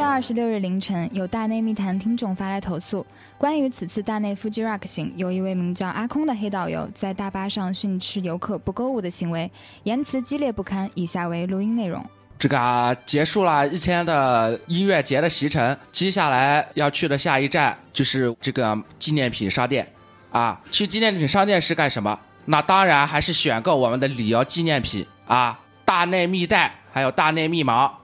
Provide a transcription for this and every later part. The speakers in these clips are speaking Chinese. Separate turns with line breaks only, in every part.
二十六日凌晨，有大内密谈听众发来投诉，关于此次大内 Fuji Rock 行，有一位名叫阿空的黑导游在大巴上训斥游客不购物的行为，言辞激烈不堪。以下为录音内容。
这个结束了一天的音乐节的行程，接下来要去的下一站就是这个纪念品商店，啊，去纪念品商店是干什么？那当然还是选购我们的旅游纪念品啊，大内密袋还有大内密毛，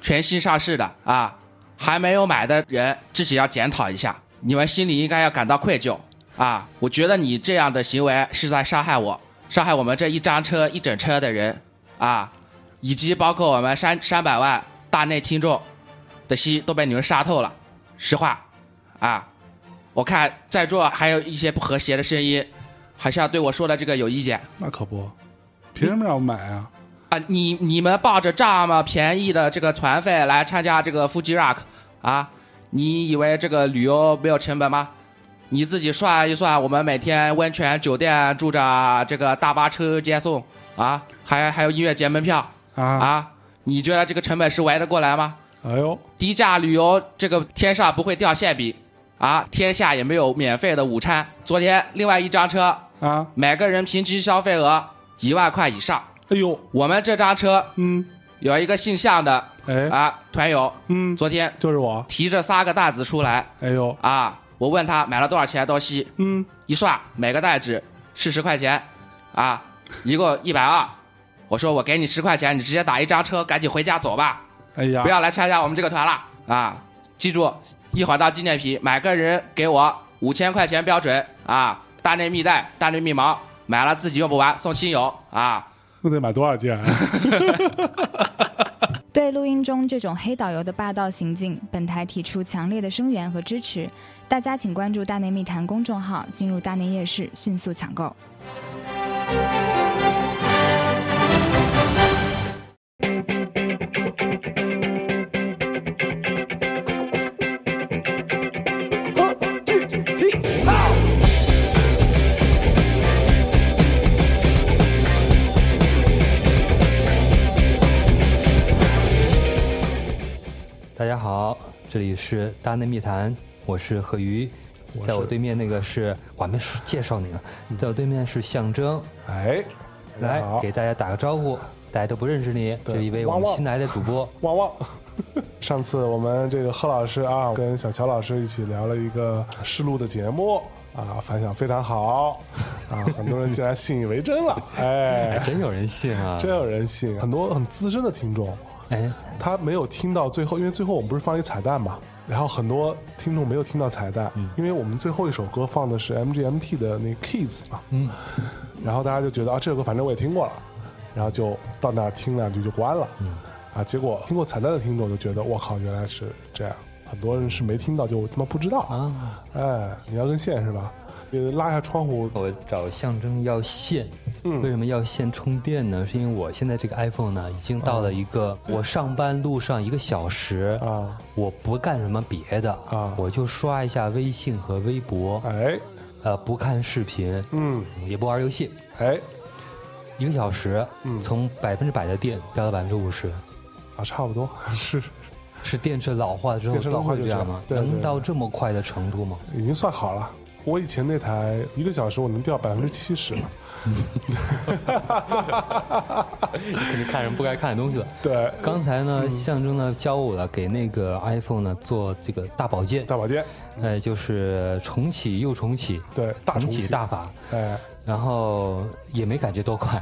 全新上市的啊，还没有买的人自己要检讨一下，你们心里应该要感到愧疚啊！我觉得你这样的行为是在伤害我，伤害我们这一张车一整车的人啊，以及包括我们三三百万大内听众的心都被你们杀透了。实话，啊，我看在座还有一些不和谐的声音，好像对我说的这个有意见
那可不，凭什么让我买啊？
啊！你你们抱着这么便宜的这个团费来参加这个 Fuji Rock 啊？你以为这个旅游没有成本吗？你自己算一算，我们每天温泉酒店住着，这个大巴车接送啊，还还有音乐节门票
啊，
啊，你觉得这个成本是围得过来吗？
哎呦，
低价旅游这个天上不会掉馅饼啊，天下也没有免费的午餐。昨天另外一张车
啊，
每个人平均消费额一万块以上，
哎呦，
我们这张车
嗯，
有一个姓向的
哎，
啊团友，
嗯，
昨天
就是我，
提着三个袋子出来
哎呦，
啊，我问他买了多少钱东西，
嗯，
一算每个袋子是十块钱，啊，一共一百二。我说我给你十块钱，你直接打一张车，赶紧回家走吧。
哎呀，
不要来参加我们这个团了啊！记住，一会儿到纪念品，每个人给我五千块钱标准啊！大内密袋、大内密毛，买了自己用不完，送亲友啊！
那得买多少件啊？
对录音中这种黑导游的霸道行径，本台提出强烈的声援和支持。大家请关注大内密谈公众号，进入大内夜市，迅速抢购。
啊
大家好，这里是大内密谈，我是贺瑜，在我对面那个是，我还没说介绍你呢，
嗯
在我对面是象征，
哎，
来
好
给大家打个招呼，大家都不认识你，
对
这是一位我
汪
们
汪
新来的主 播，
旺旺。上次我们这个贺老师啊，跟小乔老师一起聊了一个试录的节目啊，反响非常好啊，很多人竟然信以为真了，
还
哎，
真有人 信啊，
真有人信，很多很资深的听众，
哎，
他没有听到最后，因为最后我们不是放一彩蛋嘛，然后很多听众没有听到彩蛋，因为我们最后一首歌放的是 MGMT 的那 Kids 嘛，嗯，然后大家就觉得啊，这首歌反正我也听过了，然后就到那儿听两句就关了，啊，结果听过彩蛋的听众就觉得我靠，原来是这样，很多人是没听到就他妈不知道啊，哎，你要跟线是吧？你拉下窗户，
我找象征要线。
嗯
为什么要线充电呢？是因为我现在这个 iPhone 呢，已经到了一个我上班路上一个小时
嗯啊，
我不干什么别的
啊
我就刷一下微信和微博，
哎，
呃，不看视频，
嗯，
也不玩游戏，
哎，
一个小时，
嗯
从百分之百的电飙到百分之五十，
啊，差不多是
是电池老化之后
电池老化
都会
就
这
这样
样吗？
对对
能到这么快的程度 吗？
已经算好了。我以前那台一个小时我能掉百分之七十，
肯定看什么不该看的东西了。
对，
刚才
嗯
呢，象征呢教我了给那个 iPhone 呢做这个大保健，
大保健，
呃，就是重启又重启，
对，大重
启
启，
大法，
哎，
然后也没感觉 多快，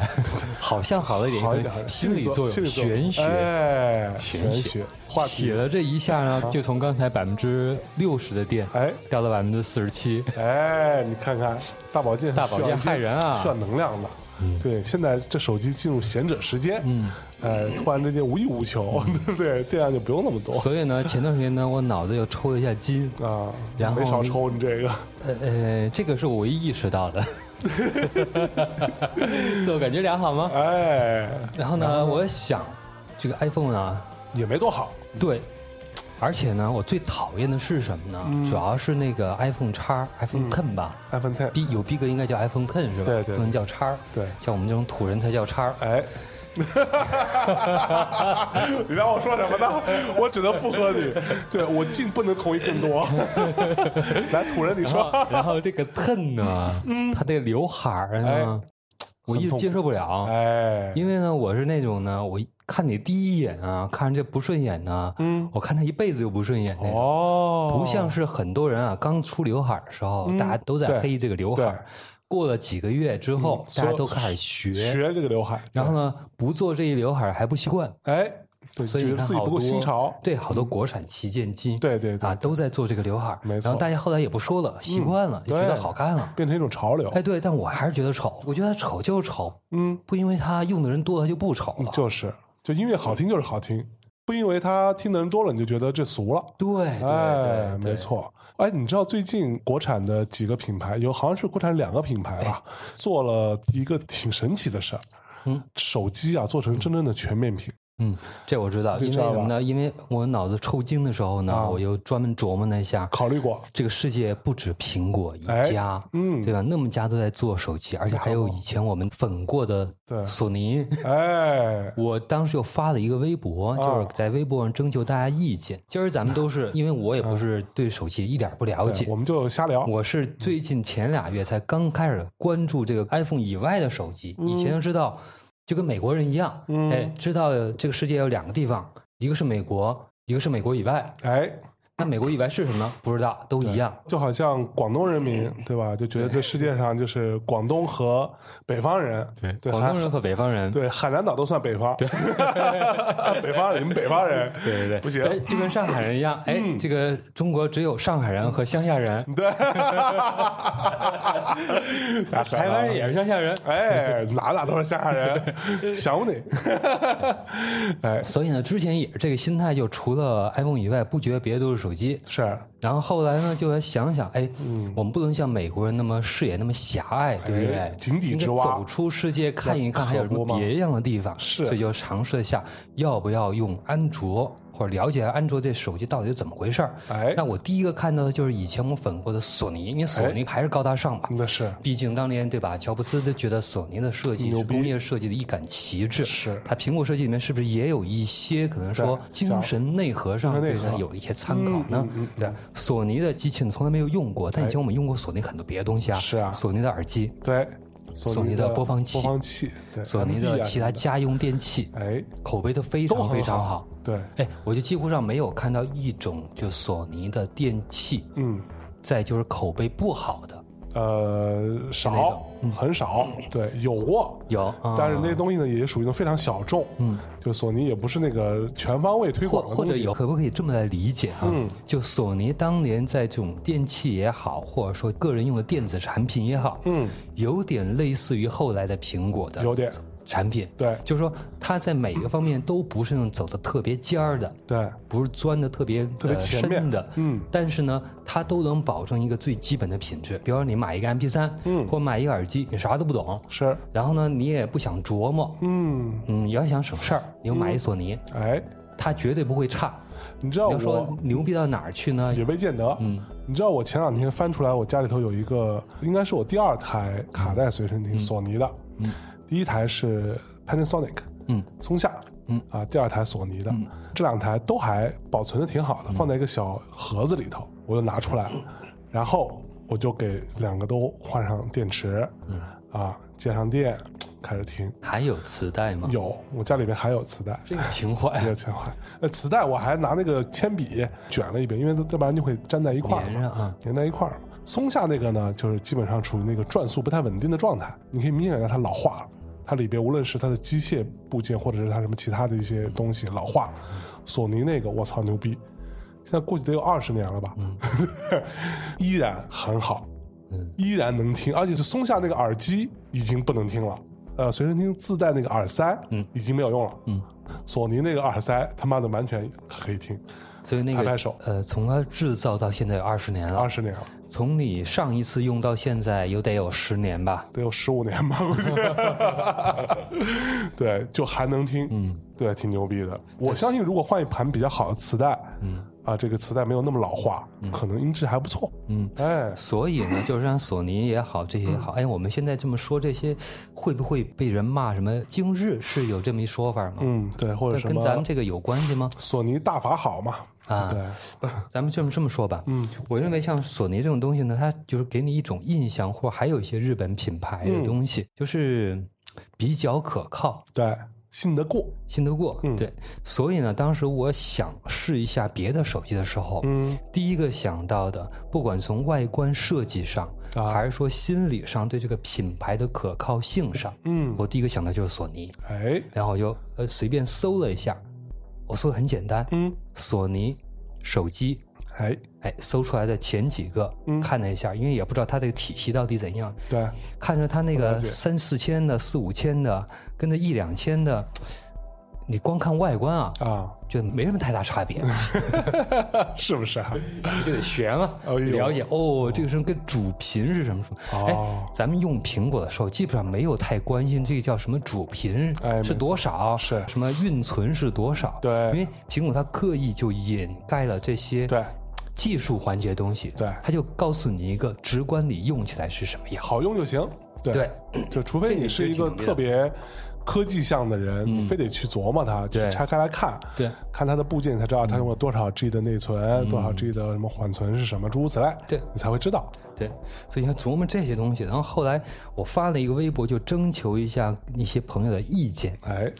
好像好了一点，
好一
可能
点，
心理作
作
用，
心理作
玄学。
哎，
玄
玄学，话
起
题，
了这一下呢，就从刚才百分之六十的电
哎
掉到百分之四十七，
哎，你看看大保健，
大保健害人啊嗯
需要能量的。对，现在这手机进入闲者时间，嗯，哎，突然之间无欲无求， 对不对？电量就不用那么多
嗯 所以呢，前段时间呢，我脑子又抽了一下筋，
啊，
然后
没少抽你这个，
呃呃，这个是我唯一意识到的， 自我感觉良好吗？
哎，
然后呢，我想这个 iPhone 啊，
也没多好，
对，而且呢，我最讨厌的是什么呢？主要是那个 iPhone 叉、iPhone Ten 吧，
iPhone Ten，
逼有逼格应该叫 iPhone Ten 是吧？
对对对
不能叫叉，
对
像我们这种土人才叫叉。
哎，你让我说什么呢？我只能附和你，对我尽不能同意更 多。来，土人，你
然
说，
后然后这个 ten 呢，他这刘海儿呢，我一直接受不了，
哎，
哦因为呢，我是那种呢，我一看你第一眼啊，看着这不顺眼呢，
嗯，
我看他一辈子就不顺眼那种。
哦，
哎
嗯
不像是很多人啊，刚出刘海儿的时候，大家都在
对
黑这个刘海儿。过了几个月之后，大家
说
都开始学，
学这个刘海，
然后呢，不做这一刘海儿还不习惯，
哎，对，
所以
觉
你
得
看
自己
好
不
多
够新潮，嗯
对，好多国产旗舰机，
对对对
啊，都在做这个刘海儿，
没错嗯
然后大家后来也不说了，习惯了，也觉得
对
好看了。
变成一种潮流
哎，，对，但我还是觉得丑，我觉得它丑就是丑，
嗯，
不因为它用的人多，它就不丑了。
就是，就音乐好听就是好听，不因为他听的人多了你就觉得这俗了。
对对
哎
对，，对
没。错。哎，你知道最近国产的几个品牌，有好像是国产两个品牌吧，做了一个挺神奇的事儿。
哎嗯，
手机啊，做成真正的全面屏。
嗯，这我知道，
这
因为
知道
什么呢？因为我脑子抽筋的时候呢，
啊
我又专门琢磨了一下，
考虑过，
这个世界不止苹果一
哎
家，
嗯
对吧？那么家都在做手机，而且还有以前我们粉过的
对
索尼。
哎，
我当时又发了一个微博，
啊
就是在微博上征求大家意见。今儿咱们都 是，因为我也不是对手机一点儿不了
嗯对
解
我，们嗯就瞎聊。
我是最近前俩月才刚开始关注这个 iPhone 以外的手机，以前都知道，就跟美国人一样，
嗯
哎，知道这个世界有两个地方，一个是美国，一个是美国以外。
哎，
那美国以外是什么呢？不知道，都一样。
就好像广东人民对吧，就觉得这世界上就是广东和北方人，对对，
广东人
海
和北方人，
对海南岛都算北方，对， 北方人，你们北方人，
对对对，
不行嗯
哎就跟上海人一样，哎，这个中国只有上海人和乡下人，
对， 台
台湾人也是乡下人。
哎，哪哪都是乡下人，想你。哎，
所以呢，之前也是这个心态，就除了 iPhone 以外，不觉得别的都是手机。
是，
然后后来呢，就来想想，哎，我们不能像美国人那么视野那么狭隘，对不对
嗯哎？井底之蛙
应该走出世界看一看，还有什么别样的地方？
是
所以就尝试一下，要不要用安卓，或者了解安卓这手机到底是怎么回事儿？
哎
那我第一个看到的就是以前我们粉过的索尼，因为索尼还是高大上吧。
那是
毕竟当年对吧，乔布斯都觉得索尼的设计
牛
是
逼
工业设计的一杆旗帜。
是
它苹果设计里面是不是也有一些可能说
对
精神内核上
精神内
对
核嗯
它有一些参考呢？对，索尼的机器你从来没有用过，但以前我们用过索尼很多别的东西啊，
哎是啊
索尼的耳机，
对，
索尼
尼
的
的
播放器
播放器，对，
索尼
MD
的
啊
其他
什
家用电器
么，的，哎，
口碑都非
都
常
很
非常
好
好。
对，
哎，我就几乎上没有看到一种就索尼的电器，
嗯，
再就是口碑不好的
呃，
那
少
种，
很少，对，有过。
有，啊
但是那些东西呢，也属于那种非常小众，嗯，就索尼也不是那个全方位推
或
广的
或
东
者
西
有，，可不可以这么来理解啊？嗯，就索尼当年在这种电器也好，或者说个人用的电子产品也好，
嗯，
有点类似于后来的苹果的
有点，
产品，
对
就是说它在每个方面都不是那种走的特别尖儿的，
对，
不是钻的特别
特别
呃
前
深
面
的，
嗯，
但是呢，它都能保证一个最基本的品质。比如说你买一个 MP 三，嗯，或买一个耳机，你啥都不懂，
是，
然后呢，你也不想琢磨，
嗯，
嗯，你要想省事儿，你就买一索尼，
哎，
它绝对不会差。
你知道
你
哦我
要说牛逼到哪儿去呢？
也未见得。嗯，你知道我前两天翻出来，我家里头有一个，应该是我第二台卡带随身听，索尼的。嗯，第一台是 Panasonic，
嗯，
松下，嗯啊，第二台索尼的，这两台都还保存的挺好的，放在一个小盒子里头，我就拿出来，然后我就给两个都换上电池，嗯啊，接上电，开始听。
还有磁带吗？
有，我家里面还有磁带。
这个情怀
没有钱花。呃，磁带我还拿那个铅笔卷了一遍，因为要不然就会粘在一块儿
粘上啊
嘛，粘在一块儿嘛。松下那个呢，就是基本上处于那个转速不太稳定的状态，你可以明显感到它老化了。它里边无论是它的机械部件，或者是它什么其他的一些东西老化了。索尼那个，我操牛逼！现在过去得有二十年了吧， 依然很好，依然能听，而且是松下那个耳机已经不能听了，呃，随身听自带那个耳塞，嗯，已经没有用了，嗯，索尼那个耳塞他妈的完全可以听，
所以那个
拍拍手
呃，从它制造到现在有二十年了
哎二。十年了，
从你上一次用到现在，有得有十年吧？
得有十五年吧，估计。 对，就还能听，嗯，对，挺牛逼的。我相信，如果换一盘比较好的磁带，嗯，啊，这个磁带没有那么老化，可能音质还不错，嗯，哎，
所以呢，就是让索尼也好，这些也好，
嗯
哎，我们现在这么说这些，会不会被人骂什么“今日”是有这么一说法吗？
嗯，对，或者
那
什
跟咱们
么
这个有关系吗？
索尼大法好嘛，
啊
对，
咱们这么这么说吧，嗯，我认为像索尼这种东西呢，它就是给你一种印象，或还有一些日本品牌的东
嗯
西，就是比较可靠，
对，信得过，
信得过。
嗯
对，所以呢，当时我想试一下别的手机的时候，
嗯，
第一个想到的，不管从外观设计上，
啊
还是说心理上对这个品牌的可靠性上，
嗯，
我第一个想到就是索尼，
哎，
然后我就呃随便搜了一下，我搜的很简单，
嗯，
索尼手机
哎，
哎，搜出来的前几个、
嗯
看了一下，因为也不知道它这个体系到底怎样，
对，
看着它那
不
个
了解
三四千的、四五千的，跟那一两千的，你光看外观啊，
啊，
就没什么太大差别，
是不是啊？
就得学嘛，
哎呦
了解哦，这个是跟主频是什么什么。
哦
哎，咱们用苹果的时候，基本上没有太关心这个叫什么主频
哎没
是
错
多少，
是
什么运存是多少，
对
因为苹果它刻意就掩盖了这些
对
技术环节的东西，
对
它就告诉你一个直观你用起来是什么样。
好用就行。对，就除非你是一个特别科技向的人，你非得去琢磨它，去
嗯对
拆开来看，
对嗯
看它的部件，你才知道它用了多少 G 的内存，多少 G 的什么缓存是什么，诸如此类，
对
你才会知道。
对，所以你看琢磨这些东西，然后后来我发了一个微博，就征求一下一些朋友的意见。
哎，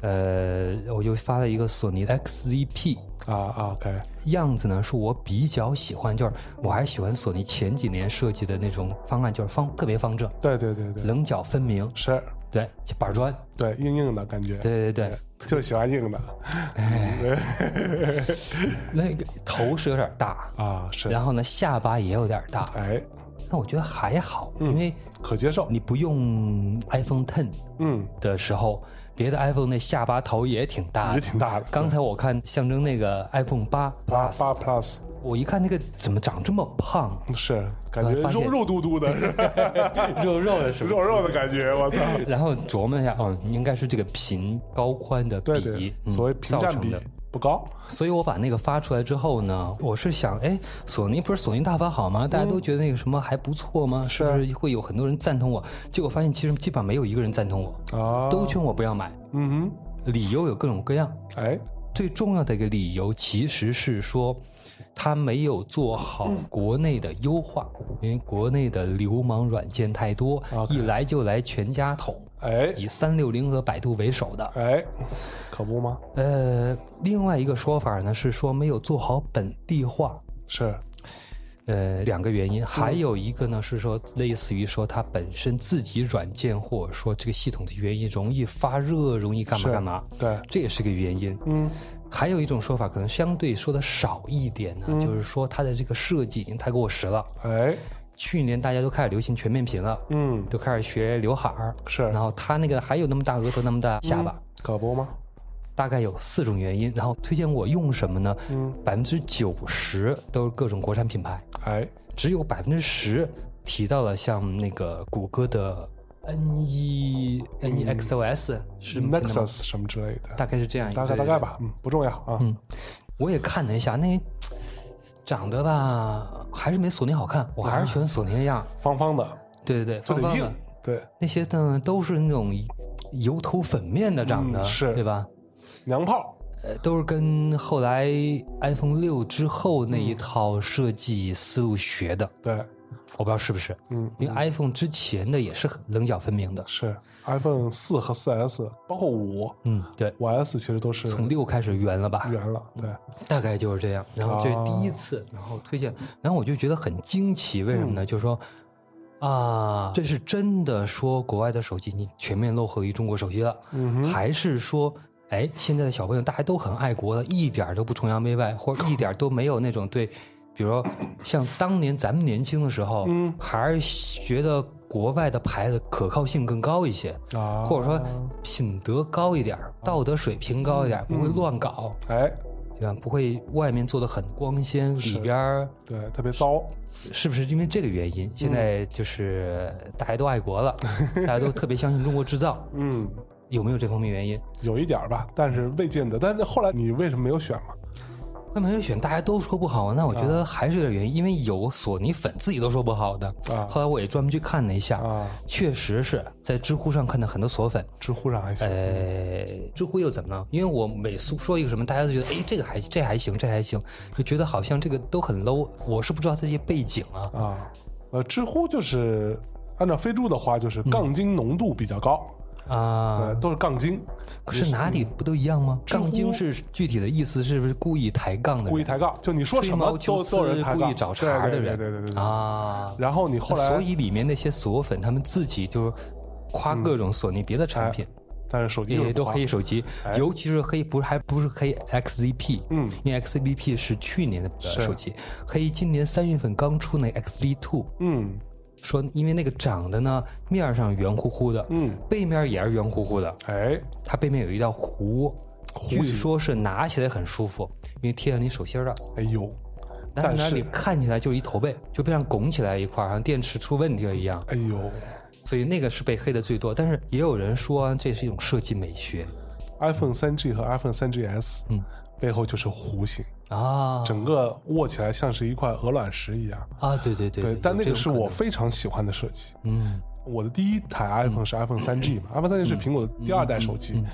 呃，我就发了一个索尼 XZP，
啊啊，OK，
样子呢是我比较喜欢，就是我还喜欢索尼前几年设计的那种方案，就是方特别方正，
对对对对，
棱角分明，
是，
对，板砖，
对，硬硬的感觉，
对对对，
就喜欢硬的
那个头是有点大，
啊，是，
然后呢下巴也有点大，
哎，
那我觉得还好，
嗯
因为
可接受，
你不用 iPhone Ten
嗯，
的时候，别的 iPhone 那下巴头也挺大
也
的。
挺大的，
啊刚才啊我看象征那个 iPhone 八
八
Plus，
八 Plus
我一看那个怎么长这么胖，啊
是感
然
觉
后发现
肉肉嘟嘟的，是吧
肉肉的什么
肉肉的感觉，我操。
然后琢磨一下，哦，应该是这个频高宽的比，
对对，
嗯
所谓屏
造
占
成
比
的。
不高，
所以我把那个发出来之后呢，我是想，哎，索尼不是索尼大法好吗？
嗯
大家都觉得那个什么还不错吗？是不是会有很多人赞同我？结果发现其实基本上没有一个人赞同我，
啊，
都劝我不要买，
嗯
理由有各种各样。
哼，哎，
最重要的一个理由其实是说，他没有做
嗯
好国内的优化，因为国内的流氓软件太多，
OK
一来就来全家桶，
哎，
以三六零和百度为首的。
哎，可不吗？
呃，另外一个说法呢是说没有做好本地化。
是，
呃，两个原因，还有一个呢是说，类似于说它本身自己软件或者说这个系统的原因，容易发热，容易干嘛
是
干嘛，
对，
这也是个原因。
嗯，
还有一种说法，可能相对说的少一点呢，就是说它的这个设计已经太过时了。
哎，
去年大家都开始流行全面屏了，
嗯，
都开始学刘海儿，
是
然，后它那个还有那么大额头，那么大下巴，
可不吗？
大概有四种原因。然后推荐我用什么呢？
嗯，
百分之九十都是各种国产品牌，
哎，
只有百分之十提到了像那个谷歌的 N 一 N E 一 XOS 是这么拼的吗
Nexus 什么之类的，
大概是这样一
嗯
个
大概大概。吧，嗯，不重要啊。
嗯我也看了一下，那长得吧还是没索尼好看，我还是喜欢索尼那样。
方方的，
对对对，
就
方
得
方
硬
的。，
对，
那些呢都是那种油头粉面的长得，
嗯是
对吧？
娘炮，
呃，都是跟后来 iPhone 六之后那
嗯
一套设计思路学的，
对，
我不知道是不是，
嗯，
因为 iPhone 之前的也是很棱角分明的。
是 iPhone 四和四 S，包括五、
嗯，对，
五 S，其实都是
从六开始圆了吧，
圆哦了，对，
大概就是这样。然后这是第一次，然后推荐，然后我就觉得很惊奇，为什
嗯
么呢？就是说。啊，这是真的说国外的手机你全面落后于中国手机了，
嗯哼，
还是说，哎，现在的小朋友大家都很爱国了，一点儿都不崇洋媚外，或者一点儿都没有那种对，比如说像当年咱们年轻的时候，
嗯
还是觉得国外的牌子可靠性更高一些，
啊，
或者说品德高一点儿，道德水平高一点儿，不会乱搞。
哎，
对吧？不会外面做的很光鲜，
是
里边儿
对，特别糟，
是不是因为这个原因？现在就是大家都爱 国了，大家都特别相信中国制造，
嗯，
有没有这方面原因？
有一点儿吧，但是未尽的。但是后来你为什么没有选嘛？
那没有选，大家都说不好，那我觉得还是有点原因，因为有索尼粉自己都说不好的。
啊
后来我也专门去看了一下，
啊，
确实是在知乎上看到很多索粉，
知乎上还行，
呃，知乎又怎么了？因为我每说说一个什么，大家都觉得，哎，这个还这还行，这还行，就觉得好像这个都很 low。我是不知道这些背景啊，
啊，呃，知乎就是按照飞猪的话，就是杠精浓度比较高，
啊
对，，都是杠精，
可是哪里不都一样吗？
知乎
杠精是具体的意思是不是故意抬杠的人？
故意抬杠，就你说什么
吹毛求
都
疵
都有人抬杠，
故意找茬
对
的人
对对对对对。
啊。
然后你后来，
所以里面那些索粉他们自己就夸
嗯
各种索尼别的
哎
产品，
但是手机
也、
就是
都
不花哎
黑手机，尤其是黑不是还不是黑 XZP，
嗯，
因为 XZP 是去年的
是
手机，黑今年三月份刚出那 XZ Two，
嗯
说因为那个长得呢面儿上圆乎乎的，
嗯，
背面也是圆乎乎的，
哎，
它背面有一道弧，
弧
据
形
说是拿起来很舒服，因为贴在你手心儿了。
哎呦，
但
但
是
是
呢，你看起来就是一头背，就被人拱起来一块儿，好像电池出问题了一样。
哎呦
所以那个是被黑的最多，但是也有人说、这是一种设计美学
，iPhone 三 G 和 iPhone 三 GS，
嗯，
背后就是弧形，
啊
整个握起来像是一块鹅卵石一样。
啊，对对对
对，但那个是我
有这种
非常喜欢的设计。
可能嗯
我的第一台 iPhone 是 iPhone 三 G 嘛，iPhone 三 G
嗯
是苹果的第二代手机。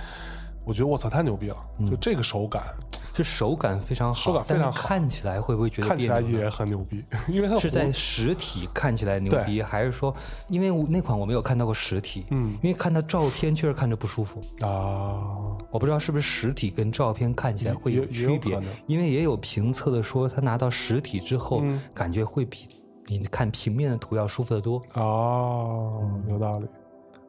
我觉得我操太牛逼了，
嗯
就这个手感
这手感非常好，
手感非常好
但是看起来会不会觉得
看起来
别扭呢
也很牛逼，因为它的
是在
弧
实体看起来牛逼，
对
还是说因为我那款我没有看到过实体，
嗯
因为看到照片确实看着不舒服，
啊，
我不知道是不是实体跟照片看起来会
也也有
区别
可能，
因为也有评测的说他拿到实体之后、
嗯
感觉会比你看平面的图要舒服得多。
哦，啊有道理，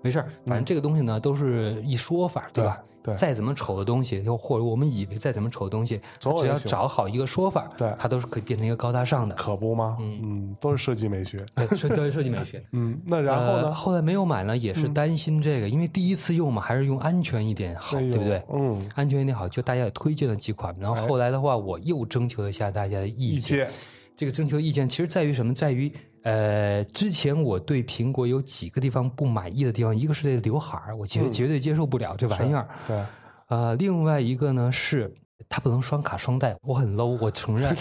没事儿，反正这个东西呢，都是一说法，对吧？
嗯对对
再怎么丑的东西，又或者我们以为再怎么丑的东西，
总有
只
人
要
喜欢
找好一个说法，
对
它都是可以变成一个高 大上的。
可不吗？嗯，都是设计美学。
对，设计设计美学。
嗯，那 然后
呃
呢？嗯
后来没有买呢，也是担心这个，因为第一次用嘛，还是用安全一点好，
哎呦
对不对？
嗯，
安全一点好，就大家也推荐了几款，然后后来的话，我又征求了一下大家的意
意
见。
见
这个征求意见其实在于什么？在于呃，之前我对苹果有几个地方不满意的地方，一个是这刘海儿，我
嗯
绝绝对接受不了这玩意儿。
对，
呃，另外一个呢是它不能双卡双待，我很 low，我承认。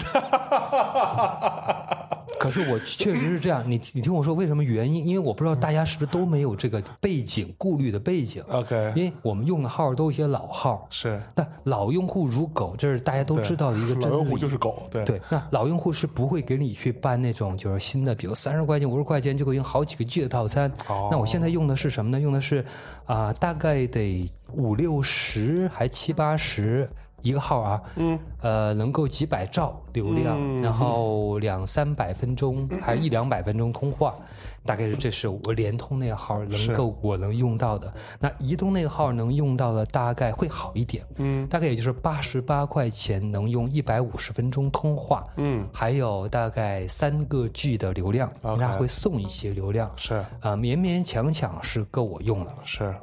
可是我确实是这样，你你听我说为什么原因？因为我不知道大家是不是都没有这个背景顾虑的背景，
OK，
因为我们用的号都是一些老号，
是
但老用户如狗，这是大家都
对
知道的一个真理。
老用户就是狗，对
对，那老用户是不会给你去办那种就是新的，比如三十块钱、五十块钱就可以用好几个 G 的套餐。
哦
那我现在用的是什么呢？用的是啊、大概得五六十还七八十一个号啊，嗯，呃，能够几百兆流量，
嗯
然后两三百分钟，还一两百分钟通话。大概是这是我联通那个号能
是
够我能用到的，那移动那个号能用到的大概会好一点，
嗯
大概也就是八十八块钱能用一百五十分钟通话，
嗯，
还有大概三个 G 的流量，
OK
那会送一些流量，
是
啊、勉勉强强是够我用了。
是，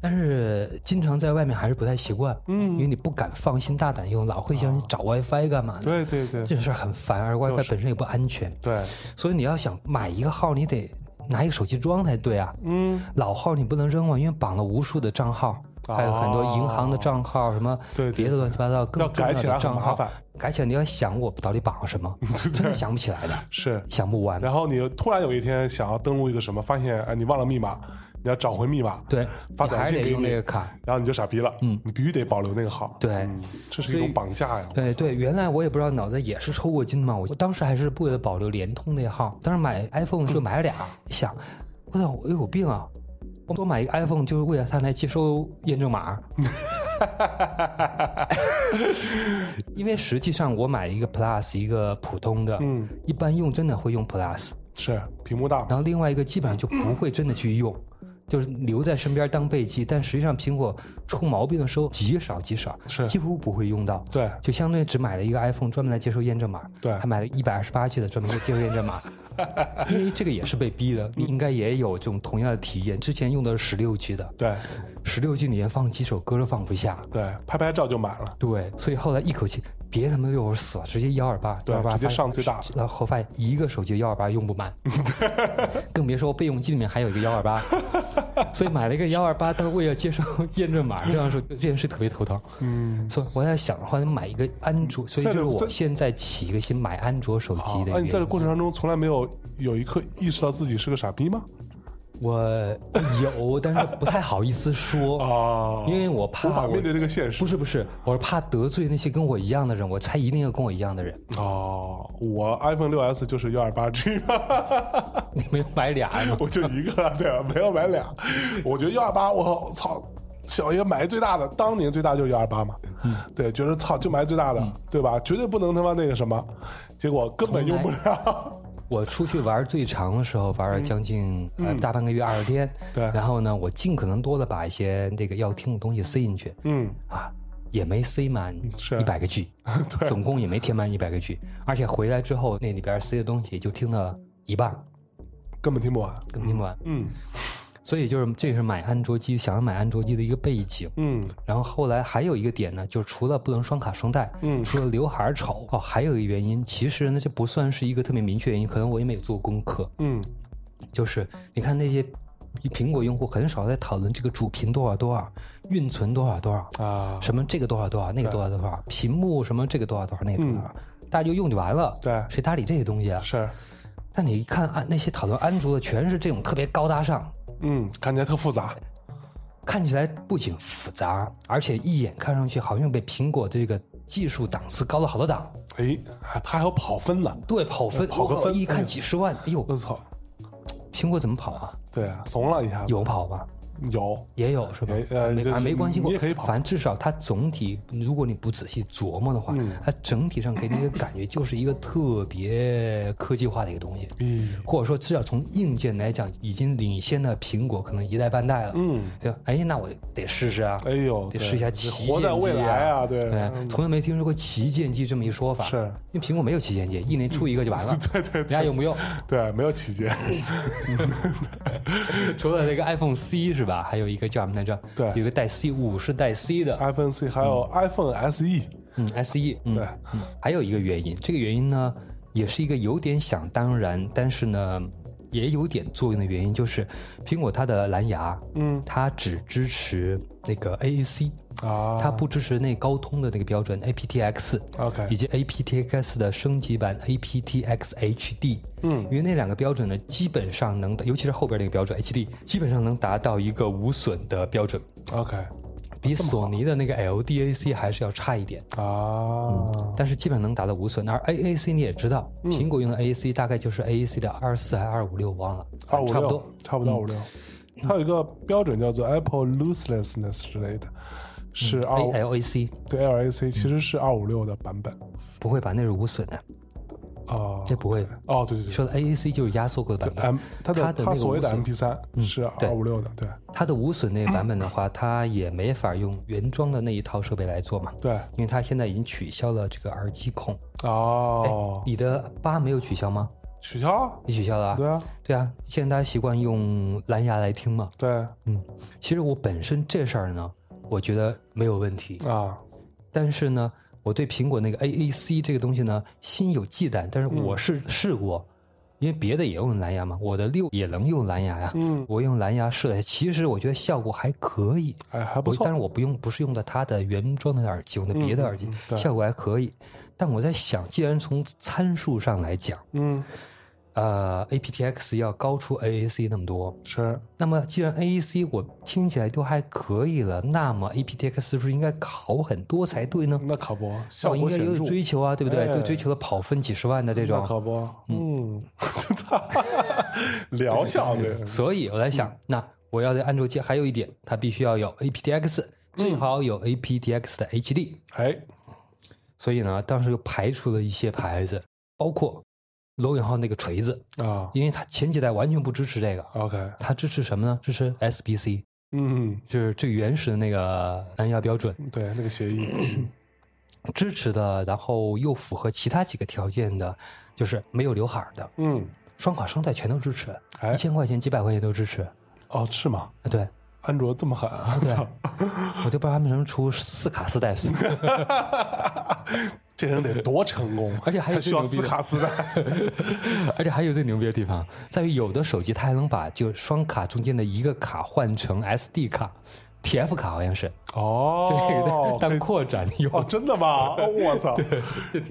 但是经常在外面还是不太习惯，
嗯
因为你不敢放心大胆用，老会想找 WiFi 干嘛呢？
对对对
这种事儿很烦，而 WiFi
是
本身也不安全，
对，
所以你要想买一个号，你得拿一个手机装才对啊。
嗯，
老号你不能扔啊，因为绑了无数的账号，
哦
还有很多银行的账号，什么
对对
别的乱七八糟
要
更重
改起来
的
很
账
麻
号
烦，
改起来你要想我到底绑了 什么，真的想不起来的，
是。
想不完。
然后你突然有一天想要登录一个什么，发现哎你忘了密码，你要找回密码，
对，
发
你
短
还
信
是得
给
用
你
那个卡。
然后你就傻逼了，
嗯
你必须得保留那个号，
对
嗯这是
所
一
以
种绑架呀，
哎对对，原来我也不知道脑子也是抽过筋嘛，我我当时还是为了保留联通那号，当时买 iPhone 的时候买了俩，想，我操，我有病啊！我多买一个 iPhone 就是为了它来接收验证码， 因为实际上我买一个 Plus 一个普通的，
嗯，
一般用真的会用 Plus，
是屏幕大嘛，
然后另外一个基本上就不会真的去用，就是留在身边当备机，但实际上苹果出毛病的时候极少极少，
是
几乎不会用到。
对
就相对只买了一个 iPhone 专门来接收验证码，
对
还买了一百二十八 G 的专门接收验证码，因为这个也是被逼的，你应该也有这种同样的体验。之前用的是十六 G 的，
对，
十六 G 里面放几首歌都放不下。
对，拍拍照就买了。
对，所以后来一口气别他妈六十四了，直接幺二八，
对
幺二八
直接上最大的
然后发现一个手机幺二八用不满， 更别说备用机里面还有一个幺 二八，所以买了一个幺二八，但为了接收验证码，这样说这件事特别头疼。
嗯，
所以我在想的话，买一个安卓，所以
在
就
这
是我
在
现在起一个新买安卓手
好
机的原因。
啊那你在这过程当中从来没有有一刻意识到自己是个傻逼吗？
我有，但是不太好意思 说，
啊
因为我怕
无法
我
面对这个现实
不。是不是，我是怕得罪那些跟我一样的人，我猜一定要跟我一样的人。
哦，我 iPhone 六 S 就是幺二八 G，
你没有买俩吗？
我就一个，对吧？没有买俩。我觉得幺二八，我操，小爷买最大的，当年最大就是幺二八嘛。
嗯
对，觉得操就买最大的，对吧？绝对不能他妈那个什么，结果根本用不了。
我出去玩最长的时候玩了将近、呃大半个月二十天，
嗯对
然后呢，我尽可能多的把一些那个要听的东西塞进去，
嗯，
啊，也没塞满
是
一百个 G，总共也没填满一百个 G，而且回来之后那里边塞的东西就听了一半儿，
根本听不完。
更听不完。
嗯
所以就是这是买安卓机想要买安卓机的一个背景。
嗯
然后后来还有一个点呢，就是除了不能双卡双待，
嗯
除了刘海儿丑哦，还有一个原因，其实呢这不算是一个特别明确的原因，可能我也没有做功课，
嗯，
就是你看那些苹果用户很少在讨论这个主频多少多少，运存多少多少，
啊，
什么这个多少多少，那个多少多少，屏幕什么这个多少多少，那个多少多少，大家就用就完了，
嗯对
谁搭理这些东西啊？
是，
但你一看安那些讨论安卓的，全是这种特别高大上，
嗯，看起来特复杂。
看起来不仅复杂，而且一眼看上去好像比苹果这个技术档次高了好多档。
哎，还他还有跑分呢，
对，跑分，
跑个
我
分
一
哎
看
呦
几十万，哎呦，
我操！
苹果怎么跑啊？
对啊，怂了一下子。
有跑吧？
有，
也有是吧
也？呃
没
就是
啊没关系过，
你也可以跑
反正至少它总体，如果你不仔细琢磨的话，
嗯
它整体上给你的感觉就是一个特别科技化的一个东西，
咦，
或者说至少从硬件来讲，已经领先了苹果可能一代半代了。
嗯，
对吧，哎，那我得试试啊。
哎呦，
得
对
试一下
你
旗
活在
舰
未
机
来啊，对，嗯
从来没听说过旗舰机这么一说法，
是
因为苹果没有旗舰机，一年出一个就完了，
对对
人家用不用？
对，没有起见，
除了那个 iPhone C 是吧？还有一个叫什么来着？
对啊
有一个带 C 五是带 C 的，
iPhone C 还有 iPhone SE，
嗯，S E，嗯
对，
嗯还有一个原因，这个原因呢，也是一个有点想当然，但是呢，也有点作用的原因，就是苹果它的蓝牙，
嗯
它只支持那个 AAC，
啊，
它不支持那高通的那个标准 aptX。以
OK，
及 aptX 的升级版 aptX HD，
嗯
因为那两个标准呢，基本上能，尤其是后边那个标准 HD，基本上能达到一个无损的标准，
OK 哦
比索尼的那个 LDAC 还是要差一点。
啊，
但是基本上能达到无损。而 AAC 你也知道，
嗯
苹果用的 AAC 大概就是 AAC 的二四还二五六，忘了，
二五
差不多嗯
六。，差不多二五六，它有一个标准叫做 Apple Looselessness 之类的，是
嗯
二
哎 ALAC
对 LAC 其
嗯
实是二五六的版本
不会吧？那是无损
哦
的，
啊，
这不会。
哦，对对对
说的 AAC 就是压缩过的版本，
，M 它的
它的那
它
个
所谓的
无损
MP 三是
对
二五六的，对
它的无损那个版本的话，它也没法用原装的那一套设备来做嘛，
对
因为它现在已经取消了这个耳机孔。
哦，
你的八没有取消吗？
取消啊，
你取消了啊？
对啊，
对啊，现在大家习惯用蓝牙来听嘛。
对
嗯，其实我本身这事儿呢，我觉得没有问题。
啊，
但是呢，我对苹果那个 AAC 这个东西呢，心有忌惮。但是
嗯
我是试过，因为别的也用蓝牙嘛，我的六也能用蓝牙呀。
嗯，
我用蓝牙试了，其实我觉得效果还可以。
哎还不
我
错
但，是我不用，不是用的它的原装的耳机，用的别的耳机，
嗯嗯嗯对
效果还可以。但我在想，既然从参数上来讲，
嗯，
呃，aptX 要高出 AAC 那么多，
是
那么既然 AAC 我听起来都还可以了，那么 aptX 是不是应该好很多才对呢？
那可不，效
我哦应
果
该也
显
有
著，
追求啊，对不对？
哎
都追求了跑分几十万的这
那
种，
可不，嗯，操， 疗效对，
所以我在想，
嗯
那我要在安卓机还有一点，它必须要有 aptX，最
嗯
好有 aptX 的 HD。
哎，
所以呢，当时就排除了一些牌子，包括罗永浩那个锤子，
啊
因为它前几代完全不支持这个，
，OK，
它支持什么呢？支持 SBC，
嗯，
就是最原始的那个蓝牙标准
对，那个协议，
支持的，然后又符合其他几个条件的，就是没有刘海儿的，
嗯，
双卡双待全都支持，
哎
一千块钱、几百块钱都支持。
哦，是吗？
啊，对，
安卓这么狠啊！
对，我就不知道他们什么出四卡四代，
这人得多成功，
而且还有
才需要
最
斯
牛逼的
卡斯带。
而且还有最牛逼的地方在于，有的手机它还能把就双卡中间的一个卡换成 SD 卡、TF 卡，好像是，就这
哦
个，当扩展用。
哦，真的吗？哦我操，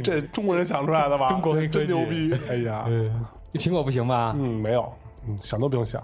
这中国人想出来的吧？
中国黑科
真
技
牛逼！哎呀，
苹果不行吧？
嗯，没有，嗯想都不用想。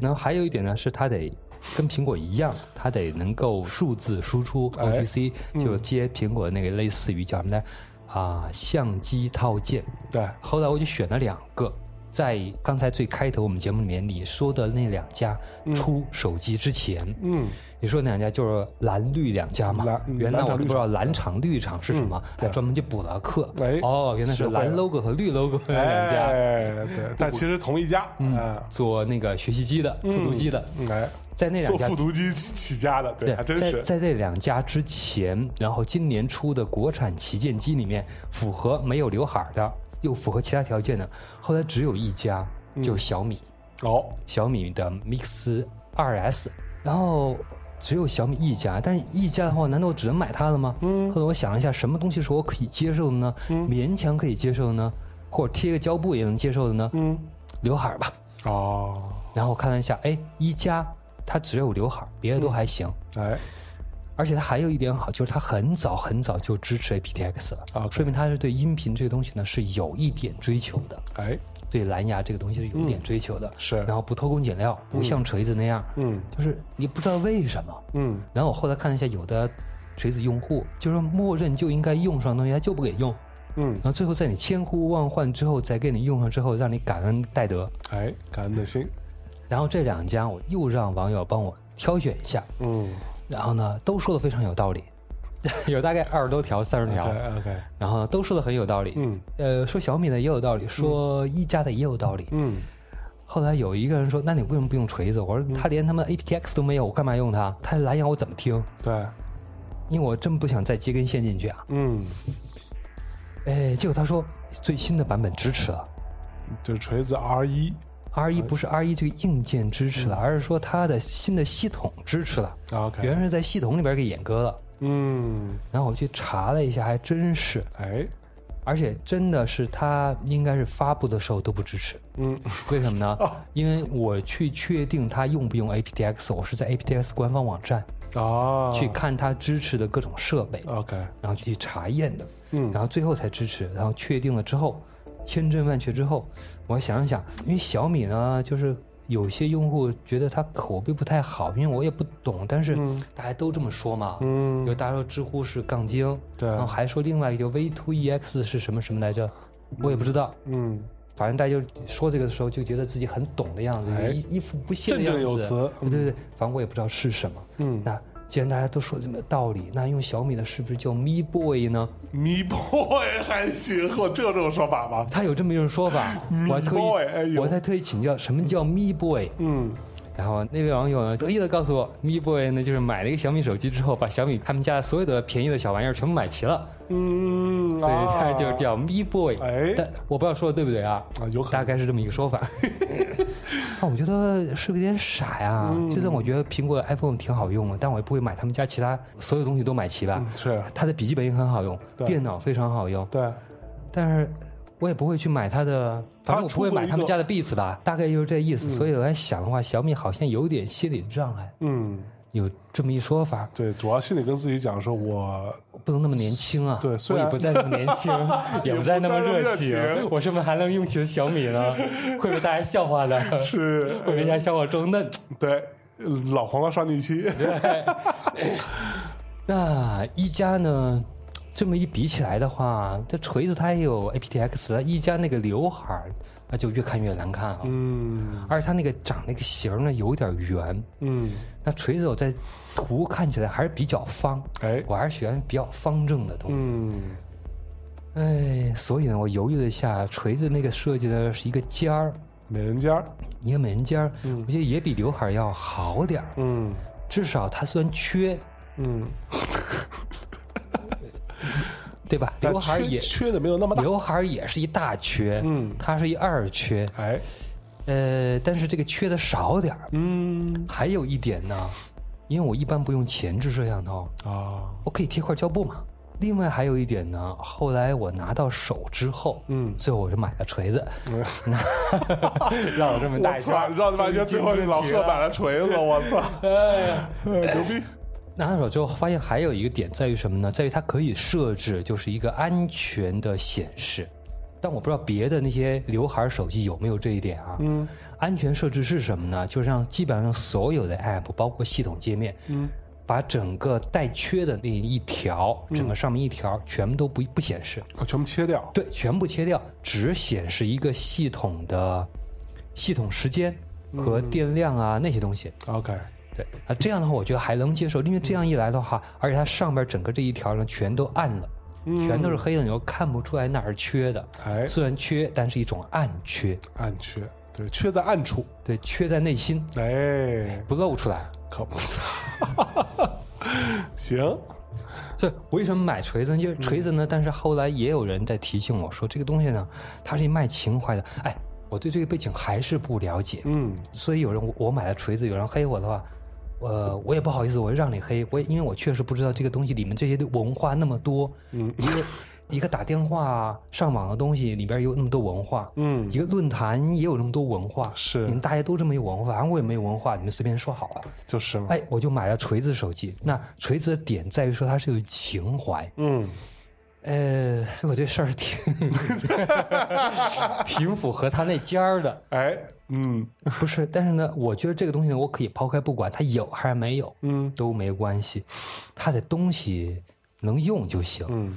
然后还有一点呢，是它得跟苹果一样，它得能够数字输出
哎
OTC，、就接苹果那个类似于叫什么来啊、相机套件。
对，
后来我就选了两个，在刚才最开头我们节目里面你说的那两家出手机之前，
嗯，
你说那两家就是蓝绿两家嘛
蓝？嗯
原来我
蓝厂
都不知道蓝厂绿厂是什么，还专门去补了课。
嗯哎
哦，原来是
学会
蓝
了
logo 和绿 logo 那两家、
哎，对，但其实同一家，嗯，
做那个学习机的、复读机的，
嗯哎，
在那两
做
家
复读机起起家的，对，还真
在
是。
在这两家之前，然后今年出的国产旗舰机里面，符合没有刘海儿的，又符合其他条件的，后来只有一家，
嗯
就是小米，
哦，
小米的 Mix 2S，然后只有小米一家，但是一家的话，难道我只能买它了吗？嗯，后来我想了一下，什么东西是我可以接受的呢？
嗯
勉强可以接受的呢，或者贴个胶布也能接受的呢？
嗯，
刘海儿吧。
哦，
然后我看了一下，哎，一加它只有刘海儿，别的都还行。
哎，
而且它还有一点好，就是它很早很早就支持 aptX 了，
OK
说明它是对音频这个东西呢是有一点追求的，
哎，
对蓝牙这个东西是有一点追求的。
是
然，后不偷工减料，不像锤子那样，
嗯
就是你不知道为什么。
嗯，
然后我后来看了一下，有的锤子用户就是默认就应该用上的东西，它就不给用。
嗯
然，后最后在你千呼万唤之后，再给你用上之后，让你感恩戴德。
哎，感恩的心，
然后这两家我又让网友帮我挑选一下，
嗯
然后呢，都说的非常有道理， 有大概二十多条、三十条，
，OK，
然后呢都说的很有道理。
嗯
呃，说小米的也有道理，说一加的也有道理。
嗯，
后来有一个人说：“那你为什么不用锤子？”我说：“他连他们 aptX 都没有，我干嘛用它？它蓝牙我怎么听？
对，
因为我真不想再接根线进去啊。
嗯，”
哎，结果他说最新的版本支持了。
就是锤子 R 一
R 一不是 R 一这个硬件支持了，而是说它的新的系统支持了，
，OK，
原来是在系统里边给阉割了。
嗯，
然后我去查了一下，还真是，
哎，
而且真的是它应该是发布的时候都不支持。
嗯，哦
为什 么呢？因为我去确定它用不用 aptX，我是在 aptX 官方网站
啊，
去看它支持的各种设备，
，OK，
然后去查验的，
嗯
然后最后才支持，然后确定了之后，千真万确之后，我想了想，因为小米呢，就是有些用户觉得它口碑不太好，因为我也不懂，但是大家都这么说嘛，
嗯
有，大家说知乎是杠精，
对
然后还说另外一个 V2EX E 是什么什么来着，我也不知道，
嗯，
反正大家就说这个的时候，就觉得自己很懂的样子，
哎
一一副不屑的
振
样
振
子。
有词，
对对对，反正我也不知道是什么。
嗯
那既然大家都说这么有道理，那用小米的是不是叫 Mi Boy 呢？
，Mi Boy 还行，我这种说法吧，
他有这么一种说法，我还特
Boy，哎
意，
呦
我才特意请教什么叫 Mi Boy。
嗯，
然后那位网友呢，得意的告诉我，Mi Boy 呢就是买了一个小米手机之后，把小米他们家所有的便宜的小玩意儿全部买齐了，
嗯，
所以他
啊
就叫 Mi Boy。
哎
但我不知道说的对不对啊？
啊，有可
大
能，
概是这么一 个说法。那我觉得是不是有点傻呀？
嗯
就算我觉得苹果的 iPhone 挺好用的，但我也不会买他们家其他所有东西都买齐吧。
是，
它的笔记本也很好用，
嗯对
电脑非常好用，
对，
但是我也不会去买它的，反正我不会买他们家的 Beats 吧，大概就是这意思。所以我在想的话，小米好像有点心理障碍，
嗯，
有这么一说法，
对，主要心里跟自己讲说，我
不能那么年轻啊。
对虽
我也
然
不再那么年 轻，也不再那么热情
也不再那么热，情
我是不是还能用起了小米 呢？会被大家笑话的。
是
会被大家笑话中嫩。
对，老黄瓜刷地漆，
啊那一加呢？这么一比起来的话，这锤子它也有 aptX，一加那个刘海儿，那就越看越难看啊。
嗯
而且它那个长那个形儿呢，有点圆。
嗯，
那锤子我在图看起来还是比较方，
哎，
我还是喜欢比较方正的东西。
嗯，
哎，所以呢，我犹豫了一下，锤子那个设计呢是一个尖儿，
美人尖儿，
一个美人尖儿，我觉得也比刘海儿要好点儿。
嗯
至少它虽然缺，
嗯，
对吧？
但
刘海儿
缺
也
缺的没有那么大，
刘海儿也是一大缺，
嗯
它是一二缺，
哎，
呃，但是这个缺的少点儿。
嗯
还有一点呢，因为我一般不用前置摄像头，
啊，
我可以贴块胶布嘛。另外还有一点呢，后来我拿到手之后，
嗯
最后我就买了锤子，
绕这么大一圈，绕这么大一圈，最后这老贺买了锤子，我操，哎牛逼！
拿到手之后发现还有一个点在于什么呢？在于它可以设置就是一个安全的显示，但我不知道别的那些刘海手机有没有这一点啊。
嗯，
安全设置是什么呢？就是让基本上所有的 app，包括系统界面，嗯，把整个带缺的那一条，整个上面一条全部都不不显示，
我全部切掉，
对，全部切掉，只显示一个系统的系统时间和电量啊、那些东西。
OK，
对啊，这样的话我觉得还能接受，因为这样一来的话，而且它上边整个这一条呢全都暗了，全都是黑的，你又看不出来哪儿缺的。
嗯哎，
虽然缺，但是一种暗缺，
暗缺，对，缺在暗处，
对，缺在内心
哎，
不露出来。
可不， 行，
所以我为什么买锤子呢？就是锤子呢，但是后来也有人在提醒我说，这个东西呢，它是卖情怀的。哎，我对这个背景还是不了解，
嗯，
所以有人我我买了锤子，有人黑我的话，呃，我也不好意思，我就让你黑，我也因为我确实不知道这个东西里面这些文化那么多，嗯，一个一个打电话上网的东西里边有那么多文化，
嗯
一个论坛也有那么多文化，
是
你们大家都这么有文化，反正我也没有文化，你们随便说好了，
就是嘛，
哎，我就买了锤子手机。那锤子的点在于说它是有情怀，
嗯，
呃， 这我这事儿挺挺符合他那尖儿的。
哎，嗯
不是，但是呢，我觉得这个东西呢，我可以抛开不管，它有还是没有，
嗯
都没关系，它的东西能用就行。
嗯，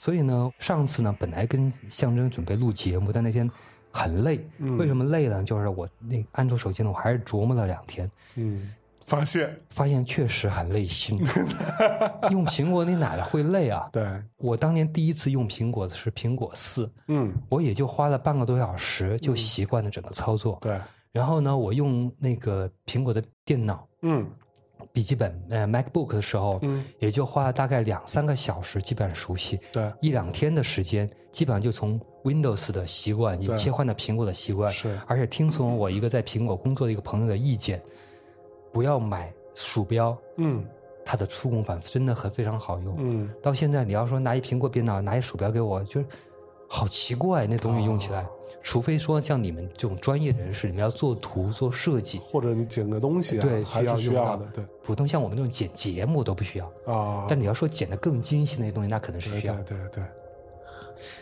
所以呢，上次呢，本来跟象征准备录节目，但那天很累，为什么累呢？就是我那安卓手机呢，我还是琢磨了两天，
嗯，发现，
发现确实很累心。用苹果你哪儿会累啊？
对，
我当年第一次用苹果的是苹果四，
嗯，
我也就花了半个多小时就习惯了整个操作。
对，
然后呢，我用那个苹果的电脑
嗯
笔记本呃 MacBook 的时候，
嗯，
也就花了大概两三个小时，基本上熟悉
对，
一两天的时间，基本上就从 Windows 的习惯也
对
切换到苹果的习惯，
是
而且听从我一个在苹果工作的一个朋友的意见，不要买鼠标，
嗯
它的触控板真的很非常好用。
嗯，
到现在你要说拿一苹果电脑拿一鼠标给我，就是好奇怪那东西用起来，
哦
除非说像你们这种专业人士，你们要做图做设计，
或者你剪个东西啊，
对，
还
要
是需
用到
要的，对，
普通像我们这种剪节目都不需要，
啊，
但你要说剪得更精细那些东西，那可能是
对
需要
对。对对，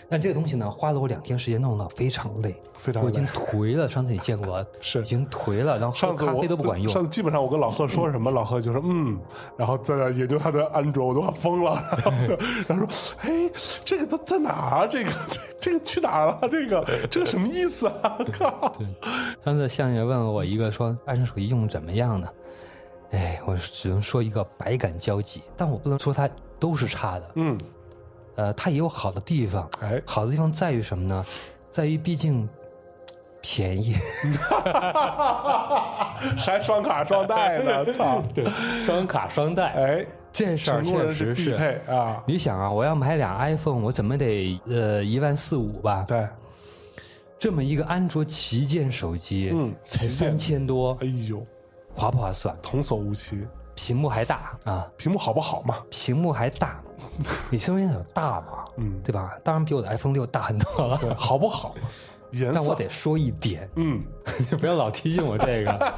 但这个东西呢，花了我两天时间弄了，非常累，
非常
我已经
累
颓了。上次你见过我，
是
已经颓了，然后喝
上次
咖
我
啡都不管用
上。次基本上我跟老贺说什么，老贺就说嗯，然后在那研究他的安卓，我都快疯了。 然后就然后说，哎，这个都在哪儿啊？这个这这个去哪儿了？这个这个什么意思 啊？靠！
上次向爷问了我一个说安卓手机用得怎么样呢？哎，我只能说一个百感交集，但我不能说它都是差的。
嗯，
呃，它也有好的地方，
哎，
好的地方在于什么呢？在于毕竟便宜，
还双卡双待呢， 操！对，
双卡双待，
哎，
这事儿
成功
确
人
实
必
是。
配啊！
你想啊，我要买俩 iPhone，我怎么得呃一万四五吧？
对，哎
这么一个安卓旗舰手机，
嗯
才
旗
三
舰
千多
哎，呦，
划不划算？
童叟无欺，
屏幕还大啊，
屏幕好不好嘛？
屏幕还大，你身边有大吗？
嗯
对吧？当然比我的 iPhone 六大很多了。
对，好不好嘛？颜
但我
色，
得说一点，
嗯，
你 不要老提醒我这个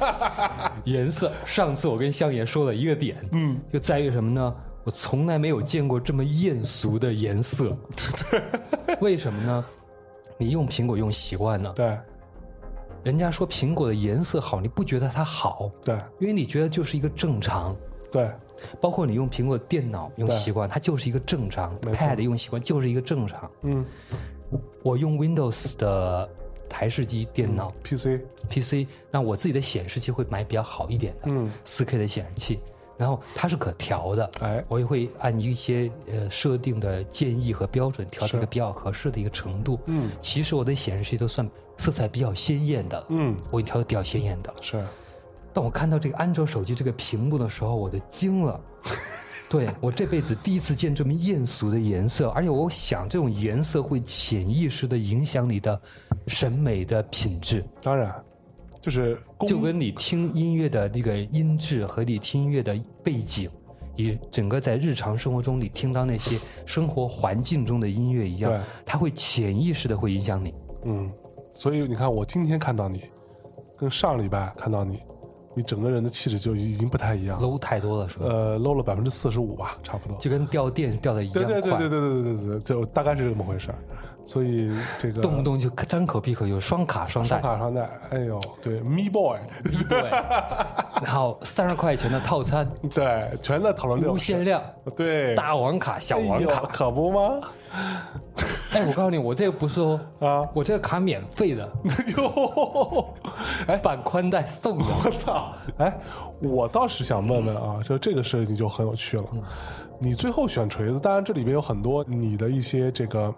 颜色。上次我跟香爷说了一个点，嗯，就在于什么呢？我从来没有见过这么艳俗的颜 色，为什么呢？你用苹果用习惯了，
对
人家说苹果的颜色好，你不觉得它好，
对
因为你觉得就是一个正常。
对，
包括你用苹果电脑用
对
习惯，它就是一个正常
没错
；Pad 用习惯就是一个正常。
嗯
我用 Windows 的台式机电脑、
，PC，
PC，那我自己的显示器会买比较好一点的，
嗯，
4 K 的显示器，然后它是可调的，
哎
我也会按一些呃设定的建议和标准调到一个比较合适的一个程度。
嗯
其实我的显示器都算色彩比较鲜艳的，
嗯，
我已经调的比较鲜艳的了。
是，
当我看到这个安卓手机这个屏幕的时候，我都惊了。 对我这辈子第一次见这么艳俗的颜色，而且我想这种颜色会潜意识的影响你的审美的品质。
当然，就是公
就跟你听音乐的那个音质和你听音乐的背景，以整个在日常生活中你听到那些生活环境中的音乐一样
对，
它会潜意识的会影响你。
嗯，所以你看，我今天看到你，跟上礼拜看到你，你整个人的气质就已经不太一样了，
low 太多了，是吧？
呃，low 了百分之四十五吧，差不多。
就跟掉电掉的一样
对对
快，
对对对对对对对，就大概是这么回事儿。所以这个
动不动就张口闭口有双卡双待
双，卡双待，哎呦，对，Me Boy，
对，然后三十块钱的套餐，
对，全在讨论六
无限量，
对，
大王卡、小王
哎呦
卡。
可不吗？
哎，我告诉你，我这个不是哦，
啊，
我这个卡免费的，
哎哟，
版宽带送的。
哎我操！哎，我倒是想问问啊，就这个事情就很有趣了。你最后选锤子，当然这里边有很多你的一些这个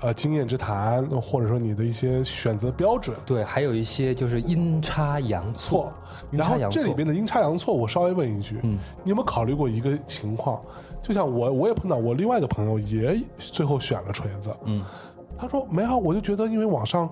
呃经验之谈，或者说你的一些选择标准
对，还有一些就是阴差阳
错
错。。阴
然
差
后
阳错嗯
这里边的阴差阳错，我稍微问一句，你有没有考虑过一个情况？就像我，我也碰到我另外一个朋友也最后选了锤子，嗯，他说没有，我就觉得因为网上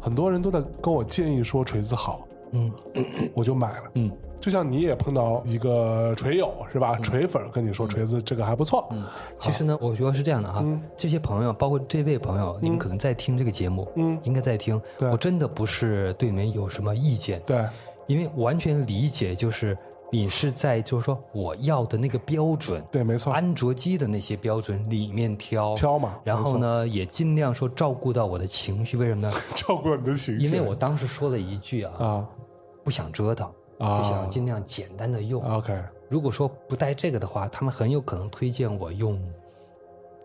很多人都在跟我建议说锤子好，
嗯
我就买了。
嗯，
就像你也碰到一个锤友是吧？锤粉跟你说锤子这个还不错，
嗯
嗯
其实呢，我觉得是这样的哈，这些朋友，包括这位朋友，你们可能在听这个节目，
嗯
应该在听。
对
我真的不是对你们有什么意见，
对
因为完全理解就是你是在就是说我要的那个标准，
对，没错，
安卓机的那些标准里面挑
挑嘛
然后
没
呢也尽量说照顾到我的情绪，为什么呢？
照顾你的情绪，
因为我当时说了一句啊，
啊
不想折腾，
啊
就想尽量简单的用。
，OK，
如果说不带这个的话，他们很有可能推荐我用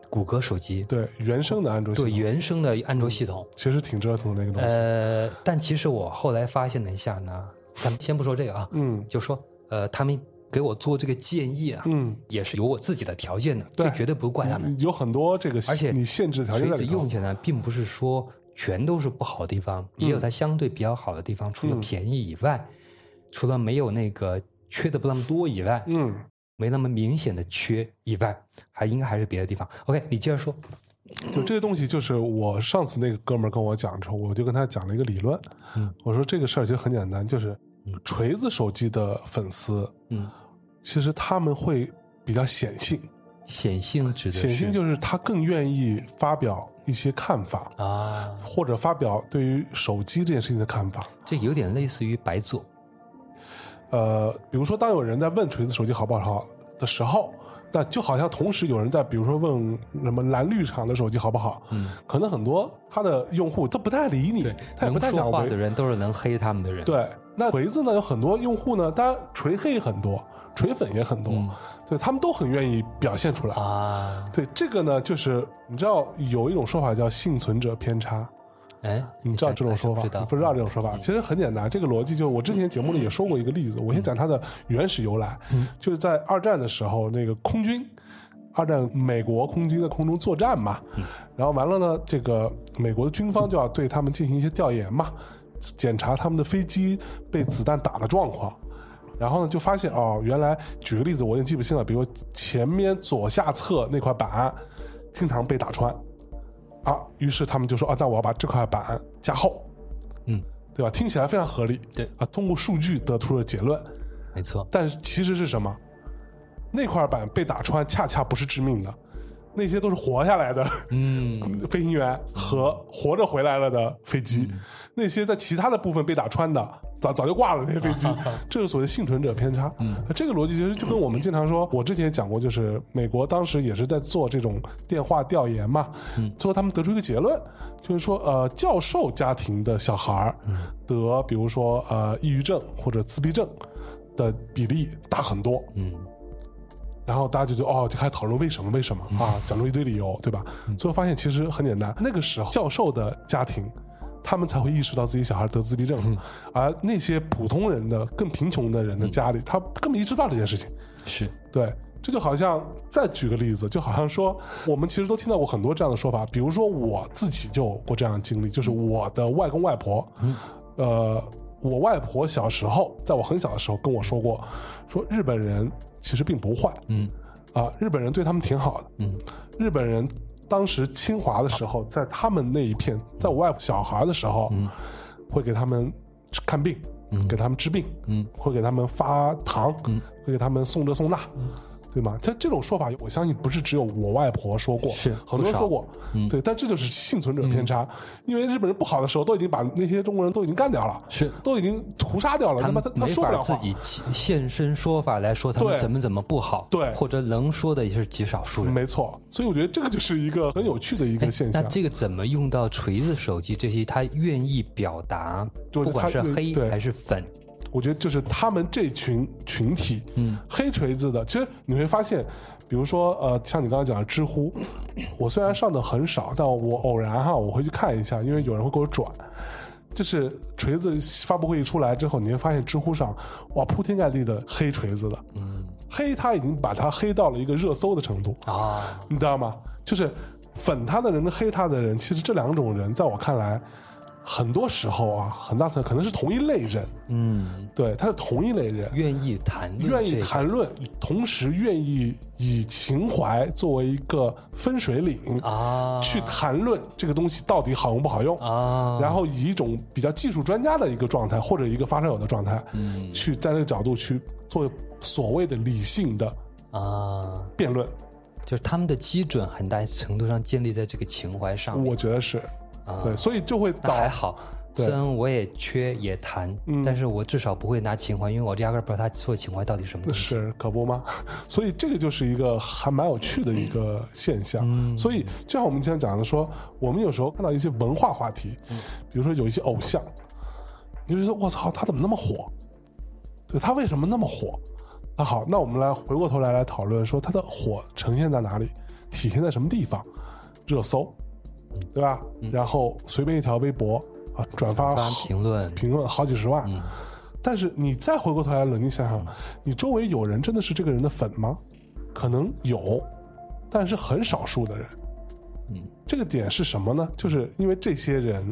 谷歌手机，
对嗯原生的安卓系
对
统
原生的安卓系统。
其实挺折腾的那个东西，
呃，但其实我后来发现了一下呢，咱们先不说这个啊，
嗯
就说呃，他们给我做这个建议啊，
嗯，
也是有我自己的条件的，
对
这绝对不怪他们。
嗯有很多这个
而且
你限制条件
锤
在
子
里头
用，起来并不是说全都是不好的地方，也有它相对比较好的地方，除了
嗯
便宜以外，除了没有那个缺的不那么多以外，
嗯，
没那么明显的缺以外，还应该还是别的地方。OK，你接着说。
就这个东西，就是我上次那个哥们儿跟我讲之后，我就跟他讲了一个理论，
嗯
我说这个事儿其实很简单，就是锤子手机的粉丝，
嗯，
其实他们会比较显性，
显性指的是
显性就是他更愿意发表一些看法，
啊，
或者发表对于手机这件事情的看法。
这有点类似于白左。
呃，比如说，当有人在问锤子手机好不好的时候，那就好像同时有人在，比如说问什么蓝绿厂的手机好不好，
嗯，
可能很多他的用户都不太理你，他也不
能
太
说
想
话
回
的。人都是能黑他们的人。，
对，那锤子呢，有很多用户呢，当然锤黑很多，锤粉也很多，
嗯
对他们都很愿意表现出来。
啊，
对这个呢，就是你知道有一种说法叫幸存者偏差，
哎，
你知道这种说法？
还真不知道
你
嗯
不知道这种说法？其实很简单，这个逻辑就我之前节目里也说过一个例子，我先讲它的原始由来，
嗯
就是在二战的时候，那个空军，二战美国空军在空中作战嘛，
嗯
然后完了呢，这个美国的军方就要对他们进行一些调研嘛，检查他们的飞机被子弹打的状况。然后呢，就发现哦，原来举个例子，我已经记不清了，比如前面左下侧那块板经常被打穿，啊，于是他们就说啊，那我要把这块板加厚，
嗯，
对吧？听起来非常合理，
对
啊，通过数据得出了结论，
没错，
但是其实是什么？那块板被打穿，恰恰不是致命的，那些都是活下来的
嗯，
飞行员和活着回来了的飞机，那些在其他的部分被打穿的，早早就挂了那些飞机， 这是所谓幸存者偏差。嗯，这个逻辑其实就跟我们经常说，我之前也讲过，就是美国当时也是在做这种电话调研嘛，最后他们得出一个结论，就是说，呃，教授家庭的小孩儿得比如说呃抑郁症或者自闭症的比例大很多。嗯。然后大家就觉得哦，就开始讨论为什么为什么啊，讲出一堆理由，对吧？最后发现其实很简单，那个时候教授的家庭，他们才会意识到自己小孩得自闭症，而那些普通人的、更贫穷的人的家里，他根本意识不到这件事情。
是
对，这就好像再举个例子，就好像说，我们其实都听到过很多这样的说法，比如说我自己就有过这样的经历，就是我的外公外婆，呃，我外婆小时候，在我很小的时候跟我说过，说日本人其实并不坏，
嗯，
啊，日本人对他们挺好的，
嗯，
日本人当时侵
嗯
华的时候，在他们那一片，在我外小孩的时候，会给他们。看病，给他们治病，
嗯，
会给他们发糖，
嗯
会给他们送这送那，对吗？像这种说法，我相信不是只有我外婆说过，
是
很多人说过，
嗯
对，但这就是幸存者偏差，因为日本人不好的时候都已经把那些中国人都已经干掉了，
是
都已经屠杀掉了，
他
那么
们
他他
没
说不
法
了
自
话。
己起现身说法来说他们
对
怎么怎么不好，
对
或者能说的也是极少数人。
没错，所以我觉得这个就是一个很有趣的一
哎
个现
那
象。
这个怎么用到锤子手机这些？他愿意表达，
对
不管
他
是黑
对
还是粉，
我觉得就是他们这群群体，嗯，黑锤子的，其实你会发现，比如说呃，像你刚才讲的知乎， 我虽然上的很少，但我偶然哈，我会去看一下，因为有人会给我转。就是锤子发布会一出来之后，你会发现知乎上哇铺天盖地的黑锤子的，嗯，黑他已经把它黑到了一个热搜的程度
啊，
你知道吗？就是粉他的人跟黑他的人，其实这两种人在我看来，很多时候啊，很大程度可能是同一类人，
嗯，
对，他是同一类人，
愿意谈论，
愿意，谈论，同时愿意以情怀作为一个分水岭
啊
去谈论这个东西到底好用不好用。
啊，
然后以一种比较技术专家的一个状态，或者一个发烧友的状态，
嗯
去在这个角度去做所谓的理性的
啊，
辩论，
就是他们的基准很大程度上建立在这个情怀上面。
我觉得是
啊，
对，所以就会导
那还好，
对
虽然我也缺也谈，
嗯
但是我至少不会拿情怀，因为我压根儿不知道他说的情怀到底是什么东西。
是可不吗？ 所以这个就是一个还蛮有趣的一个现象。
嗯
所以就像我们经常讲的说，我们有时候看到一些文化话题，
嗯
比如说有一些偶像，你就觉得我操，他怎么那么火？对他为什么那么火？那好，那我们来回过头来来讨论说他的火呈现在哪里，体现在什么地方？热搜，对吧？然后随便一条微博啊，转发
嗯发
好
评论，
评论好几十万。
嗯
但是你再回过头来冷静想想，你周围有人真的是这个人的粉吗？可能有，但是很少数的人。
嗯，
这个点是什么呢？就是因为这些人，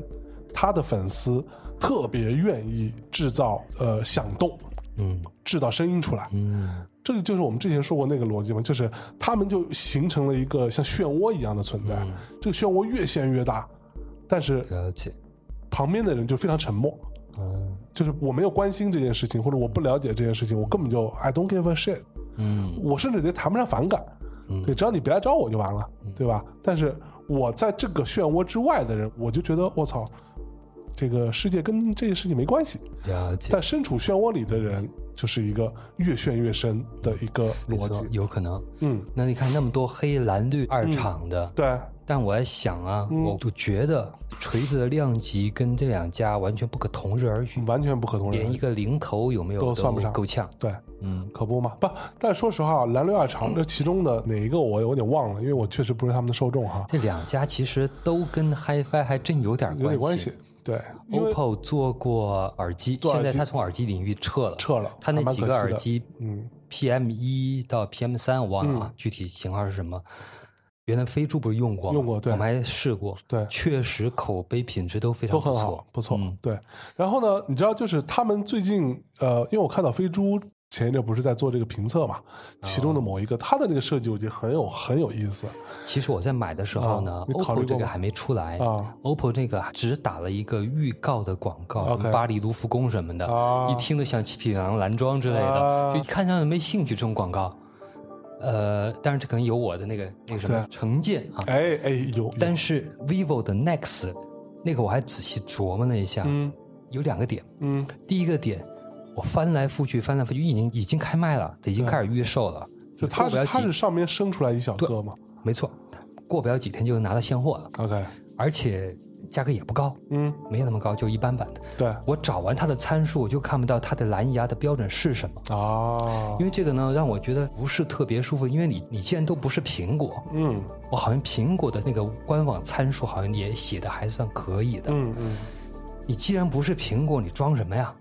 他的粉丝特别愿意制造呃响动，
嗯
制造声音出来。
嗯
这个就是我们之前说过那个逻辑嘛，就是他们就形成了一个像漩涡一样的存
嗯
在，这个漩涡越陷越大，但是
了解，
旁边的人就非常沉默。
嗯
就是我没有关心这件事情，或者我不了解这件事情，我根本就 I don't give a shit，
嗯
我甚至也谈不上反感，对，只要你别来招我就完了，对吧？但是我在这个漩涡之外的人，我就觉得我操，这个世界跟这些事情没关系。
了解，
但身处漩涡里的人，就是一个越陷越深的一个
没
逻
错
辑。
有可能。
嗯，
那你看那么多黑蓝绿二厂的，
对，
但我在想啊，
嗯
我就觉得锤子的量级跟这两家完全不可同日而语，
完全不可同日而
连一
语。
个零头有没有
都算不上
够呛。
对，
嗯
可不嘛，不，但说实话，蓝绿二厂这其中的哪一个我有点忘了，因为我确实不是他们的受众哈，
这两家其实都跟 HiFi 还真有点
有点关
系
系。。对，因为
OPPO 做过耳机，
做耳
现
机
在他从耳机领域撤了，
撤了
他那
还蛮
几
可
个
惜
耳
的
机，
嗯
，PM 一到 PM 三我忘了啊，具体型号是什么。原来飞猪不是用过吗？
用过对
我们还试过，
对
确实口碑品质都非常
都
不
很
错
好，，不错。
嗯
对，然后呢，你知道，就是他们最近呃，因为我看到飞猪前一阵不是在做这个评测嘛，其中的
啊
某一个，它的那个设计我觉得很有很有意思。
其实我在买的时候呢
啊你考虑
，OPPO
过
这个
吗
还没出来
啊
o p p o 这个只打了一个预告的广告，
OK
巴黎卢浮宫什么的，
啊
一听就像七匹狼、蓝装之类的，
啊
就一看上去没兴趣这种广告。呃，当然这可能有我的那个那个什么
对
成见啊，
哎哎，有，有
但是 vivo 的 Nex 那个我还仔细琢磨了一下，
嗯
有两个点，
嗯
第一个点我翻来覆去翻来覆去，已经已经开卖了，已经开始预售了，
就它
过不
是
了
它
几
是上面生出来一小个嘛
没错，过不了几天就能拿到现货了，
，OK，
而且价格也不高，
嗯，
没有那么高，就一般般的。
对
我找完它的参数，我就看不到它的蓝牙的标准是什么，
啊
因，为这个呢让我觉得不是特别舒服。因为你你既然都不是苹果，
嗯
我好像苹果的那个官网参数好像也写的还算可以的。
嗯嗯，
你既然不是苹果，你装什 么呀？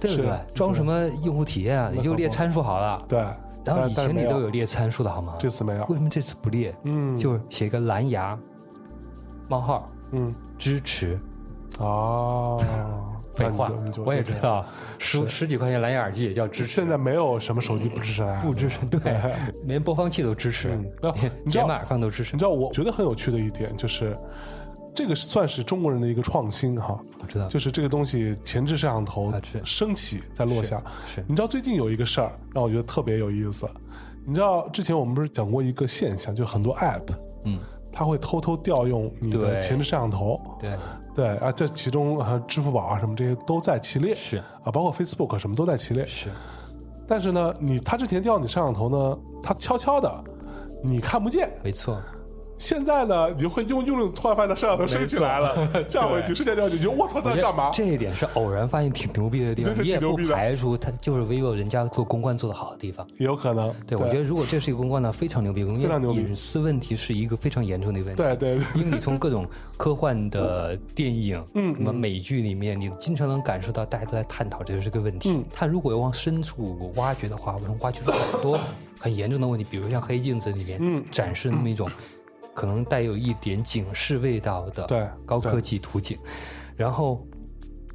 对不对
是？
装什么用户体验啊？你就列参数好了。
对。
然后
但
以
但是
前你
没
都有列参数的好吗？
这次没有
为，什么这次不列？
嗯
就是写一个蓝牙冒号
嗯
支持。
啊，
废
那你
话
就你就，
我也
就
知
这样。
道，十十几块钱蓝牙耳机也叫支持。
现在没有什么手机不支持蓝牙，
不支持，对， 连播放器都支持
嗯，那
连
你知道
解码放都支持
你知。道我觉得很有趣的一点就是，这个算是中国人的一个创新哈，
我知道，
就是这个东西前置摄像头
嗯啊是
升起再落下。
是
你知道最近有一个事儿让我觉得特别有意思，你知道之前我们不是讲过一个现象，就很多 app
嗯，
它会偷偷调用你的
对
前置摄像头，
对，
对啊，这其中啊支付宝啊什么这些都在其列，
是
啊，包括 Facebook 啊什么都在其列。
是，
但是呢，你它之前调你摄像头呢，它悄悄的，你看不见。
没错，
啊现在呢，你就会用用力突然发现摄像头升起来 了，站回去，瞬间掉进去，我操，
我
他
觉得
干嘛？
这一点是偶然发现挺牛逼的地
对
方，
这
你也
挺牛
不
逼的
排除他就是 vivo 人家做公关做得好的地方。
也有可能。
对，我觉得如果这是一个公关呢，非常牛逼，因
非常牛
为
逼
隐私问题是一个非常严重的问题。
对对对嗯
因为你从各种科幻的电影、什么美剧里面，你经常能感受到大家都在探讨这就是个问
嗯
题。他如果要往深处挖掘的话，我能挖掘出很多很严重的问题，比如像《黑镜子》里
嗯
面展示那么一种可能带有一点警示味道的
对
高科
对
技图景，然后。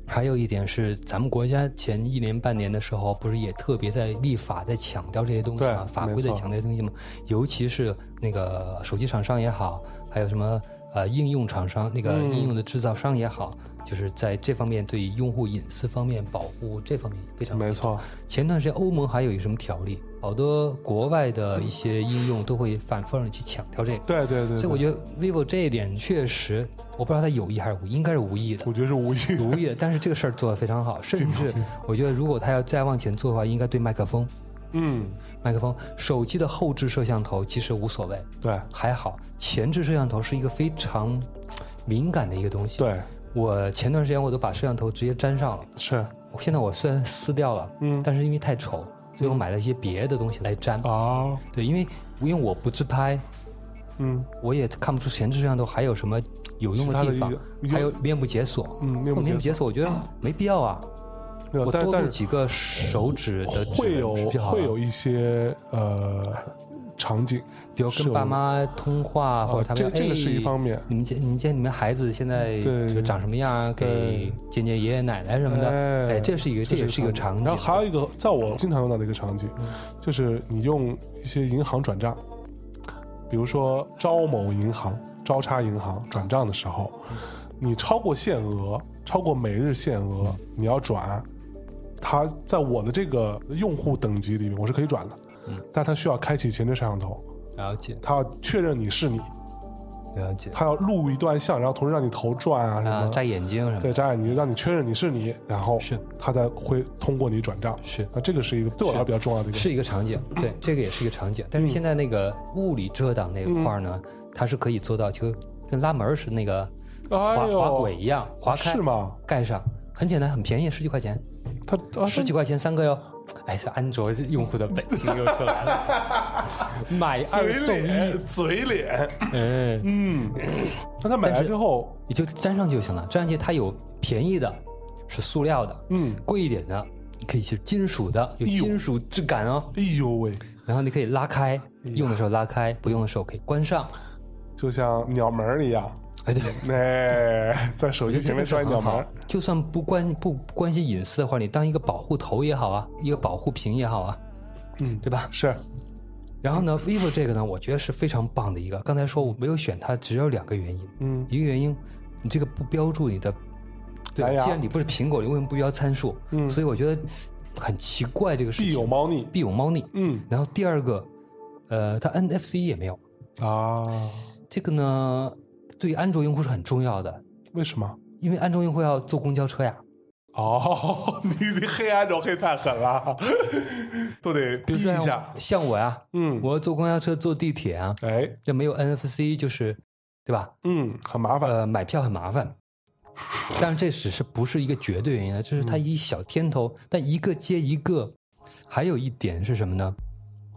还有一点是，咱们国家前一年半年的时候，不是也特别在立法，在强调这些东西
对
嘛，法
没
规在
错
强调这些东西嘛，尤其是那个手机厂商也好，还有什么呃应用厂商，那个
嗯
应用的制造商也好，就是在这方面对用户隐私方面保护这方面非常
没错，
前段时间欧盟还有一个什么条例，好多国外的一些应用都会反复让你去强调这个。
对对对。
所以我
得，
觉得 vivo 这一点确实，我不知道他有意还是无意，应该是无意的
我。觉得是无意的。
无意的，但是这个事儿做得非常好，甚至我觉得如果他要再往前做的话，应该对麦克风、
嗯，
麦克风、手机的后置摄像头其实无所谓，
对
还好，前置摄像头是一个非常敏感的一个东西。，
对
我前段时间我都把摄像头直接粘上了，
是
我现在我虽然撕掉了，
嗯
但是因为太丑，所以我买了一些别的东西来粘。
啊，
对，因为因为我不自拍，
嗯
我也看不出前置摄像头还有什么有用
其他的
地方
一个，
还有面部解锁。
嗯，面
我
部
面部解
锁，
锁，我觉得没必要啊。
对
我
但
多
但
录
是
几个手指的指啊
会有
纹是不是就好了
会有，一些呃场景，
比如
是有啊
跟爸妈通话或者他们
这这个是一方。
哎
面。
你们家、你们家、你们孩子现在
对
这个长什么样啊？给见见爷爷奶奶什么的，
哎
哎，这是一个，这也是一个场景。嗯
然后还有一个，在我经常用到的一个场景，就是你用一些银行转账，比如说招某银行、招差银行转账的时候，
嗯
你超过限额，超过每日限额，
嗯
你要转，它在我的这个用户等级里面，我是可以转的，
嗯
但它需要开启前置摄像头，
了解，
它要确认你是你，
了解
它要录一段像，然后同时让你头转啊什
啊，
么。
摘眼睛什么
对，
的，
张眼你让你确认你是你，然后
是
他才会通过你转账。
是
啊那这个是一个对嗯我来说比较重要的一个。
是一个 场景，对，这个也是一个场景。但是现在那个物理遮挡那一块儿
嗯
呢，它是可以做到，就跟拉门儿是那个滑
哎呦
滑轨一样，滑开
是吗？
盖上，很简单，很便宜，十几块钱。
他啊，
十几块钱三个哟。哎，这安卓用户的本性又出来了， 买
嘴
二送一。
脸，嘴脸。
嗯，
那他买
但
来
是
之后，
你就粘上去就行了。粘上去它有便宜的，是塑料的，
嗯，
贵一点的，你可以是金属的，有
哎呦
金属质感哦。
哎呦喂，
然后你可以拉
哎
开，用的时候拉开，不用的时候可以关上。
就像鸟门儿一样，
哎，对。
哎，在手机前面
这
摔
个
鸟
很
门
好
儿。，
就算不关不不关心隐私的话，你当一个保护头也好啊，一个保护屏也好啊，
嗯，
对吧？
是
然后呢，vivo 这个呢，我觉得是非常棒的一个。刚才说我没有选它，只有两个原因。
嗯，
一个原因，你这个不标注你的，对吧，
蓝牙
既然你不是苹果，你为什么不标参数？
哎嗯
所以我觉得很奇怪这个事情。
必有猫腻。
必有猫腻。
嗯
然后第二个，呃，它 NFC 也没有。
啊，
这个呢，对于安卓用户是很重要的，
为什么？
因为安卓用户要坐公交车呀。
哦， 你你黑安卓黑太狠了，都得逼
比如
一
说
下
像。像我呀，
嗯，
我要坐公交车、坐地铁啊，
哎，
这没有 NFC 就是，对吧？
嗯，很麻烦。
呃，买票很麻烦。但是这只是不是一个绝对原因，这是它一小天头，但一个接一个。还有一点是什么呢？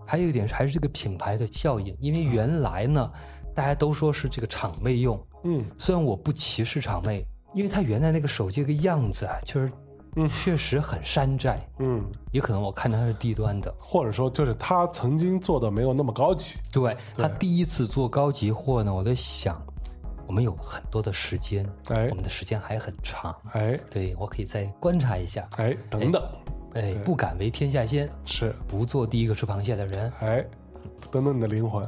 还有一点是还是这个品牌的效应，因为原来呢，大家都说是这个厂妹用，
嗯
虽然我不歧视厂妹，因为它原来那个手机那个样子啊，就是
嗯
确实很山寨，
嗯，
也可能我看它是低端的。
或者说就是他曾经做的没有那么高级。
对他第一次做高级货呢，我在想，我们有很多的时间，
哎
我们的时间还很长，
哎
对我可以再观察一下。
哎，等等，
哎，不敢为天下先，
是
不做第一个吃螃蟹的人。
哎，等等你的灵魂。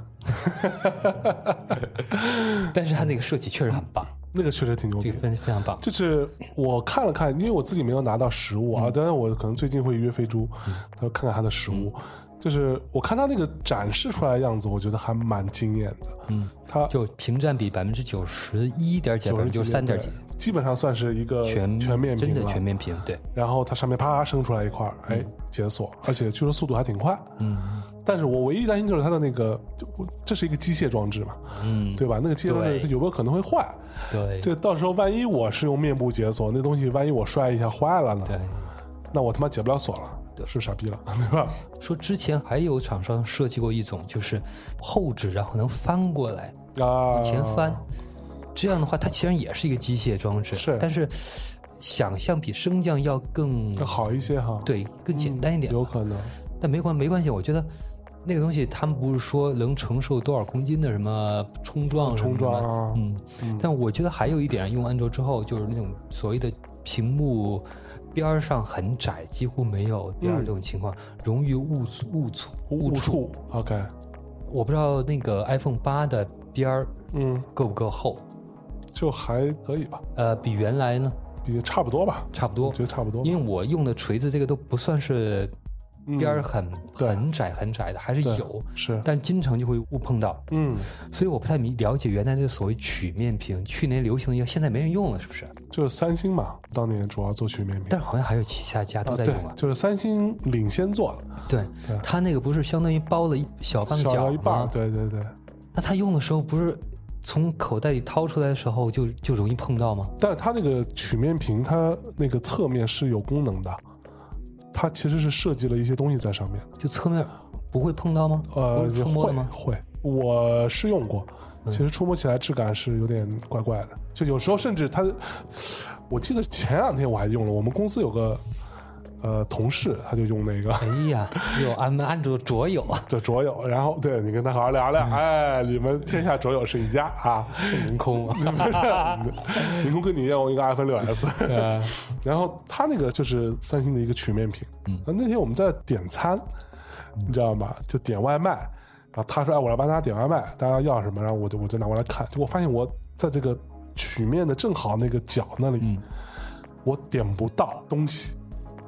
但是他那个设计确实很棒，
那个确实挺牛
这
逼
个。分非常棒。
就是我看了看，因为我自己没有拿到实物
嗯
啊，当然我可能最近会约飞猪，然后看看他的实物。
嗯
就是我看他那个展示出来的样子，我觉得还蛮惊艳的。
嗯，
他
就屏占比百分之九十一点几，
九
百分
十
之三点几
几，，基本上算是一个
全
全面
真
屏
的
了。
全面嗯屏，对，
然后它上面啪生出来一块儿，哎，解锁，而且据说速度还挺快。
嗯
但是我唯一担心就是它的那个，就我这是一个机械装置嘛，
嗯，
对吧？那个机械装置
对
它有没有可能会坏？
对
这到时候万一我是用面部解锁，那东西万一我摔一下坏了呢？
对。
那我他妈解不了锁了，是不是傻逼了，对吧？
说之前还有厂商设计过一种，就是后置然后能翻过来
啊，
往前翻，这样的话它其实也是一个机械装置，
是
但是想象比升降要更
要，好一些哈，，嗯
对，更简单一点。
有可能，
但没关没关系，我觉得那个东西他们不是说能承受多少公斤的什么冲撞什
冲
么的吗
撞啊，
嗯，但我觉得还有一点，用安卓之后就是那种所谓的屏幕边儿上很窄，几乎没有边
嗯
儿这种情况，容易误误触
误。触，OK，
我不知道那个 iPhone 八的边儿
嗯，
够不够厚，
就还可以吧，
呃，比原来呢
比差不多吧，
差不
我
多
觉，得差不多，
因为我用的锤子这个都不算是
嗯
边儿很、
对
很窄很窄的，还是
对
有，
是，
但经常就会误碰到。
嗯，
所以我不太明了解原来这所谓曲面屏，去年流行的一个，现在没人用了，是不是？
就是三星嘛，当年主要做曲面屏，
但是好像还有其他家都
啊，
在
对
用啊，。
就是三星领先做的，
对，它那个不是相当于包了一小半个
小
角
到一半儿，
吗？
对对对。
那它用的时候不是从口袋里掏出来的时候就就容易碰到吗？
但是它那个曲面屏，它那个侧面是有功能的，它其实是设计了一些东西在上面的。
就侧面不会碰到吗？
呃，
不是触摸
会
的吗？嗯
会，我试用过，其实触摸起来质感是有点怪怪的，就有时候甚至它，我记得前两天我还用了，我们公司有个呃同事，他就用那个
哎呀，有俺们安卓卓友啊，
就卓友，然后对你跟他好好聊聊，哎，你们天下卓友是一家啊，
凌空啊，
凌空跟你用一个 iPhone 六 S，然嗯后他那个就是三星的一个曲面屏。嗯，那天我们在点餐，你知道吗？就点外卖，然后他说：“哎，我来帮大家点外卖，大家要什么？”然后我就我就拿过来看，结果发现我在这个曲面的正好那个角那里，我点不到东西。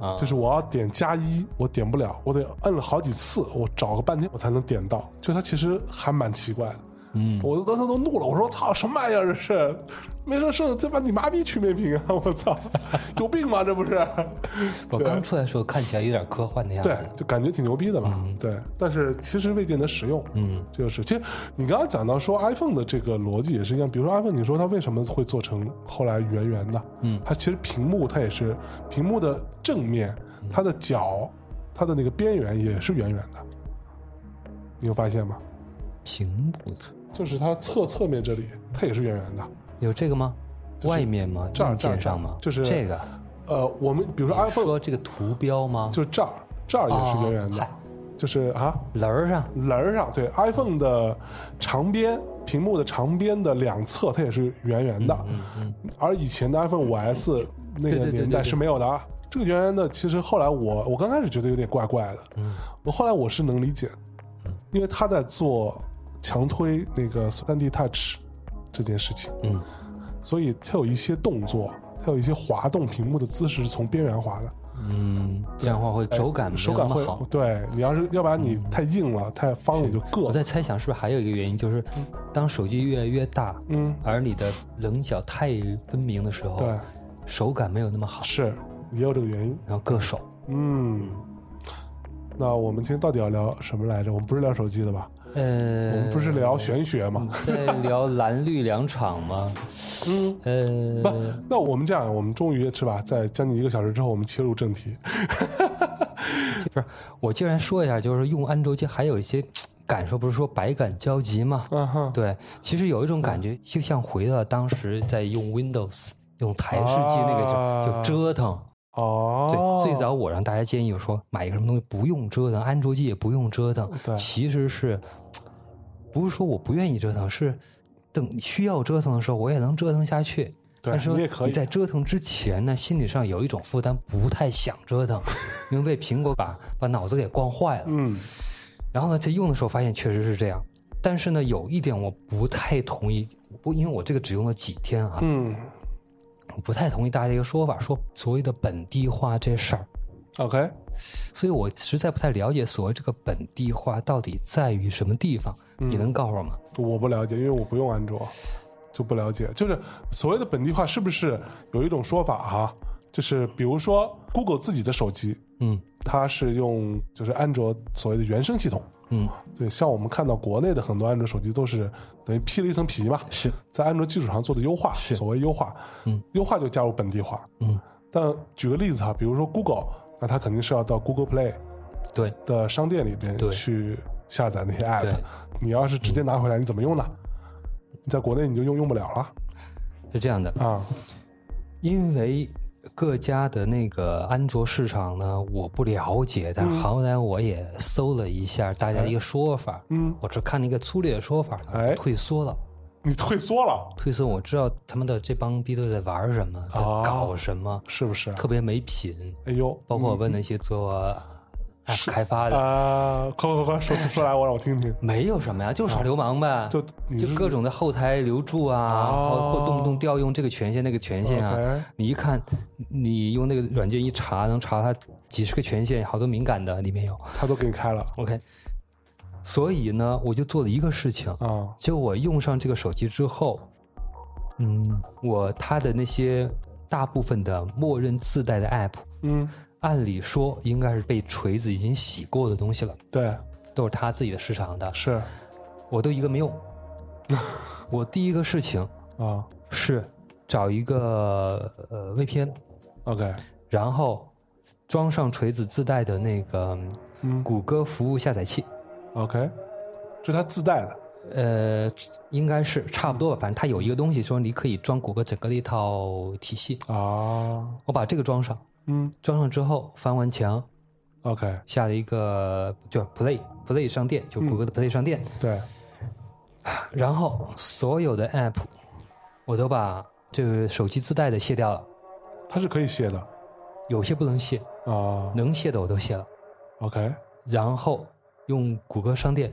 啊
就是我要点加一，我点不了，我得摁了好几次，我找个半天我才能点到。就它其实还蛮奇怪的，嗯，我当时都怒了，我说操什么玩意儿这是，没事是这把你麻痹曲面屏啊，我操，有病吗这不是？
我
对
刚出来的时候看起来有点科幻的样
对
子，，嗯
就感觉挺牛逼的吧？对，但是其实未见得实用。嗯，就是其实你刚刚讲到说 iPhone 的这个逻辑也是一样，比如说 iPhone，你说它为什么会做成后来圆圆的？嗯，它其实屏幕它也是屏幕的正面，
嗯
它的角，它的那个边缘也是圆圆的。你有发现吗？
屏幕
就是它侧侧面这里，它也是圆圆的。
有这个吗？
就是
外面吗？
这儿
硬件上吗？
这儿这儿就是
这个，啊
呃，我们比如说
你
iPhone
说这个图标吗？
就是这儿，这儿也是圆圆
哦
的
嗨，
就是啊，
棱儿上，
棱儿上，对 iPhone 的长边屏幕的长边的两侧，它也是圆圆的。而以前的 iPhone 五 S 那
嗯对
个
对对
年
对对
代是没有的啊。这个圆圆的，其实后来我我刚开始觉得有点怪怪的，
嗯
我后来我是能理解，因为他在做强推那个三 D Touch 这件事情，
嗯，
所以它有一些动作，它有一些滑动屏幕的姿势是从边缘滑的，
嗯，这样的话会手嗯感没有
手感
那
会
么好。
对你要是要不然你太硬了，太方了你就硌
我。在猜想，是不是还有一个原因，就是当手机越来越大，
嗯，
而你的棱角太分明的时候，
对，
手感没有那么好，
是也有这个原因。
然后硌手。
嗯，那我们今天到底要聊什么来着？我们不是聊手机的吧？
呃，
我们不是聊玄学吗？
在聊蓝绿两场吗？嗯，
不
呃，，
那我们这样，我们终于是吧，在将近一个小时之后，我们切入正题。
不是，我既然说一下，就是用安卓机还有一些感受，不是说百感交集吗？
嗯哼，
对，其实有一种感觉，就像回到当时在用 Windows 用台式机那个时候，就
啊
折腾。
哦，
对，最早我让大家建议我说买一个什么东西不用折腾，安卓机也不用折腾。
对
其实是不是说我不愿意折腾，是等需要折腾的时候我也能折腾下去。
对
但是说
你也可以
在折腾之前呢，心理上有一种负担，不太想 折腾，因为被苹果把把脑子给惯坏了。
嗯，
然后呢，在用的时候发现确实是这样，但是呢，有一点我不太同意不，因为我这个只用了几天啊，
嗯
我不太同意大家一个说法，说所谓的本地化这事儿，
，OK，
所以我实在不太了解所谓这个本地化到底在于什么地方，
嗯
你能告诉我吗？
我不了解，因为我不用安卓，就不了解。就是所谓的本地化，是不是有一种说法哈、就是比如说 Google 自己的手机，
嗯
它是用就是安卓所谓的原生系统。
嗯，
对，像我们看到国内的很多安卓手机都是等于披了一层皮嘛，
是
在安卓基础上做的优化，
是
所谓优化，
嗯，
优化就加入本地化。
嗯，
但举个例子哈，比如说 Google，那它肯定是要到 Google Play
对
的商店里边
对
去下载那些 app
对。，嗯
你要是直接拿回来，你怎么用呢？你在国内你就用用不了了
是这样的，
啊。
因为各家的那个安卓市场呢，我不了解，
嗯
但好歹我也搜了一下大家一个说法，
嗯，
我只看了一个粗略的说法，
哎
退缩了。
你退缩了，
退缩，我知道他们的这帮逼都在玩什么，在
哦
搞什么，
是不是？啊
特别没品。
哎呦，
包括我问那些做 app 开发的，
嗯啊，快快快说说来，我让我听听。
没有什么呀，就是耍流氓呗，
哦就你
啊就是各种的后台留住啊，
哦
或或动不动调用这个权限那个权限啊。
OK
你一看，你用那个软件一查，能查它几十个权限，好多敏感的里面有。
他都给你开了
OK，所以呢，我就做了一个事情，
啊，
就我用上这个手机之后，嗯，我它的那些大部分的默认自带的 app，
嗯，
按理说应该是被锤子已经洗过的东西了，
对，
都是它自己的市场的，
是
我都一个没用。 我第一个事情
啊
是找一个呃 VPN，
，OK，
然后装上锤子自带的那个
嗯
谷歌服务下载器，
，OK，这是他自带的，
呃，应该是差不多吧，反正它有一个东西说你可以装谷歌整个的一套体系。
啊，
我把这个装上，
嗯
装上之后翻完墙，
，OK，
下了一个就是 Play Play 商店，
嗯
就谷歌的 Play 商店，
对，
然后所有的 App 我都把这个手机自带的卸掉了，
它是可以卸的
有些不能卸，
啊
能卸的我都卸了，
，OK，
然后用谷歌商店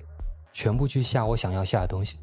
全部去下我想要下的东西。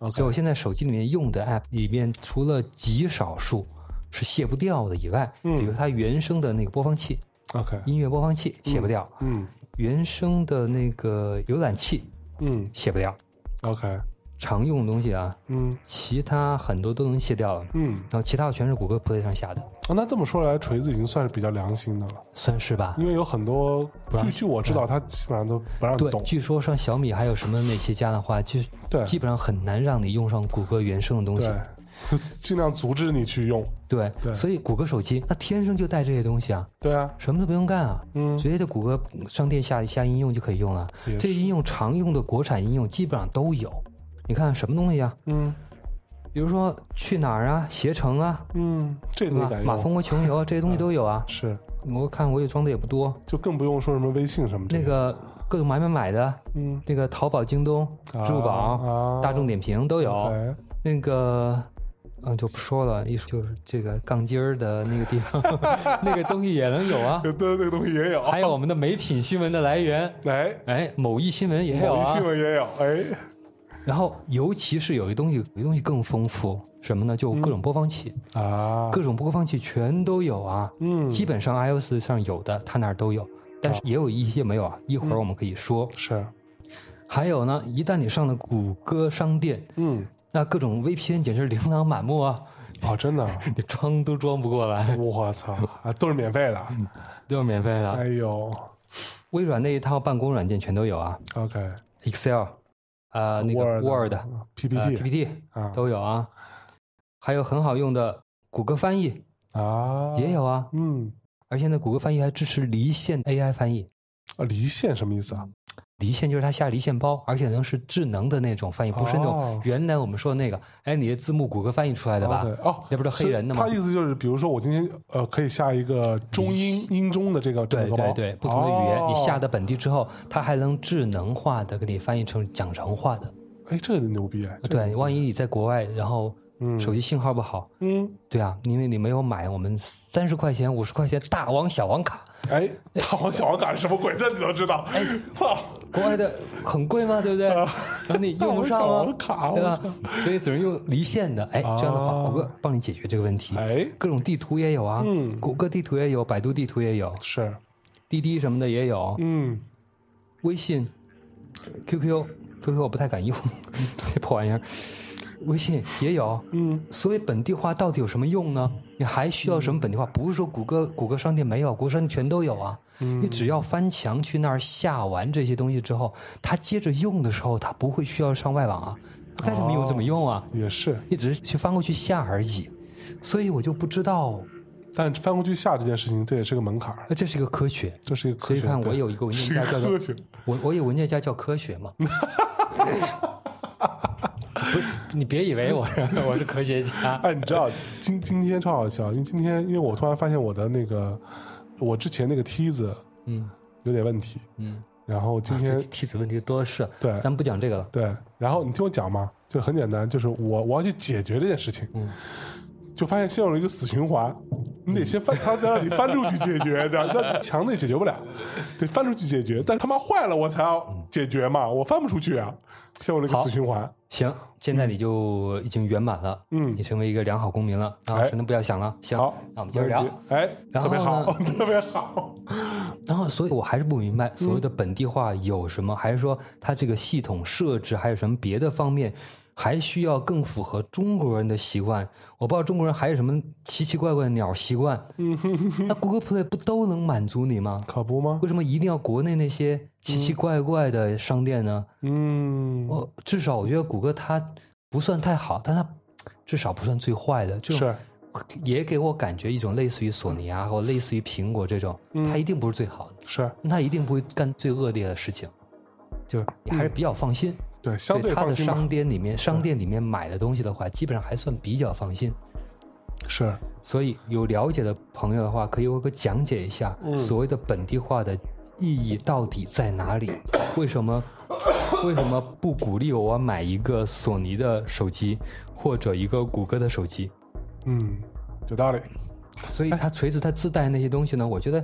所以
OK，
我现在手机里面用的 App 里面，除了极少数是卸不掉的以外，
嗯
比如它原生的那个播放器、
OK，
音乐播放器卸不掉，
嗯
原生的那个浏览器
嗯
卸不掉，
，OK，
常用的东西啊，
嗯
其他很多都能卸掉了。
嗯，
然后其他的全是谷歌 Play 上下的，
啊，那这么说来，锤子已经算是比较良心的了，
算是吧。
因为有很多，
让
据据我知道，它基本上都不让你
对，
动，
据说像小米还有什么那些家的话，就
对
基本上很难让你用上谷歌原生的东西。
对， 就尽量阻止你去用，
对，
对
所以谷歌手机那天生就带这些东西啊，
对啊，
什么都不用干啊，
嗯
直接在谷歌商店下下应用就可以用了。
也
这些应用常用的国产应用基本上都有。你看什么东西啊？
嗯
比如说去哪儿啊、携程啊，
嗯，这
对
你
吧
敢？
马蜂
用
窝穷游啊，这些东西都有啊。
是，
我看我也装的也不多，
就更不用说什么微信什么的
那，个各种买买买的，
嗯，
那个淘宝、京东、
啊
支付宝、
啊
大众点评都有。
，OK
那个，嗯，就不说了，一说就是这个杠精儿的那个 地方，那个东西也能有啊。
对，那个东西也有。
还有我们的美品新闻的来源，
哎，
哎，某一新闻也
某
有
一
啊
新。闻也有，哎，
然后，尤其是有一东西，有一东西更丰富，什么呢？就各种播放器，
嗯啊，
各种播放器全都有啊。
嗯，
基本上 iOS 上有的，它哪儿都有，但是也有一些没有啊。一
嗯
会儿我们可以说。
是，
还有呢，一旦你上了谷歌商店，
嗯，
那各种 VPN 简直琳琅满目啊，
哦，真的啊，
你装都装不过来，
我操，啊，都是免费的，
嗯都是免费的。
哎呦
微软那一套办公软件全都有啊
，OK，
，Excel，呃，那个 Word，
Word 啊
呃
PPT
PPT
啊
都有啊，还有很好用的谷歌翻译
啊，
也，有啊，
嗯，
而且呢，谷歌翻译还支持离线 AI 翻译，
啊，离线什么意思啊？
离线就是它下离线包，而且能是智能的那种翻译，不是那
哦
种原来我们说的那个，哎，你的字幕谷歌翻译出来的吧
OK，？哦，
那不是黑人的吗
他意思就是，比如说我今天呃，可以下一个中英英中的这个
对
这个
对
包
对，不同的语言，你下，
哦
的本地之后，它还能智能化的给你翻译成讲成话的。
哎，这个牛逼哎，这个
对，万一你在国外，然后
嗯
手机信号不好，
嗯，
对啊，因为你没有买我们三十块钱、五十块钱大王小王卡，
哎，大王小王卡是什么鬼？这你都知道？哎，操！
国外的很贵吗？对不对？然后你用不上
啊大王小
啊
王，卡
对吧？所以只能用离线的。哎，这样的话，
啊
谷歌帮你解决这个问题。
哎
各种地图也有啊，
嗯
谷歌地图也有，百度地图也有，
是，
滴滴什么的也有，
嗯，
微信、QQ、QQ 我不太敢用， 这破玩意儿。微信也有，
嗯，
所以本地化到底有什么用呢？你还需要什么本地化？不是说谷歌谷歌商店没有，谷歌商店全都有啊。
嗯
你只要翻墙去那儿下完这些东西之后，它接着用的时候，它不会需要上外网啊，该怎么用怎么用啊，
也是。
你只是去翻过去下而已。所以我就不知道，
但翻过去下这件事情，这也是个门槛儿，
呃这是一个科学。
这是一个科
所以
学。
看我
对
有一个文件
是
夹
个
叫
科
做
学。
我我有文件夹叫科学嘛。 不是，你别以为我是我是科学家。
哎，你知道今今天超好笑，因为今天因为我突然发现我的那个我之前那个梯子
嗯
有点问题，
嗯，
然后今天、
这梯子问题多的是，
对
咱不讲这个了。
对，然后你听我讲嘛，就很简单，就是我我要去解决这件事情，
嗯
就发现陷入了一个死循环，你得先翻，他得让你翻出去解决，然后那墙内解决不了，得翻出去解决，但是他妈坏了我才要解决嘛，我翻不出去啊，陷入了一个
好
死循环，
行，现在你就已经圆满了，
嗯
你成为一个良好公民了啊，
哎
什么都不要想了。行，
好，
那我们接着聊
没问题，哎，
然
特别
后呢
好，特别 好，
然后，所以我还是不明
嗯
白所谓的本地化有什么，还是说它这个系统设置还有什么别的方面，还需要更符合中国人的习惯？我不知道中国人还有什么奇奇怪怪的鸟习惯。
嗯
那 Google Play 不都能满足你吗？
可不吗
为？什么一定要国内那些奇奇怪怪的商店呢？
嗯，
我、至少我觉得谷歌它不算太好，但它至少不算最坏的。这种
是，
也给我感觉一种类似于索尼啊，或类似于苹果这种，
嗯
它一定不是最好的。
是
那他一定不会干最恶劣的事情，就是你还是比较放心。
对，嗯相
对
对
他的
放心吧
商，店里面，商店里面买的东西的话，基本上还算比较放心。
是
所以有了解的朋友的话，可以给我讲解一下所谓的本地化的意义到底在哪里？为什么为什么不鼓励我买一个索尼的手机或者一个谷歌的手机？
嗯，有道理。
所以它锤子它自带那些东西呢，我觉得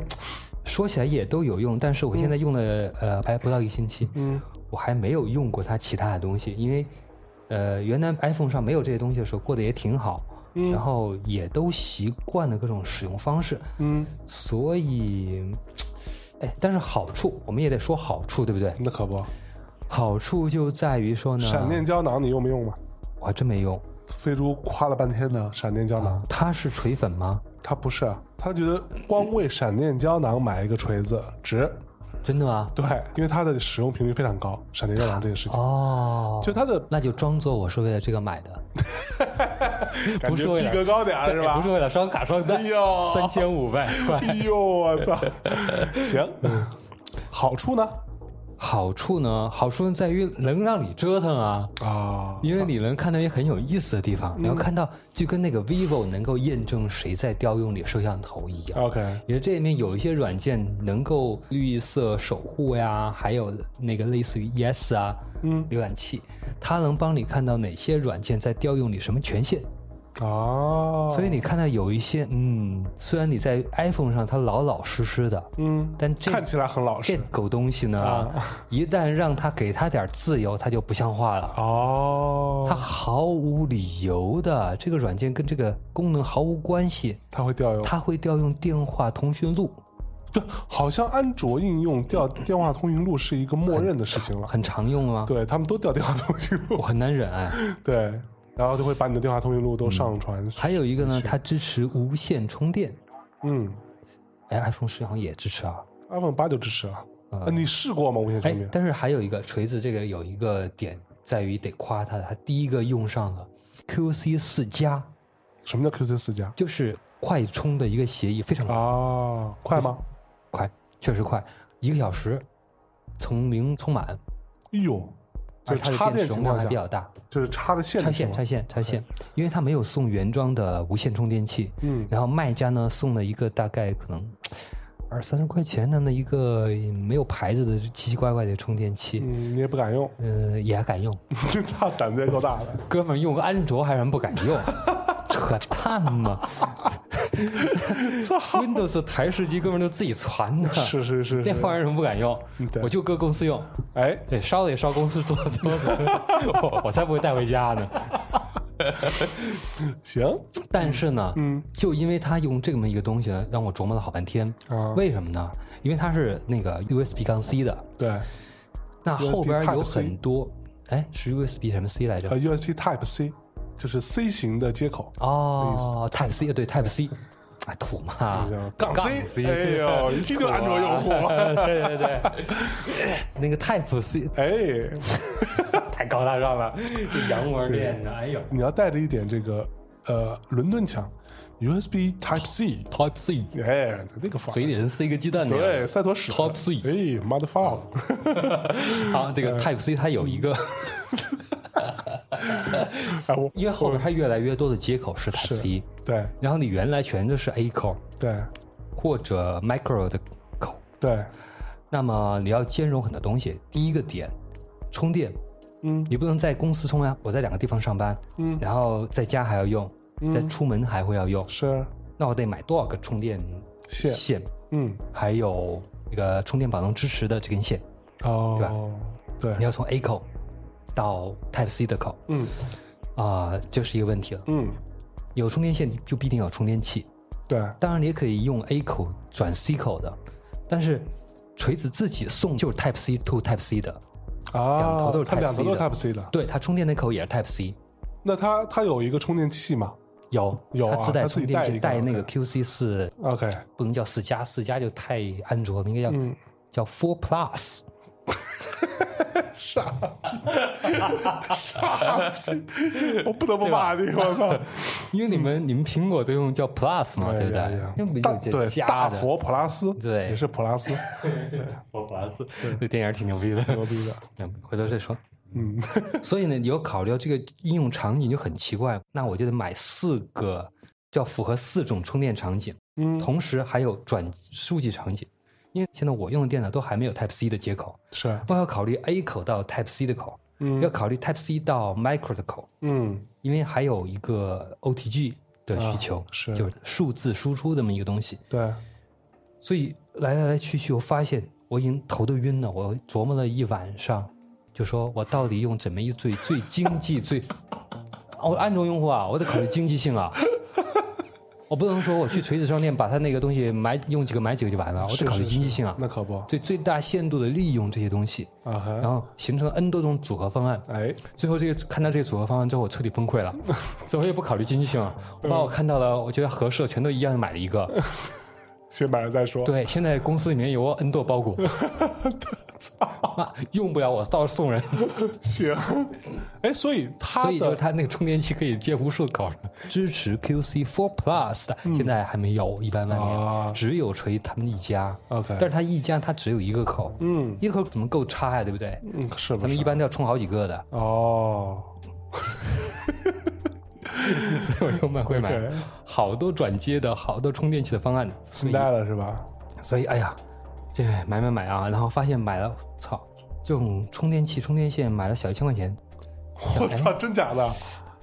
说起来也都有用，但是我现在用了、呃还不到一个星期，嗯，我还没有用过它其他的东西，因为呃原来 iPhone 上没有这些东西的时候过得也挺好，嗯，然后也都习惯了各种使用方式，
嗯，
所以。哎，但是好处我们也得说好处，对不对？
嗯那可不，
好处就在于说呢，
闪电胶囊你用没用吧？
我还真没用。啊
飞猪夸了半天的闪电胶囊，
它是锤粉吗？
他不是，他觉得光为闪电胶囊买一个锤子值。
真的啊？
对，因为它的使用频率非常高，闪电胶囊这个事情，
哦，
就它的
那就装作我是为了这个买的，
感
不是
觉
为了
逼格高点儿是
对
吧
不是？为了双卡双待
哎呦，
三千五百
哎
块。
呦，我操！行，好处呢？
好处呢，好处在于能让你折腾啊，
啊，
因为你能看到一些很有意思的地
嗯
方，你要看到就跟那个 vivo 能够验证谁在调用你摄像头一样。
哦 OK，
也这里面有一些软件能够绿色守护呀，还有那个类似于 Yes 啊，嗯，浏览器，它能帮你看到哪些软件在调用你什么权限。
啊，
所以你看到有一些，嗯，虽然你在 iPhone 上它老老实实的，
嗯，
但这
看起来很老
这
实啊
狗东西呢，一旦让它给它点自由，它就不像话了。
哦，
它毫无理由的，这个软件跟这个功能毫无关系，
它会调用，
它会调用电话通讯录，
对，好像安卓应用调电话通讯录是一个默认的事情 了，
很常用吗？
对他们都调电话通讯录
我，很难忍哎。
对，然后就会把你的电话通讯录都上传。
嗯还有一个呢，
是
它支持无线充电，
嗯
哎，iPhone 十好像也支持啊。
，iPhone 八就支持了。
嗯
呃你试过吗？无线充
哎
电，？
但是还有一个锤子，这个有一个点在于得夸它，它第一个用上了 QC 四加，
什么叫 QC 四加？
就是快充的一个协议，非常快，
啊，快
嗯
吗？啊
快确实快，一个小时从零充满，
哎呦，就
而
是
它的
插
电
电
池容
情况
量还
下
比，较大，
就是插的线
拆
的
线
情
拆
况下
线拆线，因为它没有送原装的无线充电器，
嗯
然后卖家呢送了一个大概可能二三十块钱那么一个没有牌子的奇奇怪怪的充电器，
嗯，你也不敢用，
嗯、也敢用。
操，胆子也够大 的。
哥们儿用个安卓还让人不敢用， 扯淡嘛！Windows 台式机哥们儿都自己传的，
是是是
那
是，
玩意儿为什么不敢用
嗯？对
我就搁公司用，
哎，
对，烧了也烧公司桌子，桌子 我我才不会带回家呢。
行
但是呢，
嗯，
就因为他用这么一个东西，让我琢磨了好半天。
啊，
为什么呢？因为它是那个 USB 杠 C 的，
对，
那
USB
后边
Type
有
C
很多，哎，是 USB 什么 C 来着
呃？，USB Type C 就是 C 型的接口，
哦，Type C，对，Type C，哎，土嘛，
杠 C，哎呦，一听就安卓用户，
对呃对对，那个 Type C
哎，
太高大上了，这洋文练的，哎呦
你要带着一点这个呃伦敦腔，USB Type C，
，Type C，
哎，那个法
嘴里人塞个鸡蛋那样
对，塞坨屎
Type C
哎，motherfucker，
啊，这个 Type C 它有一个，
嗯哎，我
因为后面它越来越多的接口是 Type C，
对
然后你原来全都是 A 口
对
或者 Micro 的口，
对，
那么你要兼容很多东西。第一个点，充电，
嗯
你不能在公司充啊，我在两个地方上班，
嗯
然后在家还要用，在出门还会要用，
是
那我得买多少个充电
线，
线，
嗯，
还有这个充电宝能支持的这根线，
哦，
你
对，
要从 A 口到 Type C 的口
嗯
啊、这是一个问题了。
嗯，
有充电线就必定有充电器，
对，啊
当然你也可以用 A 口转 C 口的，但是锤子自己送就是 Type C to Type C 的，
啊，
都是
它
Type
两头
C
都是
的
Type C 的，
对，它充电那口也是 Type C。
那它它有一个充电器嘛
有
有啊
它自带
它自
充
己
电
带
器，
一个
带那个
OK
QC 四，
？OK，
不能叫四加，四加就太安卓了，应该叫、
嗯
叫 Four Plus。
傻逼， 我不得不骂你，我操！
因为你们、你们苹果都用叫 Plus 嘛，对不
哎呀
对？根本
大
就
对
加
大
的
佛普拉斯，
对
也是普拉斯，
Four Plus，这电影挺牛逼的。
牛逼的，
嗯，回头再说。
嗯，
所以呢，你要考虑到这个应用场景就很奇怪，那我就得买四个，就要符合四种充电场景，
嗯
同时还有转书籍场景。因为现在我用的电脑都还没有 Type C 的接口，
是，
我要考虑 A 口到 Type C 的口，要
嗯
考虑 Type C 到 Micro 的口，
嗯，
因为还有一个 OTG 的需求，
啊是
就是数字输出这么一个东西。
对，
所以来来去去，我发现我已经头都晕了，我琢磨了一晚上，就说我到底用怎么一最最经济最， 我安卓用户啊，我得考虑经济性啊。 我不能说我去锤子商店把它那个东西买用几个买几个就完了，我
是
得考虑
是
经济性啊，
那可不
最最大限度的利用这些东西，
啊
然
哈，
后形成 N 多种组合方案，
哎，
最后这个看到这个组合方案之后，我彻底崩 溃了，所以我也不考虑经济性了，
嗯
我把我看到了我觉得合适的全都一样买了一个。
先买了再说，
对，现在公司里面有我 N 多包 裹，那用不了我到时候送人，
行，哎，所以它
所以就是
的
它那个充电器可以接无数口了，支持 QC Four Plus 的，现在还没有，一般外
嗯啊
面只有锤他们一家，但是
OK，
它一家它只有一个口，
嗯
一个口怎么够插呀，对不对？
嗯，是不
咱
是
们一般都要充好几个的，
哦，
所以我就买会买
OK
好多转接的好多充电器的方案，
新带了是吧？
所以哎呀，这买买买啊，然后发现买了，操，这种充电器充电线买了小一千块钱，
我操，真假的？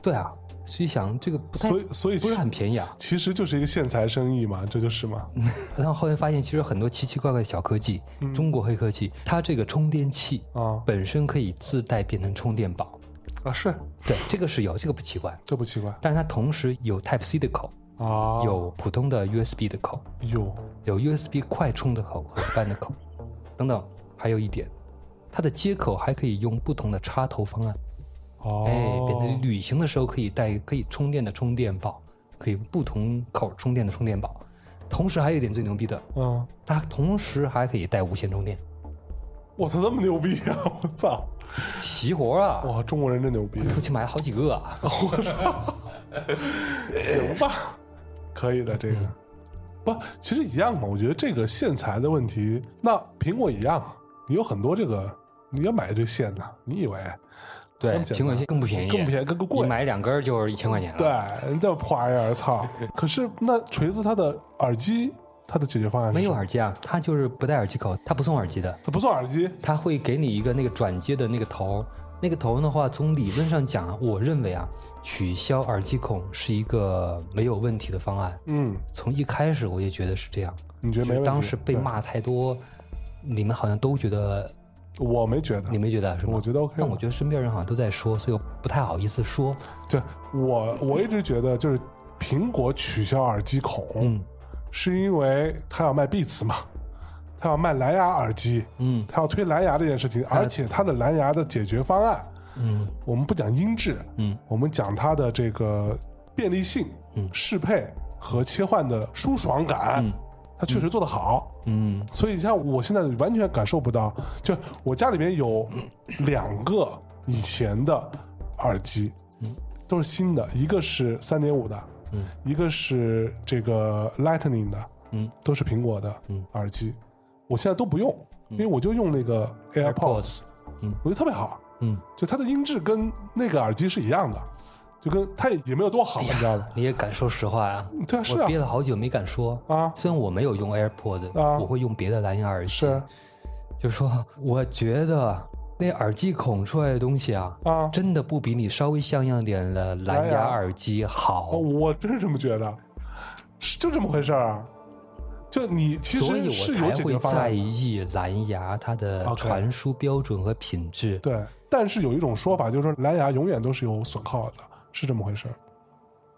对啊，实际想这个哎不太
所以所以
不是很嗯便宜啊。
其实就是一个线材生意嘛，这就是嘛，
然后后来发现，其实很多奇奇怪怪的小科技，
嗯
中国黑科技，它这个充电器
啊
本身可以自带变成充电宝，
啊是，
对，这个是有，这个不奇怪。
这不奇怪
但是它同时有 Type C 的口，
啊，
有普通的 USB 的口，
有
有 USB 快充的口和一般的口， 等等。还有一点，它的接口还可以用不同的插头方案，
哦，
哎，变成旅行的时候可以带可以充电的充电宝，可以不同口充电的充电宝。同时还有一点最牛逼的，
嗯，
它同时还可以带无线充电，
我操，这么牛逼啊！ 我操，
齐活啊！
哇，中国人真牛 逼，
我去买了好几个啊！
行吧， 可以的这
嗯
个。不，其实一样嘛。我觉得这个线材的问题，那苹果一样啊，你有很多这个，你要买一堆线呢。你以为
对
那么简单
苹果线更不便宜，
更便宜，更更贵
你？买两根儿就是一千块钱了。
对，那破玩意儿，操！可是那锤子它的耳机，它的解决方案是
没有
什么
耳机啊，它就是不带耳机口，它不送耳机的，
它不送耳机，
它会给你一个那个转接的那个头。那个头的话，从理论上讲啊，我认为啊，取消耳机孔是一个没有问题的方案。
嗯，
从一开始我就觉得是这样，
你觉
就
得没问
是
题？
当时被
对，
骂太多，你们好像都觉得，
我没觉得
你，没觉得是吗？
我觉得 OK
但我
了
觉得身边人好像都在说，所以我不太好意思说。
对我我一直觉得就是苹果取消耳机孔，
嗯
是因为它要卖 Beats 嘛，它要卖蓝牙耳机，
嗯
它要推蓝牙这件事情，而且它的蓝牙的解决方案，
嗯
我们不讲音质，
嗯
我们讲它的这个便利性、
嗯
适配和切换的舒爽感，
嗯
它确实做得好。
嗯
所以像我现在完全感受不到，就我家里面有两个以前的耳机，
嗯
都是新的，一个是三点五的，
嗯
一个是这个 Lightning 的，
嗯
都是苹果的
嗯
耳机，我现在都不用，因为我就用那个 AirPods，
嗯
我觉得特别好，
嗯，
就它的音质跟那个耳机是一样的，就跟它也也没有多好，你知道吗？
你也敢说实话啊？
对啊，是
哎我憋
啊，
了好久没敢说。
啊
虽然我没有用 AirPod，、
啊
我会用别的蓝牙耳机。
是啊
就是说，我觉得那耳机孔出来的东西啊，
啊，
真的不比你稍微像样点的蓝
蓝
牙
牙
耳机好。
哦，我真是这么觉得，是就这么回事儿啊。就你其
所以
实是
我
有
才
解
会
决方
在
案的，
意蓝牙它的
OK
传输标准和品质。
对。但是有一种说法，就是说蓝牙永远都是有损耗的，是这么回事儿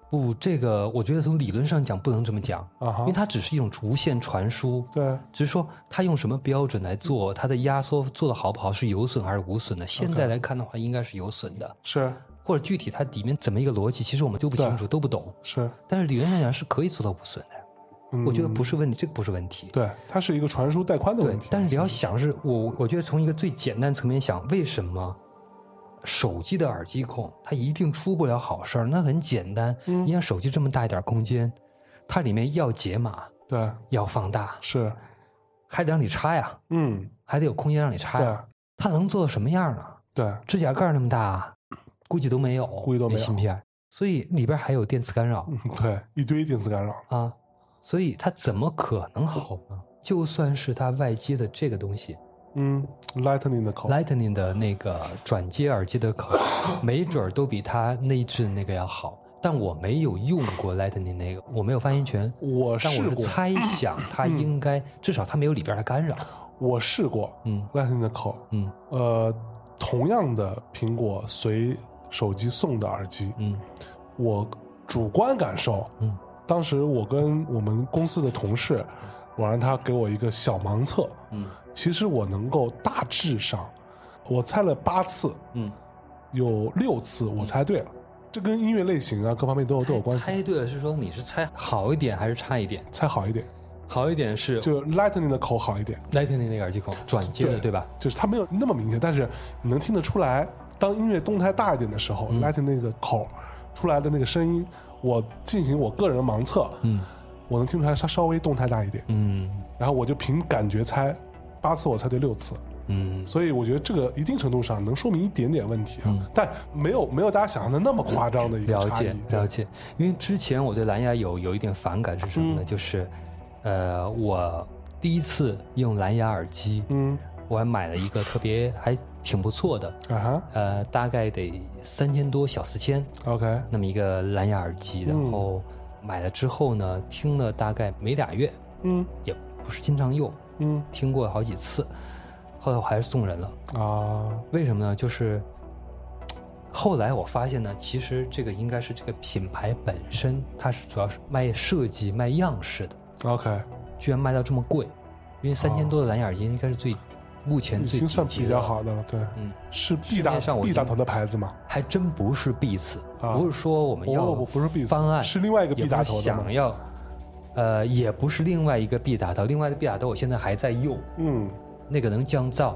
不，这个我觉得从理论上讲不能这么讲，
啊
因
哈
为。它只是一种无线传输，
对，
只是说它用什么标准来做，它的压缩做的好不好是有损还是无损的。现在来看的话，应该是有损的，
是
或者具体它里面怎么一个逻辑，其实我们都不清楚，都不懂。
是，
但是理论上讲是可以做到无损的，
嗯
我觉得不是问题，这个不是问题。
对，它是一个传输带宽的
对
问题，。
但是你要想是我，我觉得从一个最简单层面想，为什么手机的耳机孔它一定出不了好事儿？那很简单，
嗯
你像手机这么大一点空间，它里面要解码，
对，
要放大，
是，
还得让你插呀，
嗯，
还得有空间让你插
对
呀。它能做到什么样呢？
对，
指甲盖那么大，估计都没有，
估计都没有
芯片，所以里边还有电磁干扰
嗯对，一堆电磁干扰，
啊，所以它怎么可能好呢？就算是它外接的这个东西，
嗯，Lightning 的口，
Lightning 的那个转接耳机的口，没准儿都比它内置那个要好。但我没有用过 Lightning 那个，我没有发言权。
我
但
试
我是
过，嗯
猜 想，它应该、至少它没有里边的干扰。
我试过
嗯
Lightning 的口，
嗯
呃，同样的苹果随手机送的耳机，
嗯
我主观感受，
嗯，
当时我跟我们公司的同事，我让他给我一个小盲测，
嗯
其实我能够大致上，我猜了八次，
嗯，
有六次我猜对了，这跟音乐类型啊各方面都有都有关系，
猜对了是说你是猜好一点还是差一点？
猜好一点，
好一点是
就 Lightning 的口好一点，
Lightning 那个耳机孔转接的对
对
吧？
就是它没有那么明显，但是你能听得出来，当音乐动态大一点的时候、
嗯
l i g h t i n g 那个口出来的那个声音，我进行我个人盲测，
嗯
我能听出来它稍微动态大一点，
嗯
然后我就凭感觉猜，八次我猜对六次，
嗯
所以我觉得这个一定程度上能说明一点点问题啊，
嗯
但没有没有大家想象的那么夸张的一个
了
差异
解，了解，因为之前我对蓝牙有有一点反感是什么呢？
嗯
就是，呃，我第一次用蓝牙耳机，
嗯
我还买了一个特别还挺不错的，
啊哈
呃，大概得三千多小四千
，OK，
那么一个蓝牙耳机，然
嗯
后买了之后呢，听了大概没俩月，
嗯
也不是经常用，
嗯
听过好几次，后来我还是送人了。
啊
为什么呢？就是后来我发现呢，其实这个应该是这个品牌本身，它是主要是卖设计、卖样式的，
，OK，
居然卖到这么贵，因为三千多的蓝牙耳机应该是最、目前
已
最
经算
顶级
比
的
较
了，
好的了，对，
嗯。
是 B
面
大
上我
B
已
大
经
头的牌子嘛，
还真不是 Beats，、
啊
不是说我们要
不不不是 Beats，
方案，
是另外一个 B
也不
大
是
头的嘛
想要，呃，也不是另外一个 B 打头，另外的 B 打头我现在还在用，
嗯，
那个能降噪，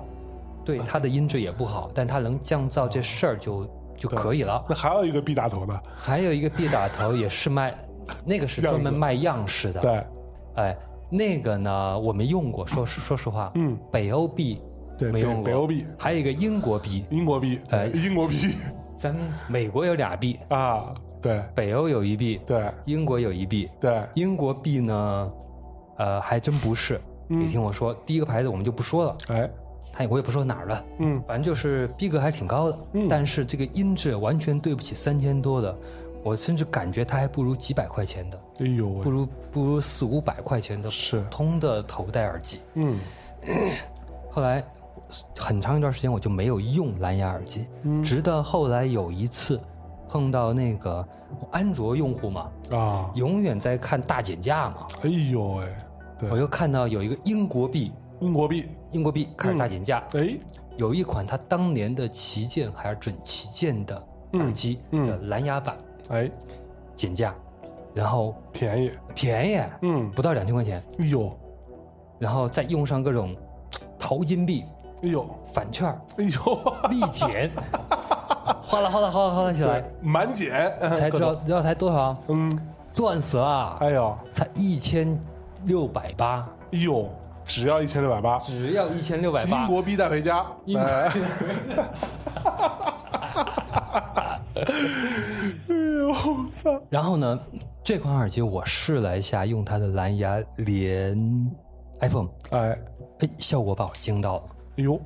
对
啊
它的音质也不好，但它能降噪这事儿就就可以了。
那还有一个 B 大头的，
还有一个 B 打头也 是卖，那个是专门卖样式的。，
对，
哎，那个呢我没用过，说实说实话，
嗯，
北欧 B
对
没用过，
北北欧 B
还有一个英国 B，
英国 B，
哎
英国 B
咱们美国有俩 B，
啊，对
北欧有一 B，
对
英国有一 B，
对，
英国 B 呢，呃，还真不是。
嗯
别听我说，第一个牌子我们就不说了，
哎，
他也我也不说哪儿了，
嗯
反正就是逼格还挺高的，
嗯
但是这个音质完全对不起三千多的，我甚至感觉它还不如几百块钱的，
哎呦
不
喂，
如不如四五百块钱的
是
普通的头戴耳机。
嗯
后来很长一段时间我就没有用蓝牙耳机，
嗯
直到后来有一次碰到那个安卓用户嘛，
啊，
永远在看大减价嘛，
哎呦喂，对
我，又看到有一个英国币，
英国币，
英国币开始大减价，
哎，
有一款它当年的旗舰还是准旗舰的耳机
嗯嗯
的蓝牙版
哎，
减价，然后
便宜，
便宜
嗯，
不到两千块钱，
哎呦，
然后再用上各种淘金币、
哎呦，
返券、
哎呦，
立 减，哗啦哗啦哗啦哗啦起来，
满减，
才知道知道才多少啊，
嗯，
赚死了，
哎呦，
啊才一千六百八，
哎呦，只要一千六百八，
只要一千六百
英
八，
国币带回家，
英国
哎哎呦，我操！
然后呢，这款耳机我试了一下，用它的蓝牙连 iPhone，
哎，哎
哎，效果把我惊到了，
呦，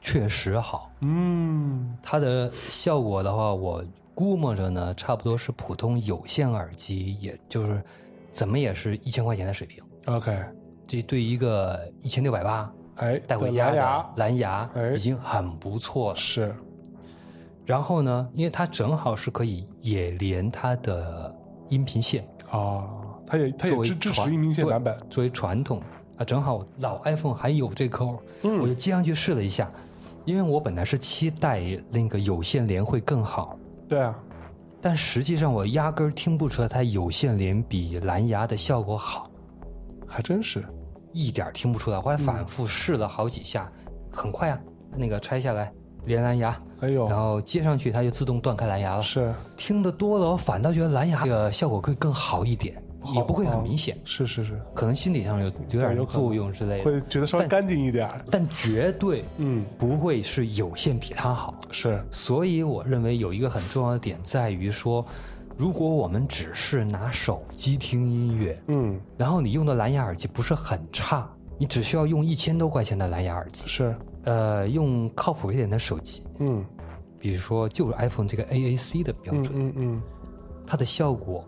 确实好。
嗯，
它的效果的话，我估摸着呢，差不多是普通有线耳机，也就是怎么也是一千块钱的水平。
OK，
这对于一个一千六百八
哎，
带回
对
家
蓝
的
牙
蓝牙
哎
已经很不错了。
是，
然后呢，因为它正好是可以也连它的音频线，
啊，它也它也
作为
支支
传
持移民线
对
版本，
作为传统啊，正好老 iPhone 还有这口儿，
嗯
我就接上去试了一下，因为我本来是期待那个有线连会更好，
对啊，
但实际上我压根儿听不出来它有线连比蓝牙的效果好，
还真是，
一点儿听不出来。后来反
嗯
复试了好几下，很快啊，那个拆下来连蓝牙，
哎呦，
然后接上去它就自动断开蓝牙了。
是
听得多了，我反倒觉得蓝牙的效果会更好一点，也不会很
好
明显，
是是是，
可能心理上有有
对有
点
可能
作用之类的。
会觉得稍微
但
干净一点儿，
但绝对
嗯，
不会是有线比它好。
是，
所以我认为有一个很重要的点在于说，如果我们只是拿手机听音乐，
嗯，
然后你用的蓝牙耳机不是很差，你只需要用一千多块钱的蓝牙耳机，
是，
呃，用靠谱一点的手机，
嗯
比如说就是 iPhone 这个 AAC 的标
嗯
准，
嗯嗯
它的效果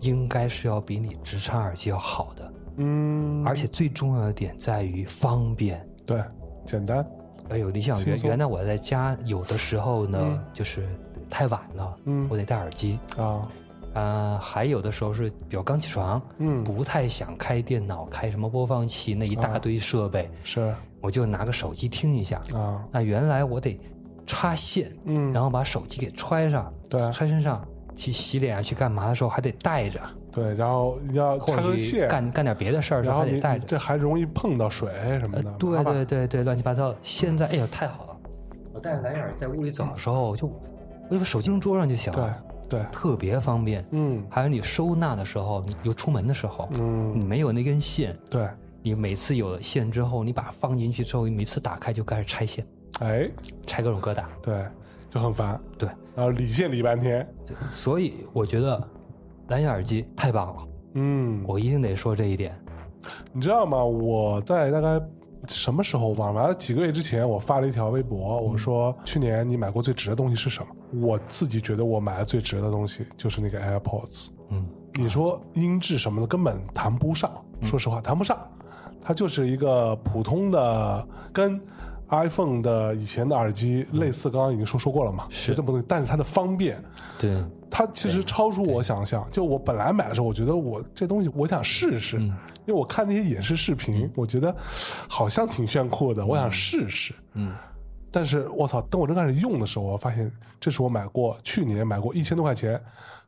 应该是要比你直插耳机要好的。
嗯，
而且最重要的点在于方便，
对，简单，
哎呦，理想
轻
原
松
原来我在家有的时候呢，
嗯
就是太晚了，
嗯
我得戴耳机。
啊，
啊、还有的时候是，比如刚起床，
嗯，
不太想开电脑，开什么播放器那一大堆设备，
是
我就拿个手机听一下。
啊，
那原来我得插线，
嗯，
然后把手机给揣上，
对
揣身上去洗脸啊，去干嘛的时候还得带着，
对，然后要
或
插
者
根
去
线，
干干点别的事儿的时
然
候
后
还
你
得带
你
着。
这还容易碰到水什么
呃
的，，麻
对
烦
对对对，乱七八糟的。现在哎呦太好了，我带着蓝牙耳在屋里走的时候，我就我就把手机扔桌上就行了，
对对，
特别方便。
嗯
还有你收纳的时候，你有出门的时候，你
嗯，
没有那根线，
对，
你每次有了线之后，你把它放进去之后，你每次打开就开始拆线，
哎，
拆各种疙瘩。
对，就很烦，
对，
然后理线理半天，
所以我觉得蓝牙耳机太棒了，
嗯，
我一定得说这一点。
你知道吗？我在大概什么时候忘了，几个月之前，我发了一条微博，
嗯
我说去年你买过最值的东西是什么？我自己觉得我买的最值的东西就是那个 AirPods。
嗯，
你说音质什么的根本谈不上，说实话谈不上，它就是一个普通的跟 iPhone 的以前的耳机类似，刚刚已经说说过了嘛，
是
就这么东西，但是它的方便，
对，
它其实超出我想象。就我本来买的时候，我觉得我这东西我想试试，
嗯
因为我看那些演示视频，我觉得好像挺炫酷的，我想试试。
嗯，
但是我操，等我真开始用的时候，我发现这是我买过去年买过一千多块钱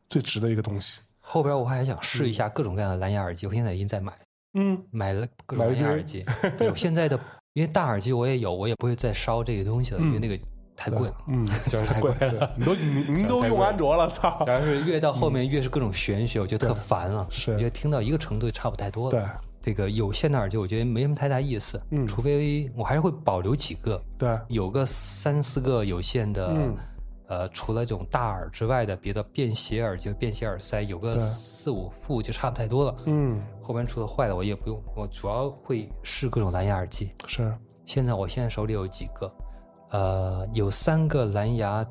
最值的一个东西。
后边我还想试一下各种各样的蓝牙耳机，我现在已经在买。
嗯，
买了各种蓝牙 耳机，有现在的，因为大耳机我也有，我也不会再烧这个东西了，因为那个太贵了。
嗯，
就是太
贵
贵了，
你都 您您都用安卓了，操
主！要是越到后面越是各种玄学，我觉得特烦了。
嗯是
我觉得听到一个程度差不太多
对
了。这个有线的耳机我觉得没什么太大意思，
嗯
除非我还是会保留几个，
对，
有个三四个有线的，
嗯
呃，除了这种大耳之外的别的便携耳机、便携耳塞，有个
对
四五副就差不太多了。
嗯，
后边除了坏的我也不用，我主要会试各种蓝牙耳机。
是
现在我现在手里有几个，呃，有三个蓝牙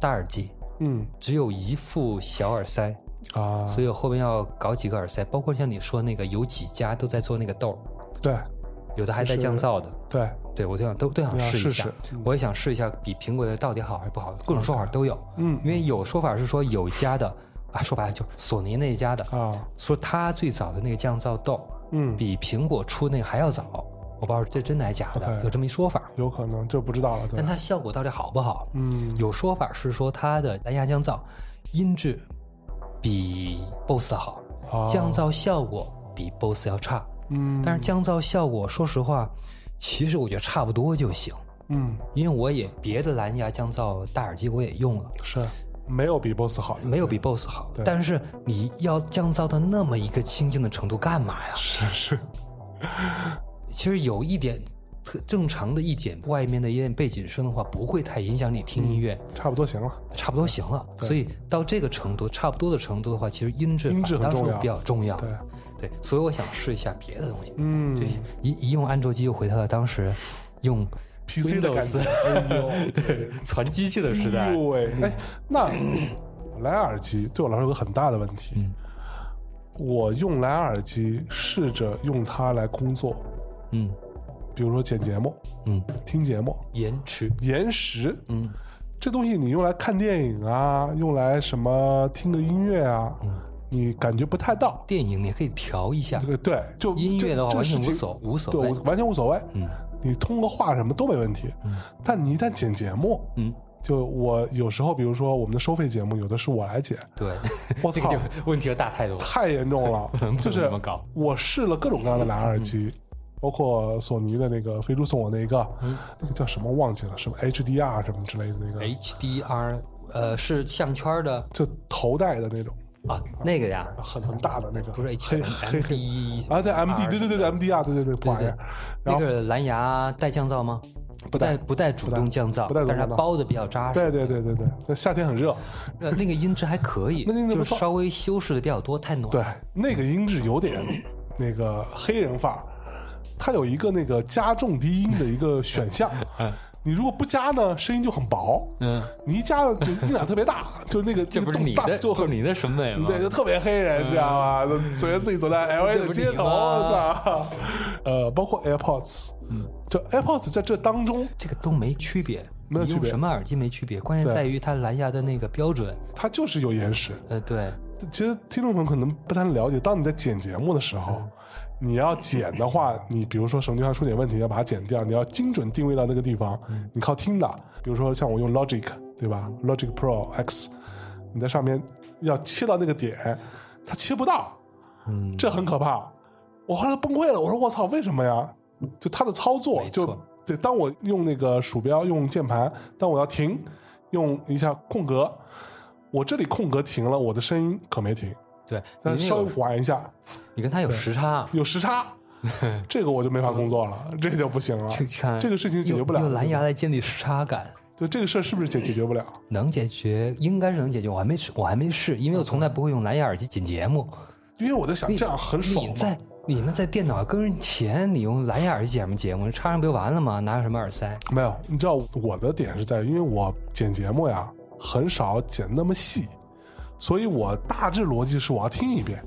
大耳机，
嗯
只有一副小耳塞，
啊，
所以我后面要搞几个耳塞，包括像你说那个，有几家都在做那个豆儿，
对
有的还带
就是
降噪的。
对，
对，我都想都都想
你要
试一
试嗯
下
试，
我也想试一下，比苹果的到底好还是不好，各种说法都有。
嗯
因为有说法是说有一家的啊，说白了就是索尼那一家的，
啊，
说它最早的那个降噪豆
嗯，
比苹果出那个还要早，我不知道这真的还假的，
OK
有这么一说法。
有可能这不知道了，对
但，它效果到底好不好？
嗯，
有说法是说它的蓝牙降噪音质比 BOSS 好，
啊
降，噪效果比 BOSS 要差。
嗯，
但是降噪效果，说实话，其实我觉得差不多就行。
嗯
因为我也别的蓝牙降噪大耳机我也用了，
是没有比 BOSS 好的，
没有比 BOSS 好
对。
但是你要降噪到那么一个清静的程度干嘛呀？
是是，
其实有一点特正常的一点，外面的一点背景声的话，不会太影响你听音乐，
差不多行了，
差不多行了。所以到这个程度，差不多的程度的话，其实音质
音质很
反倒
重
是
要
比较重要的。
对，
对，所以我想试一下别的东西。
嗯
就一一用安卓机又回到了当时 用
PC 的感觉， 哎呦，
对传机器的时代
哎呦。喂，哎，那蓝牙耳机对我来说有个很大的问题。
嗯
我用蓝牙耳机试着用它来工作，
嗯
比如说剪节目、
嗯，
听节目、
延迟。
延时，
嗯。
这东西你用来看电影啊，用来什么听个音乐啊，
嗯
你感觉不太到。
电影你可以调一下
这，个对，就
音乐的话
这
完
这个
全
事
无
情
所无所
对，
谓
我。完全无所谓。
嗯
你通个话什么都没问题，但你一旦剪节目，
嗯，
就我有时候，比如说我们的收费节目，有的是我 来剪，
对，
我
这个
操
就，问题就大太多了。
太严重了
能， 不
就
能
是
这么搞嗯
我试了各种各样的蓝牙耳机，包括索尼的那个飞猪送我那个，那个叫什么忘记了，什么 HDR 什么之类的那
哎
个，
HDR 呃是项圈的
就头戴的那种，
啊，那个呀，
很很大的那个，
不是
黑
H
黑 黑
M D
啊，对 MD，对对对对 MDR，对对对，不玩意
对
儿，然
那
后
个蓝牙带降噪吗？不带不带主动降噪，
不带主动
但是它
降噪
包的比较扎实。
对对对对对，那夏天很热，
呃，那个音质还可以，
那音质
就
不
是
错
稍微修饰的比较多，太浓。
对，那个音质有点 那个黑人范儿，它有一个那个加重低音的一个选 项。你如果不加呢，声音就很薄；
嗯，
你一加呢，就音量特别大，就是那个
这
那个
不是
动
你
次打
的，
次就
不是
很嗯
你的审美吗？嗯
对，就特别黑人，你知道吗？就觉得自己走在 L A
这
的
不是
街
你
头，啊
吗
我操！ 呃，包括 AirPods，嗯，就 AirPods 在这当中，
这个都没区别，
没有
你
区
用
别
什么耳机没区别，关键
对
在于它蓝牙的那个标准。
它就是有延时。
呃，对，
其实听众朋友可能不太了解，当你在剪节目的时候，
嗯
你要剪的话，你比如说什么地方出点问题，要把它剪掉，你要精准定位到那个地方，
嗯
你靠听的。比如说像我用 Logic，对吧？Logic Pro X，你在上面要切到那个点，它切不到，
嗯，
这很可怕。我后来崩溃了，我说我操，为什么呀？就它的操作
没错
就对，当我用那个鼠标用键盘，当我要停，用一下空格，我这里空格停了，我的声音可没停，
对，你
但
那
稍啊微
个
缓一下，
你跟它有时差，
有时 差，这个我就没法工作了，这就不行了
去。看
这个事情解决不了
用用蓝牙来建立时差感，
就这个事儿是不是解解决不了？
能解决，应该是能解决。我还没试，我还没试，因为我从
嗯
来不会用蓝牙耳机剪节目。
因为我在想这样很爽
你
嘛。
在你们在电脑跟人前，你用蓝牙耳机剪什么节目？插上不就完了吗？哪有什么耳塞？
没有，你知道我的点是在于，因为我剪节目呀，很少剪那么细，所以我大致逻辑是我要听一遍。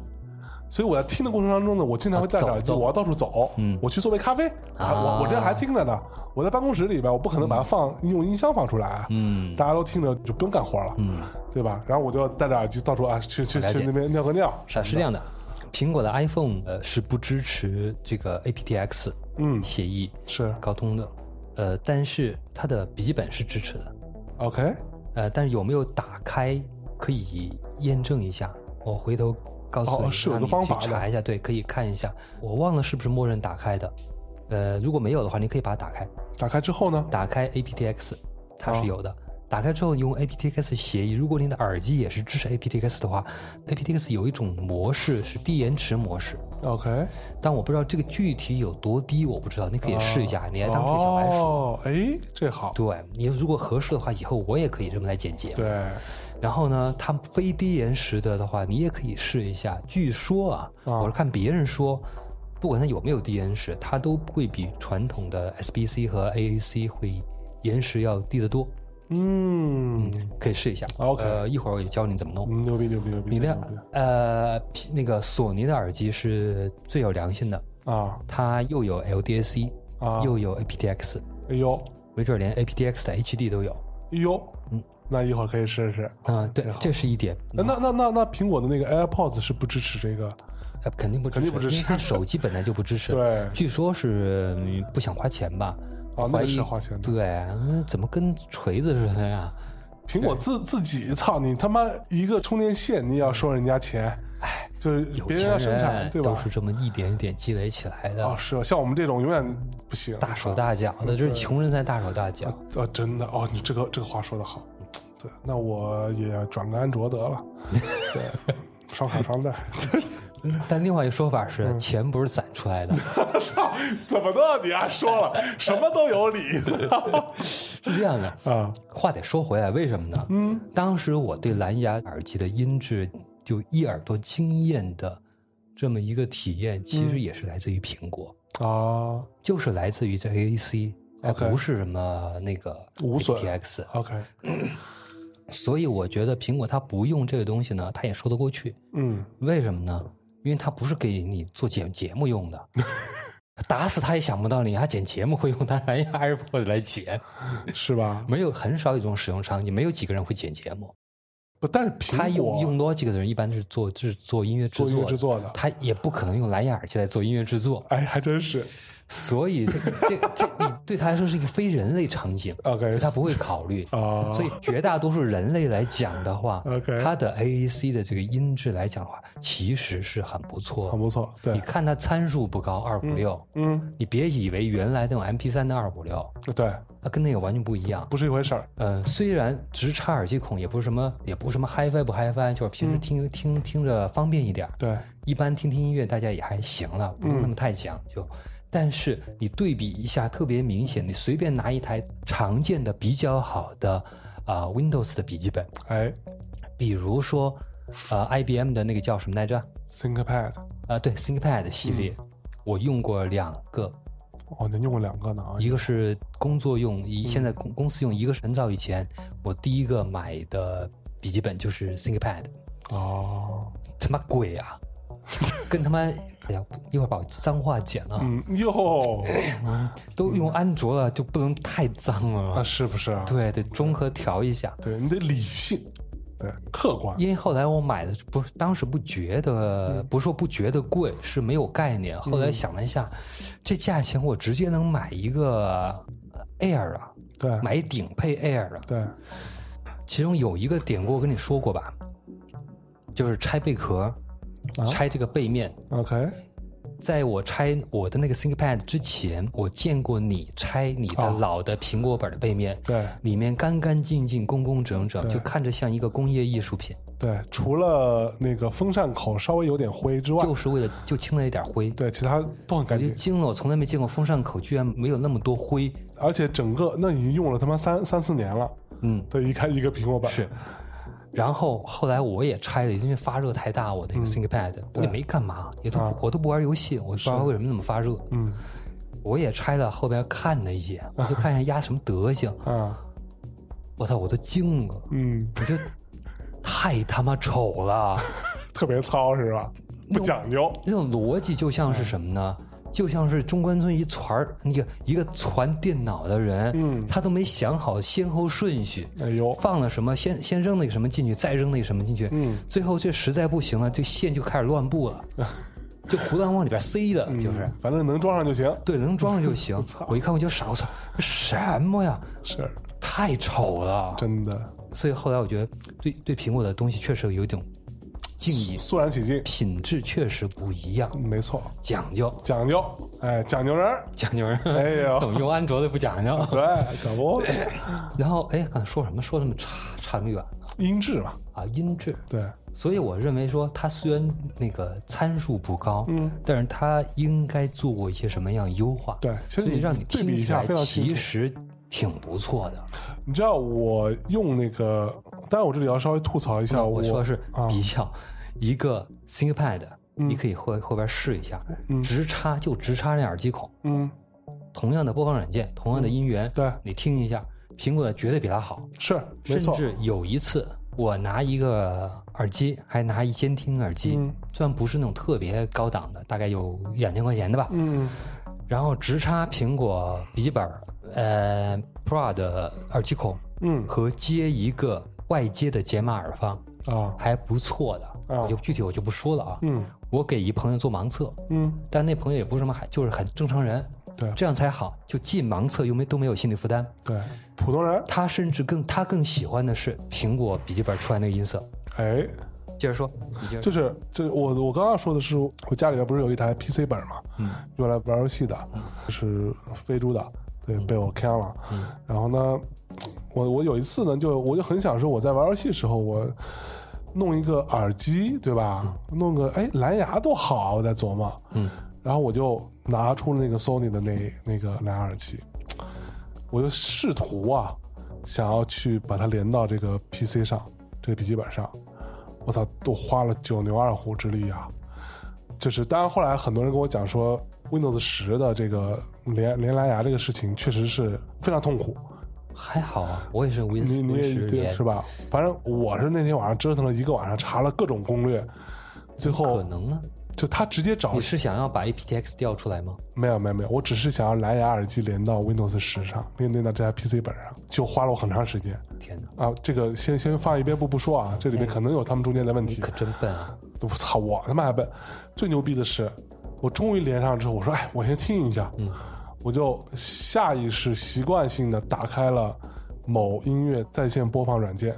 所以我在听的过程当中呢，我经常会戴着耳机，
啊走动
我要到处走，
嗯
我去做杯咖啡，
啊
我我这还听着呢，我在办公室里边，我不可能把它放、用音箱放出来啊，
嗯
大家都听着就不用干活了，
嗯，
对吧？然后我就戴着耳机到处啊去去
了解
去那边尿个尿，
是啊是这样的，苹果的 iPhone 呃是不支持这个 aptX
嗯，
协议
是
高通的，呃，但是它的笔记本是支持的，
OK，
呃，但是有没有打开可以验证一下，我回头告诉
哦
你，
是有
让
个
你
方
去
法的
查一下，对，可以看一下，我忘了是不是默认打开的，呃，如果没有的话，你可以把它打开，
打开之后呢，啊
打开 aptX 它是有的，打开之后，你用 aptX 协议，如果你的耳机也是支持 aptX 的话，aptX 有一种模式是低延迟模式，
OK，
但我不知道这个具体有多低，我不知道，你可以试一下，你来当成小白鼠。
啊哦，哎，这好，
对你如果合适的话，以后我也可以这么来剪辑。
对，
然后呢，它非低延时的的话，你也可以试一下。据说啊，
啊
我是看别人说，不管它有没有低延时，它都会比传统的 SBC 和 AAC 会延时要低得多。
嗯，
可以试一下。
OK
呃，一会儿我也教你怎么弄。
嗯牛逼牛逼牛逼，
你
牛
的
逼
呃，皮那个索尼的耳机是最有良心的，
啊
它又有 LDAC，、
啊，
又有 aptX，
哎呦
没准连 aptX 的 HD 都有。
哎呦，
嗯
那一会儿可以试试。
啊、对，这是一点。
那那那那那苹果的那个 AirPods 是不支持这个，
呃，肯定不支持，
肯定不支持
因为它手机本来就不支 持。
对
据说是嗯不想花钱吧？
哦那
怀
个
疑
是花钱的
对，嗯怎么跟锤子似的呀？
苹果自自己操你他妈一个充电线你也要收人家钱，哎，就是
有
别人要
钱
生产
人啊
对
都
吧
是？这么一点一点积累起来的，
哦，是像我们这种永远不行，
大手大脚的，就是穷人才大手大脚。
呃，真的哦，你这个这个话说的好，对，那我也转个安卓得了，对，双 卡双待，
嗯但另外一个说法
嗯
是，钱不是攒出来的，
操，怎么都让你丫说了，什么都 有理，操
是这样的。
啊，
话得说回来，为什么呢？嗯，当时我对蓝牙耳机的音质就一耳朵惊艳的这么一个体验，其
嗯
实也是来自于苹果。
啊
就是来自于这 AAC，还
OK
不是什么那个
无损
PX，
，OK，
所以我觉得苹果它不用这个东西呢，它也说得过去。
嗯，
为什么呢？因为它不是给你做节节目用 的，打死他也想不到你还剪节目会用它蓝牙 AirPods 来剪，
是吧？
没有很少有这种使用场景，没有几个人会剪节目。
不，但是
他
苹
用
果
用 Logic 的人一般是做制做音乐制
做
作
音乐
的
制作的，
他也不可能用蓝牙耳机来做音乐制作，
哎，还真是
所以这这这你对他来说是一个非人类 场景。
，OK，
他不会考虑。
啊，
所以绝大多数人类来讲的话
OK
它的 AAC 的这个音质来讲的话，其实是很不错
很
的。
不错，对
你，看它参数不高，二五六，
嗯，
你别以为原来那种 MP3 的二五六，
对，
它跟那个完全不一样。
不是一回事儿，
呃，虽然直插耳机孔也不是什么，也不是什么 HiFi 不 HiFi，就是平时听、听听着方便一点儿，
对，
一般听听音乐大家也还行了，不用那么太讲究。但是你对比一下，特别明显，你随便拿一台常见的比较好的啊、Windows 的笔记本，
哎
比如说呃 IBM 的那个叫什么来着？
，ThinkPad，
啊，对 ThinkPad 系列，我用过两个，
哦，您用过两个呢啊，嗯
一个是工作用，一现在公公司用，一个是很早以前我第一个买的笔记本就是 ThinkPad，
哦，
他妈贵啊！ 跟他妈，哎呀，一会儿把我脏话剪了啊。
嗯，哟，
都用安卓了，就不能太脏了。
那是不是啊？
对，得综合调一下。
对你得理性，对，客观，
因为后来我买的不是当时不觉得，
嗯
不是说不觉得贵，是没有概念。后来想了一下，这价钱我直接能买一个 Air 啊，
对
买顶配 Air 啊。
对，
其中有一个典故我跟你说过吧，就是拆贝壳，
啊
拆这个背面。
OK，
在我拆我的那个 ThinkPad 之前，我见过你拆你的
哦
老的苹果本的背面，
对
里面干干净净、工工整整，
对
就看着像一个工业艺术品，
对，除了那个风扇口稍微有点灰之外，
就是为了就清了一点灰。
对，其他都很
我
干
就
净，
惊了，我从来没见过风扇口居然没有那么多灰。
而且整个那已经用了他妈三三四年了，
嗯，
对，一看一个苹果版
是。然后后来我也拆了，因为发热太大，我的一个 ThinkPad，、我也没干嘛，也都
嗯
不、
啊
我都不玩游戏，我不知道为什么那么发热。
嗯
我也拆了，后边看了一眼，我就看一下压什么德行，
啊，
我操，我都惊了，
嗯，
我就太他妈丑了。
特别糙是吧？不讲究，
那种逻辑就像是什么呢？就像是中关村一传儿那个一个传电脑的人，
嗯
他都没想好先后顺序，
哎呦，
放了什么，先先扔那个什么进去，再扔那个什么进去，
嗯
最后这实在不行了，这线就开始乱布了，就胡乱往里边塞
嗯
的，就是
反正能装上就行，
对，能装上就行。我一看我就傻，我操，什么呀？
是
太丑了！
真的，
所以后来我觉得对对苹果的东西确实有一种敬意
肃然起敬，
品质确实不一样，
没错，
讲究
讲究，哎，讲究人儿，
讲究人。
哎嗯
怎
呦，
么用安卓的不讲究？
对， 可不，
然后哎，刚才说什么说那么差差那么远
音质嘛，
啊？音质。
对，
所以我认为说，它虽然那个参数不高，
嗯，
但是它应该做过一些什么样的优化？
对其实
所以
你
让你
对
听
比一
起
下
来
非常清
其
楚
实挺不错的。
你知道我用那个，当然我这里要稍微吐槽一下，
嗯我
我
说的是
啊
比较一个 ThinkPad，、你
嗯
可以后后边试一下，直插就直插那耳机孔，
嗯，
同样的播放软件，同样的音源，
对
你听一下，苹果的绝对比它好。
是没
甚
错，
至有一次，我拿一个耳机，还拿一监听耳机，
嗯
虽然不是那种特别高档的，大概有两千块钱的吧，
嗯，
然后直插苹果笔记本儿呃 Pro 的耳机孔，
嗯
和接一个外接的解码耳放，
啊，
还不错的，我就具体我就不说了啊。
嗯
我给一朋友做盲测，
嗯，
但那朋友也不是什么，还就是很正常人，
对
这样才好，就既盲测又没都没有心理负担。
对，普通人，
他甚至更他更喜欢的是苹果笔记本出来那个音色。
哎，
接着说，你接着
就
说
是就是我我刚刚说的是，我家里边不是有一台 PC 本嘛，用来玩游戏的，就是飞猪的，对，被我坑了。然后呢，我我有一次呢，就我就很想说，我在玩游戏的时候，我弄一个耳机，对吧？弄个哎蓝牙多好啊！我在琢磨，
嗯，
然后我就拿出那个 Sony 的那那个蓝牙耳机，我就试图啊，想要去把它连到这个 PC 上，这个笔记本上。我操，我花了九牛二虎之力啊！就是，当然后来很多人跟我讲说，Windows 十的这个连连蓝牙这个事情确实是非常痛苦。
还好啊，我也是 Win
你你
Win 十
也对
连
是，吧？反正我是那天晚上折腾了一个晚上，查了各种攻略，最
可
后
能呢？
就他直接找
你是想要把 aptX 调出来吗？
没有没有没有，我只是想要蓝牙耳机连到 Windows 十上，连连到这台 PC 本上，就花了我很长时间
天哪，
啊。这个先先放一边不不说啊，这里面可能有他们中间的问
你
题。
可真笨啊！
我操，我他妈还笨！最牛逼的是，我终于连上之后，我说哎，我先听一下，我就下意识习惯性的打开了某音乐在线播放 软件，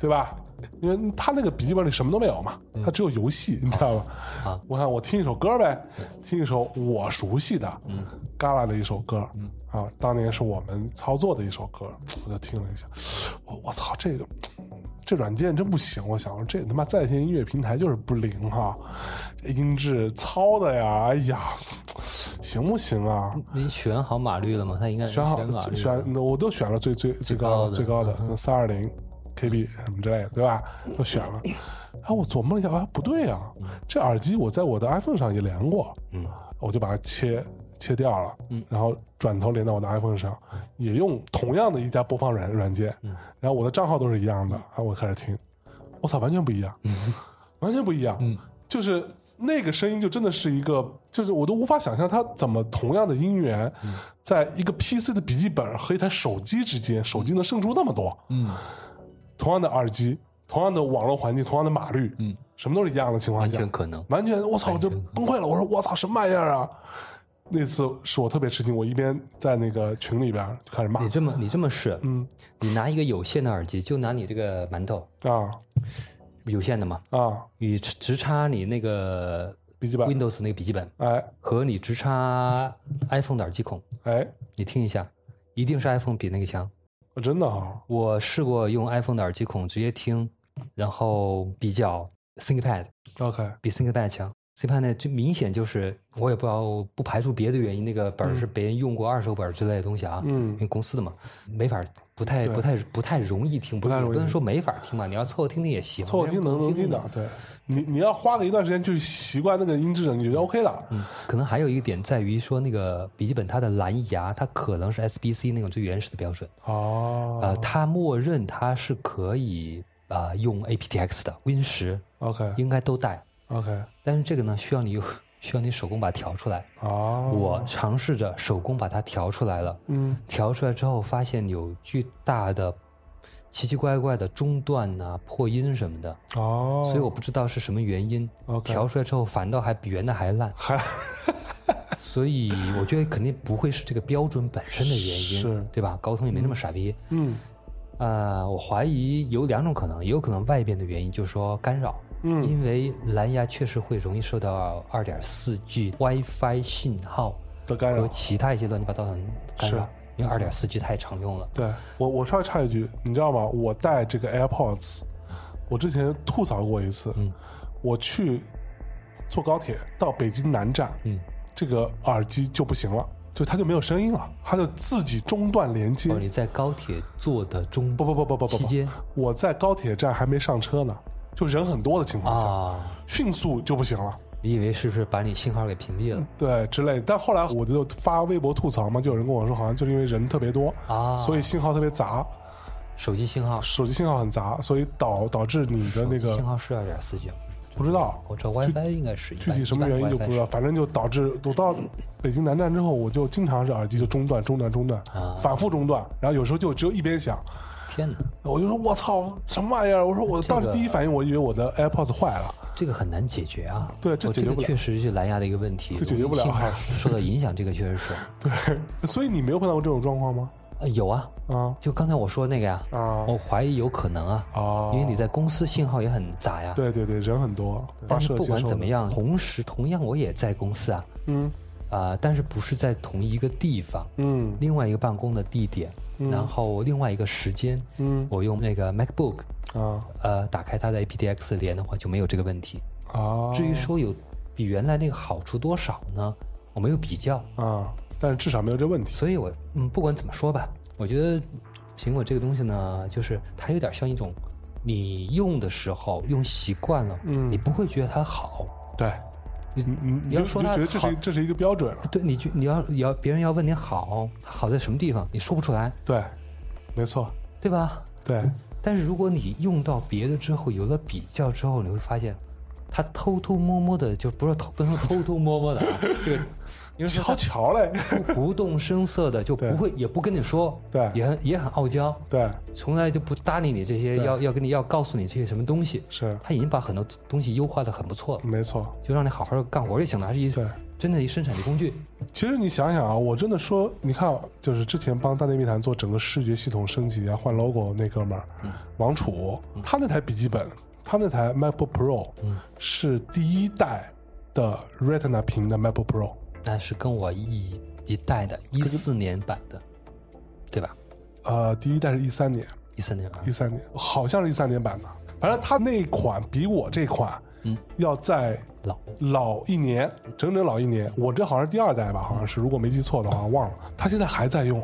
对吧？因为它那个笔记本里什么都没有嘛，它只有游戏，你知道吗？
啊
我看我听一首歌呗，听一首我熟悉的，嗯，旮旯的一首歌，嗯啊，当年是我们操作的一首歌，我就听了一下，我我操，这个这软件真不行，我想这他妈在线音乐平台就是不灵哈、这音质糙的呀，哎呀，行不行啊？
您选好码率了吗？他应该
选好
码率了
选，我都选了最最最高
最
最
高
高
的嗯
的三二零 KB 什么之类的，对吧？都选了。然后我琢磨了一下，啊，不对啊，这耳机我在我的 iPhone 上也连过，
嗯，
我就把它切切掉了，
嗯
然后转头连到我的 iPhone 上，也用同样的一家播放软软件，
嗯
然后我的账号都是一样的，啊，我开始听，我操，完全不一样，完全不一样，
嗯
就是那个声音就真的是一个，就是我都无法想象它怎么同样的音源，
嗯
在一个 PC 的笔记本和一台手机之间，手机能胜出那么多，
嗯，
同样的耳机，同样的网络环境，同样的码率，
嗯，
什么都是一样的情况
完
下
全，可能。
完全，我操，我就崩溃了。我说我操，什么玩意儿啊！那次是我特别吃惊，我一边在那个群里边就开始骂
你这么你这么试，
嗯，
你拿一个有线的耳机，就拿你这个馒头
啊
有线的嘛，
啊，
你直直插你那个
笔记本，
Windows 那个笔记本
哎
和你直插 iPhone 的耳机孔，
哎，
你听一下，一定是 iPhone 比那个强。
我真的啊，
我试过用 iPhone 的耳机孔直接听，然后比较 ThinkPad
OK，
比 ThinkPad 强。ThinkPad 呢，就明显就是我也不知道，不排除别的原因，那个本儿是别人用过二手本儿之类的东西啊，
嗯
因为公司的嘛，没法，不太
对
不太不太容易听，
不太容易
不能说没法听嘛，你要凑合听听也行，
凑合听能能听的
的。，
对你你要花个一段时间去习惯那个音质，你觉得 OK 的，
嗯，可能还有一个点在于说，那个笔记本它的蓝牙，它可能是 SBC 那种最原始的标准，呃，
哦
它默认它是可以呃用 aptX 的，Win 十
，OK
应该都带，
OK，
但是这个呢，需要你有需要你手工把它调出来。
哦，
我尝试着手工把它调出来了，
嗯
调出来之后发现有巨大的奇奇怪怪的中断呐、破音什么的，
哦，
所以我不知道是什么原因。
OK
调出来之后反倒还比原的还烂，
还
所以我觉得肯定不会是这个标准本身的原
是
因，对吧？高通也没那么傻逼。
嗯
呃，我怀疑有两种可能，也有可能外边的原因，就是说干扰，
嗯，
因为蓝牙确实会容易受到二点四 G WiFi 信号
的干
和
扰。
其他一些乱七八糟的干
哎是
扰，因为二点四 G 太常用了。
对我，我稍微插一句，你知道吗？我带这个 AirPods，我之前吐槽过一次，
嗯
我去坐高铁到北京南站，
嗯，
这个耳机就不行了，就它就没有声音了，它就自己中断连接。
哦，你在高铁坐的中
不不不不不不
期
不，
间
我在高铁站还没上车呢，就人很多的情况下，
啊，
迅速就不行了。
你以为是不是把你信号给屏蔽了
对，之类的，但后来我就发微博吐槽嘛，就有人跟我说，好像就是因为人特别多，
啊？
所
以
以信号特别杂，
手机信号，
手机信号很杂，所以导导致你的那
手机信
个
号是二点四 G，
不知道
我知道 WiFi 应该是一
具
般
体什么原因就不知。
一般 WiFi
道，反正就导致我到北京南站之后，我就经常是耳机就中断、中断、中断
啊，
反复中断，然后有时候就只有一边响，
是天哪，
我就说我操什么玩意儿？我说我当时第一反应我以为我的 AirPods 坏了，
这个很难解决啊！
对这
哦
解决
个
不了
确实是蓝牙的一个问题，
这解决不了啊
信号
还是
受到影响，这个确 实是
对，所以你没有碰到过这种状况吗？
啊，有啊，
啊
就刚才我说那个呀，
啊
我怀疑有可能啊，
啊！
因为你在公司信号也很杂呀。
对对对，人很多，发
但是
射
不
接
管
受
怎么
的，
样，同时同样我也在公司啊，
嗯
啊、但是不是在同一个地方，
嗯
另外一个办公的地点，然后另外一个时间，
嗯
我用那个 MacBook，
啊
呃，打开它的 aptX 连的话就没有这个问题。
啊！
至于说有比原来那个好处多少呢，我没有比较，
啊，但是至少没有这问题。
所以我嗯，不管怎么说吧，我觉得苹果这个东西呢，就是它有点像一种你用的时候用习惯了，
嗯
你不会觉得它好。
对，
你
你你
你要
就
说
你就
它
觉得这
好
是一这是一个标准了。
对你就你要你要别人要问你好，它好在什么地方，你说不出来，
对，没错，
对吧？
对，
但是如果你用到别的之后，有了比较之后，你会发现，它偷偷摸摸的，就不是偷，不能说偷偷摸摸的 啊，这个，因为说
瞧
它
瞧嘞，
不不动声色的，就不会也不跟你说，
对
也很也很傲娇，
对，
从来就不搭理你这些
对
要要跟你要告诉你这些什么东西，
是
它已经把很多东西优化的很不错了，
没错，
就让你好好地干活就行了，还是一
嗯对。
真的一生产力工具，
其实你想想啊，我真的说，你看，就是之前帮大内密谈做整个视觉系统升级啊、换 logo 那哥们儿，王楚，他那台笔记本，他那台 MacBook Pro
嗯
是第一代的 Retina 屏的 MacBook Pro，
那是跟我一一代的，一四年版的，对吧？
呃，第一代是一三年，
一三年版
一三年好像是一三年版的，反正他那款比我这款，
嗯，
要在
老，
老一年，整整老一年。我这好像是第二代吧，好像是，如果没记错的话，忘了。他现在还在用，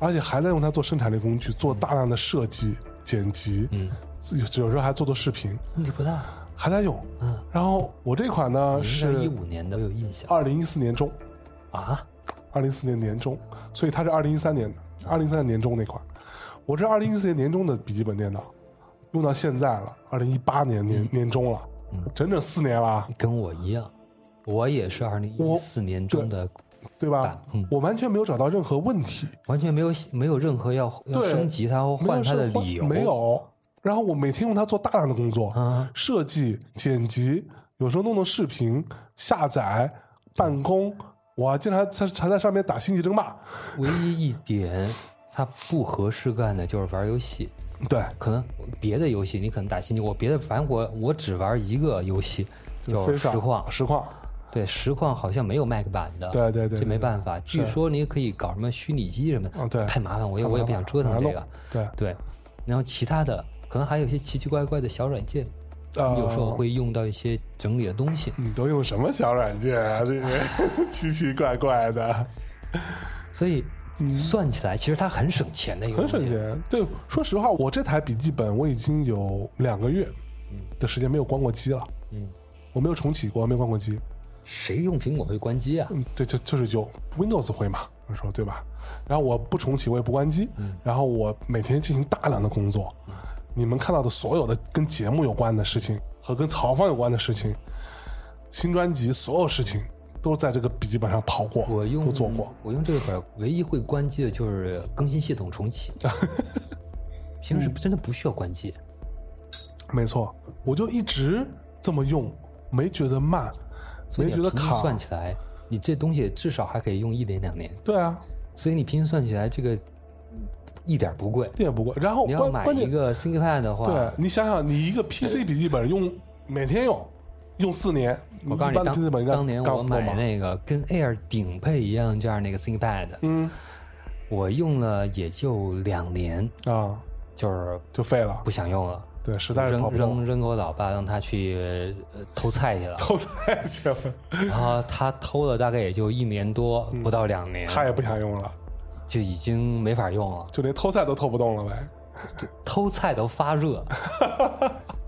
而且还在用它做生产力工具，做大量的设计、剪辑，
嗯，
有有时候还做做视频，
问题不大，
还在用。
嗯。
然后我这款呢
是一
是
五年的，我有印象
二零一四年中，
啊。
二零一四年年中，所以它是二零一三年的，二零一三年中那款。我这二零一四年年中的笔记本电脑，用到现在了，二零一八年年、
嗯
年中了，整整四年了啊。
跟我一样，我也是二零一四年中的，
对吧？
嗯
我完全没有找到任何问题，
完全没有没有任何要要
对
升级它或
没
换
有
它的
是换
理由，
没有。然后我每天用它做大量的工作，
啊。
设计、剪辑，有时候弄弄视频、下载、
嗯
办公，我还经常在还在上面打星际争霸。
唯一一点它不合适干的就是玩游戏，
对，
可能别的游戏你可能打星际，我别的反正我我只玩一个游戏，
就
叫
非常
实况。
实况，
对，实况好像没有 Mac 版的，
对对对
这没
对
办法。据说你可以搞什么虚拟机什么的，
嗯对
太麻烦，我也
太麻
我也不
烦
想折
了
腾这
还
个
弄。对，
对，然后其他的可能还有一些奇奇怪怪的小软件，
呃
你有时候会用到一些整理的东西，
你都用什么小软件啊？这个 奇奇怪怪的，
所以算起来，其实它很省钱的一
嗯
个
很省
东西。
钱。对，说实话，我这台笔记本我已经有两个月的时间没有关过机了。
嗯，
我没有重启过，没有关过机。
谁用苹果会关机啊？
嗯，对，就就是有 Windows 会嘛，我说对吧？然后我不重启，我也不关机，
嗯
然后我每天进行大量的工作。你们看到的所有的跟节目有关的事情和跟曹芳有关的事情，新专辑所有事情都在这个笔记本上跑过，
我用
都做过。，
我用这个本儿唯一会关机的就是更新系统 重启，平
嗯
时真的不需要关机。
没错，我就一直这么用，没觉得慢，
所以
没觉
你
得
平均
卡。
算起来，你这东西至少还可以用一年两年，
对啊，
所以你平均算起来这个一点儿不贵。
一点不贵。然后
你
哦关
要买
关
一
键，
个 ThinkPad 的话，
对你想想，你一个 PC 笔记本用每天用，用四年。
我告诉
一
你，
般的笔记本
当
应该
当年
干
我
不动
买
吧
那个跟 Air 顶配一样这样那个 ThinkPad，
嗯
我用了也就两年，
啊，
就是
就废了
不。想用了，
对，实在是跑
扔
不动。
扔扔给我老爸，让他去呃偷菜去了
偷菜 去了，
然后他偷了大概也就一年多，不到两年，
嗯他也不想用了，
就已经没法用了。
就连偷菜都偷不动了呗。
偷菜都发 热，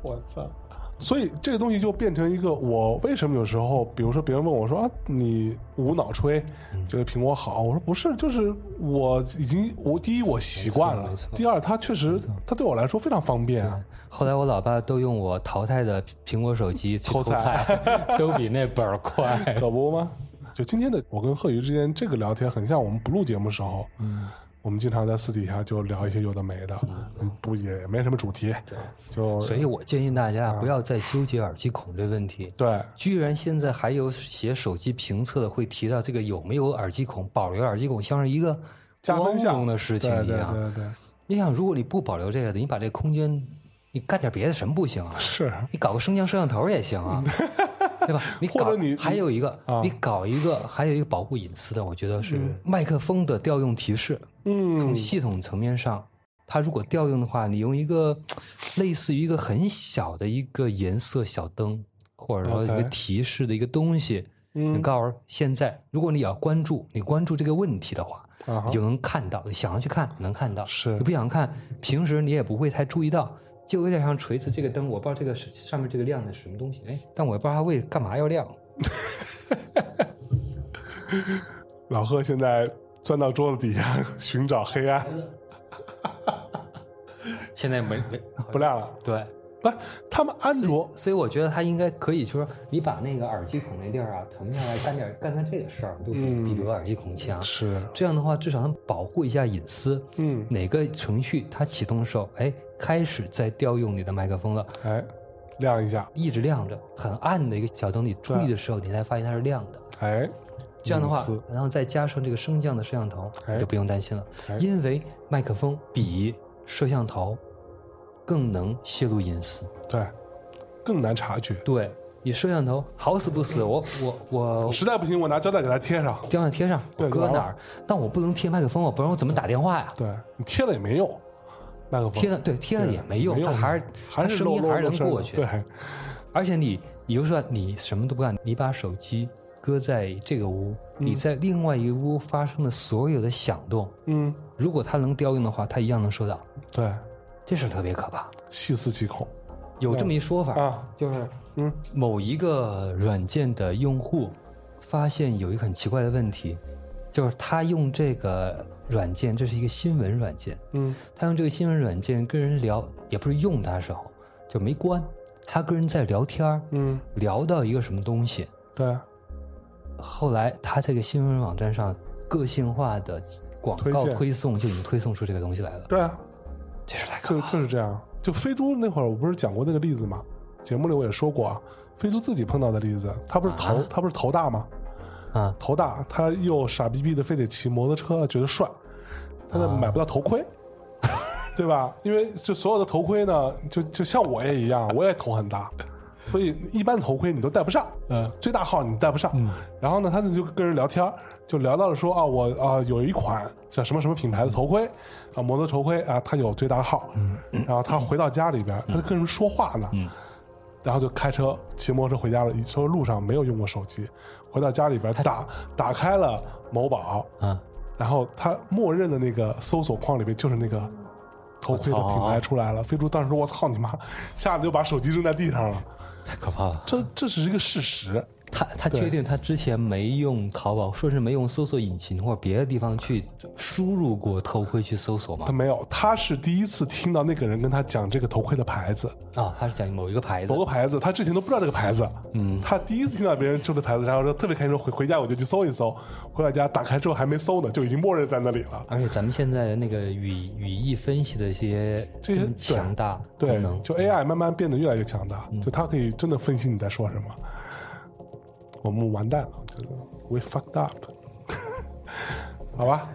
我操！所以这个东西就变成一个，我为什么有时候，比如说别人问我说啊，你无脑吹，
嗯
觉得苹果好，我说不是，就是我已经我第一我习惯了
没错，
第二它确实它对我来说非常方便啊，
后来我老爸都用我淘汰的 苹果手机去
偷
偷
菜
菜， 都比那本儿快。
可不吗？就今天的我跟贺宇之间这个聊天，很像我们不录节目的时候，嗯，我们经常在私底下就聊一些有的没的，嗯，不也没什么主题，对，就
所以我建议大家不要再纠结耳机孔这问题。
啊对，
居然现在还有写手机评测的会提到这个有没有耳机孔，保留耳机孔像是一个
加分
光荣
项
的事情
对
一
对
样。
对对，
你想，如果你不保留这个的，你把这空间，你干点别的什么不行啊？
是
你搞个升降摄像头也 行啊，对吧？你搞
或者你
还有一个
啊，
你搞一个，还有一个保护隐私的，我觉得是麦克风的调用提示。从
嗯，
系统层面上，它如果调用的话，你用一个嘖类似于一个很小的一个颜色小灯，或者说一个
OK
提示的一个东西，
嗯
你告诉我现在，如果你要关注，你关注这个问题的话，
啊哈
你就能看到，你想要去看能看到，
是
你不想看，平时你也不会太注意到。就有点像锤子这个灯，我不知道这个是上面这个亮的是什么东西，哎，但我也不知道它为干嘛要亮。
老贺现在钻到桌子底下寻找黑暗，
现在没没
不亮了。
对，
不，他们安卓
所以我觉得他应该可以，就是说你把那个耳机孔那地儿啊腾下来，干点干干这个事儿，都比
嗯
比留耳机孔强。
是，
这样的话，至少能保护一下隐私。
嗯，
哪个程序它启动的时候，哎，开始在调用你的麦克风了，
哎，亮一下，
一直亮着，很暗的一个小灯，你注意的时候，你才发现它是亮的。
哎，
这样的
隐
话
私，
然后再加上这个升降的摄像头，
哎
你就不用担心了
哎，
因为麦克风比摄像头更能泄露隐私。
对，更难察觉。
对你摄像头好死不 死，我我我
实在不行，我拿胶带给它贴上。
雕像贴上，
对
我搁哪儿？但我不能贴麦克风啊，不然我怎么打电话呀？
对你贴了也没用，麦克风
贴了对贴了也没用，它还是
还
它
是
声
漏
音
漏
还是
漏
能
声
过
的
去。
对，
而且你，你就说你什么都不干，你把手机搁在这个屋，你在另外一个屋发生的所有的响动，
嗯，
如果它能调用的话，它一样能收到。
对，
这事儿特别可怕。
细思极恐
有这么一说法，
啊，
就是
嗯，
某一个软件的用户发现有一个很奇怪的问题，就是他用这个软件，这是一个新闻软件，
嗯，
他用这个新闻软件跟人聊，也不是用它的时候就没关，他跟人在聊天儿，
嗯，
聊到一个什么东西，
对，啊
后来他这个新闻网站上个性化的广告
推荐
推送就已经推送出这个东西来了，
对啊，
这是太可
就
怕了。
就是这样。就飞猪那会儿，我不是讲过那个例子吗？节目里我也说过啊，飞猪自己碰到的例子，他不是头、
啊
他不是头大吗？
啊，
头大，他又傻逼逼的非得骑摩托车，觉得帅，他
啊
就买不到头 盔，对吧？因为就所有的头盔呢，就就像我也一样，我也头很大，所以一般头盔你都戴不上，
嗯，
最大号你戴不上。然后呢，他就跟人聊天，就聊到了说啊，我啊有一款叫什么什么品牌的头盔啊，摩托头盔啊，它有最大号。
嗯
然后他回到家里边，他就跟人说话呢。然后就开车骑摩托车回家了，说路上没有用过手机，回到家里边打打开了某宝，
啊，
然后他默认的那个搜索框里面就是那个头盔的
我操
品牌出来了。飞猪当时说我操你妈，吓得就把手机扔在地上了。
太可怕了。
这这只是一个事实，
他他
对
确定他之前没用淘宝，说是没用搜索引擎或者别的地方去输入过头盔去搜索吗
他？没有，他是第一次听到那个人跟他讲这个头盔的牌子，
啊，他是讲某一个牌子
某。个牌子，他之前都不知道这个牌子，嗯，他第一次听到别人说这牌子，然后说特别开心，说回回家我就去搜一搜，回到家打开之后还没搜呢，就已经默认在那里了。
而且咱们现在的那个语语义分析的一些
这
这
些
么强大
对
功，能，
就 AI 慢慢变得越来越强大，
嗯
就它可以真的分析你在说什么。 我们完蛋了，就是 we fucked up，好吧？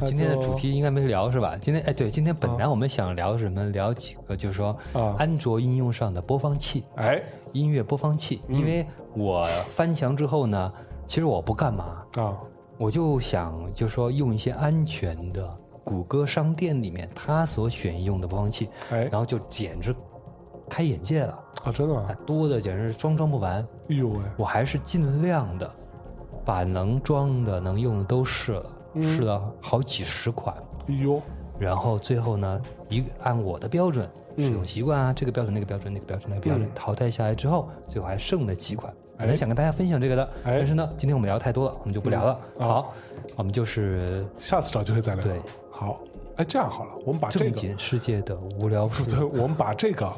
那
今天的
就
主题应该没聊是吧？今天哎，对，今天本来我们想聊什么？聊几个，就是说
啊
安卓应用上的播放器、
哎
音乐播放器。
嗯
因为我翻墙之后呢，其实我不干嘛，
啊，
我就想就说用一些安全的谷歌商店里面它所选用的播放器，
哎
然后就简直开眼界了，
啊，真的
啊
吗？，
多的简直装装不完。
哎呦喂，
我还是尽量的把能装的、能用的都试了，
嗯
试了好几十款，
哎呦，
然后最后呢，一按我的标准、使
嗯
用习惯啊，这个标准、那个标准、那个标准、那个标准，淘汰下来之后，最后还剩了几款。本来想跟大家分享这个的，
哎
但是呢，今天我们聊太多了，我们就不聊了。
嗯啊
好，我们就是
下次找机会再聊。
对，
好，哎，这样好了，我们把这
正
个，
经世界的无聊事
对，我们把这个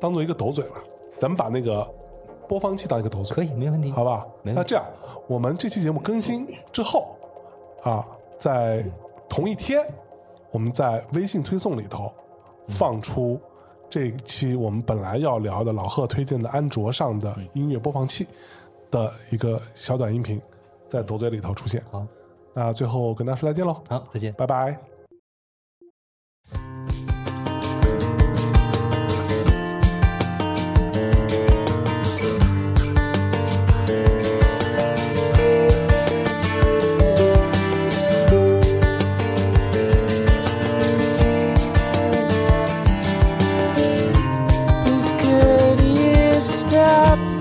当做一个斗嘴吧，咱们把那个播放器当一个斗嘴，
可以，没问题。
好吧？
没问题
那这样，我们这期节目更新之后啊，在同一天，我们在微信推送里头放出这一期我们本来要聊的老贺推荐的安卓上的音乐播放器的一个小短音频，在斗嘴里头出现。
好，
那最后跟大家说再见喽，
好，再见。
拜拜。
Please could you stop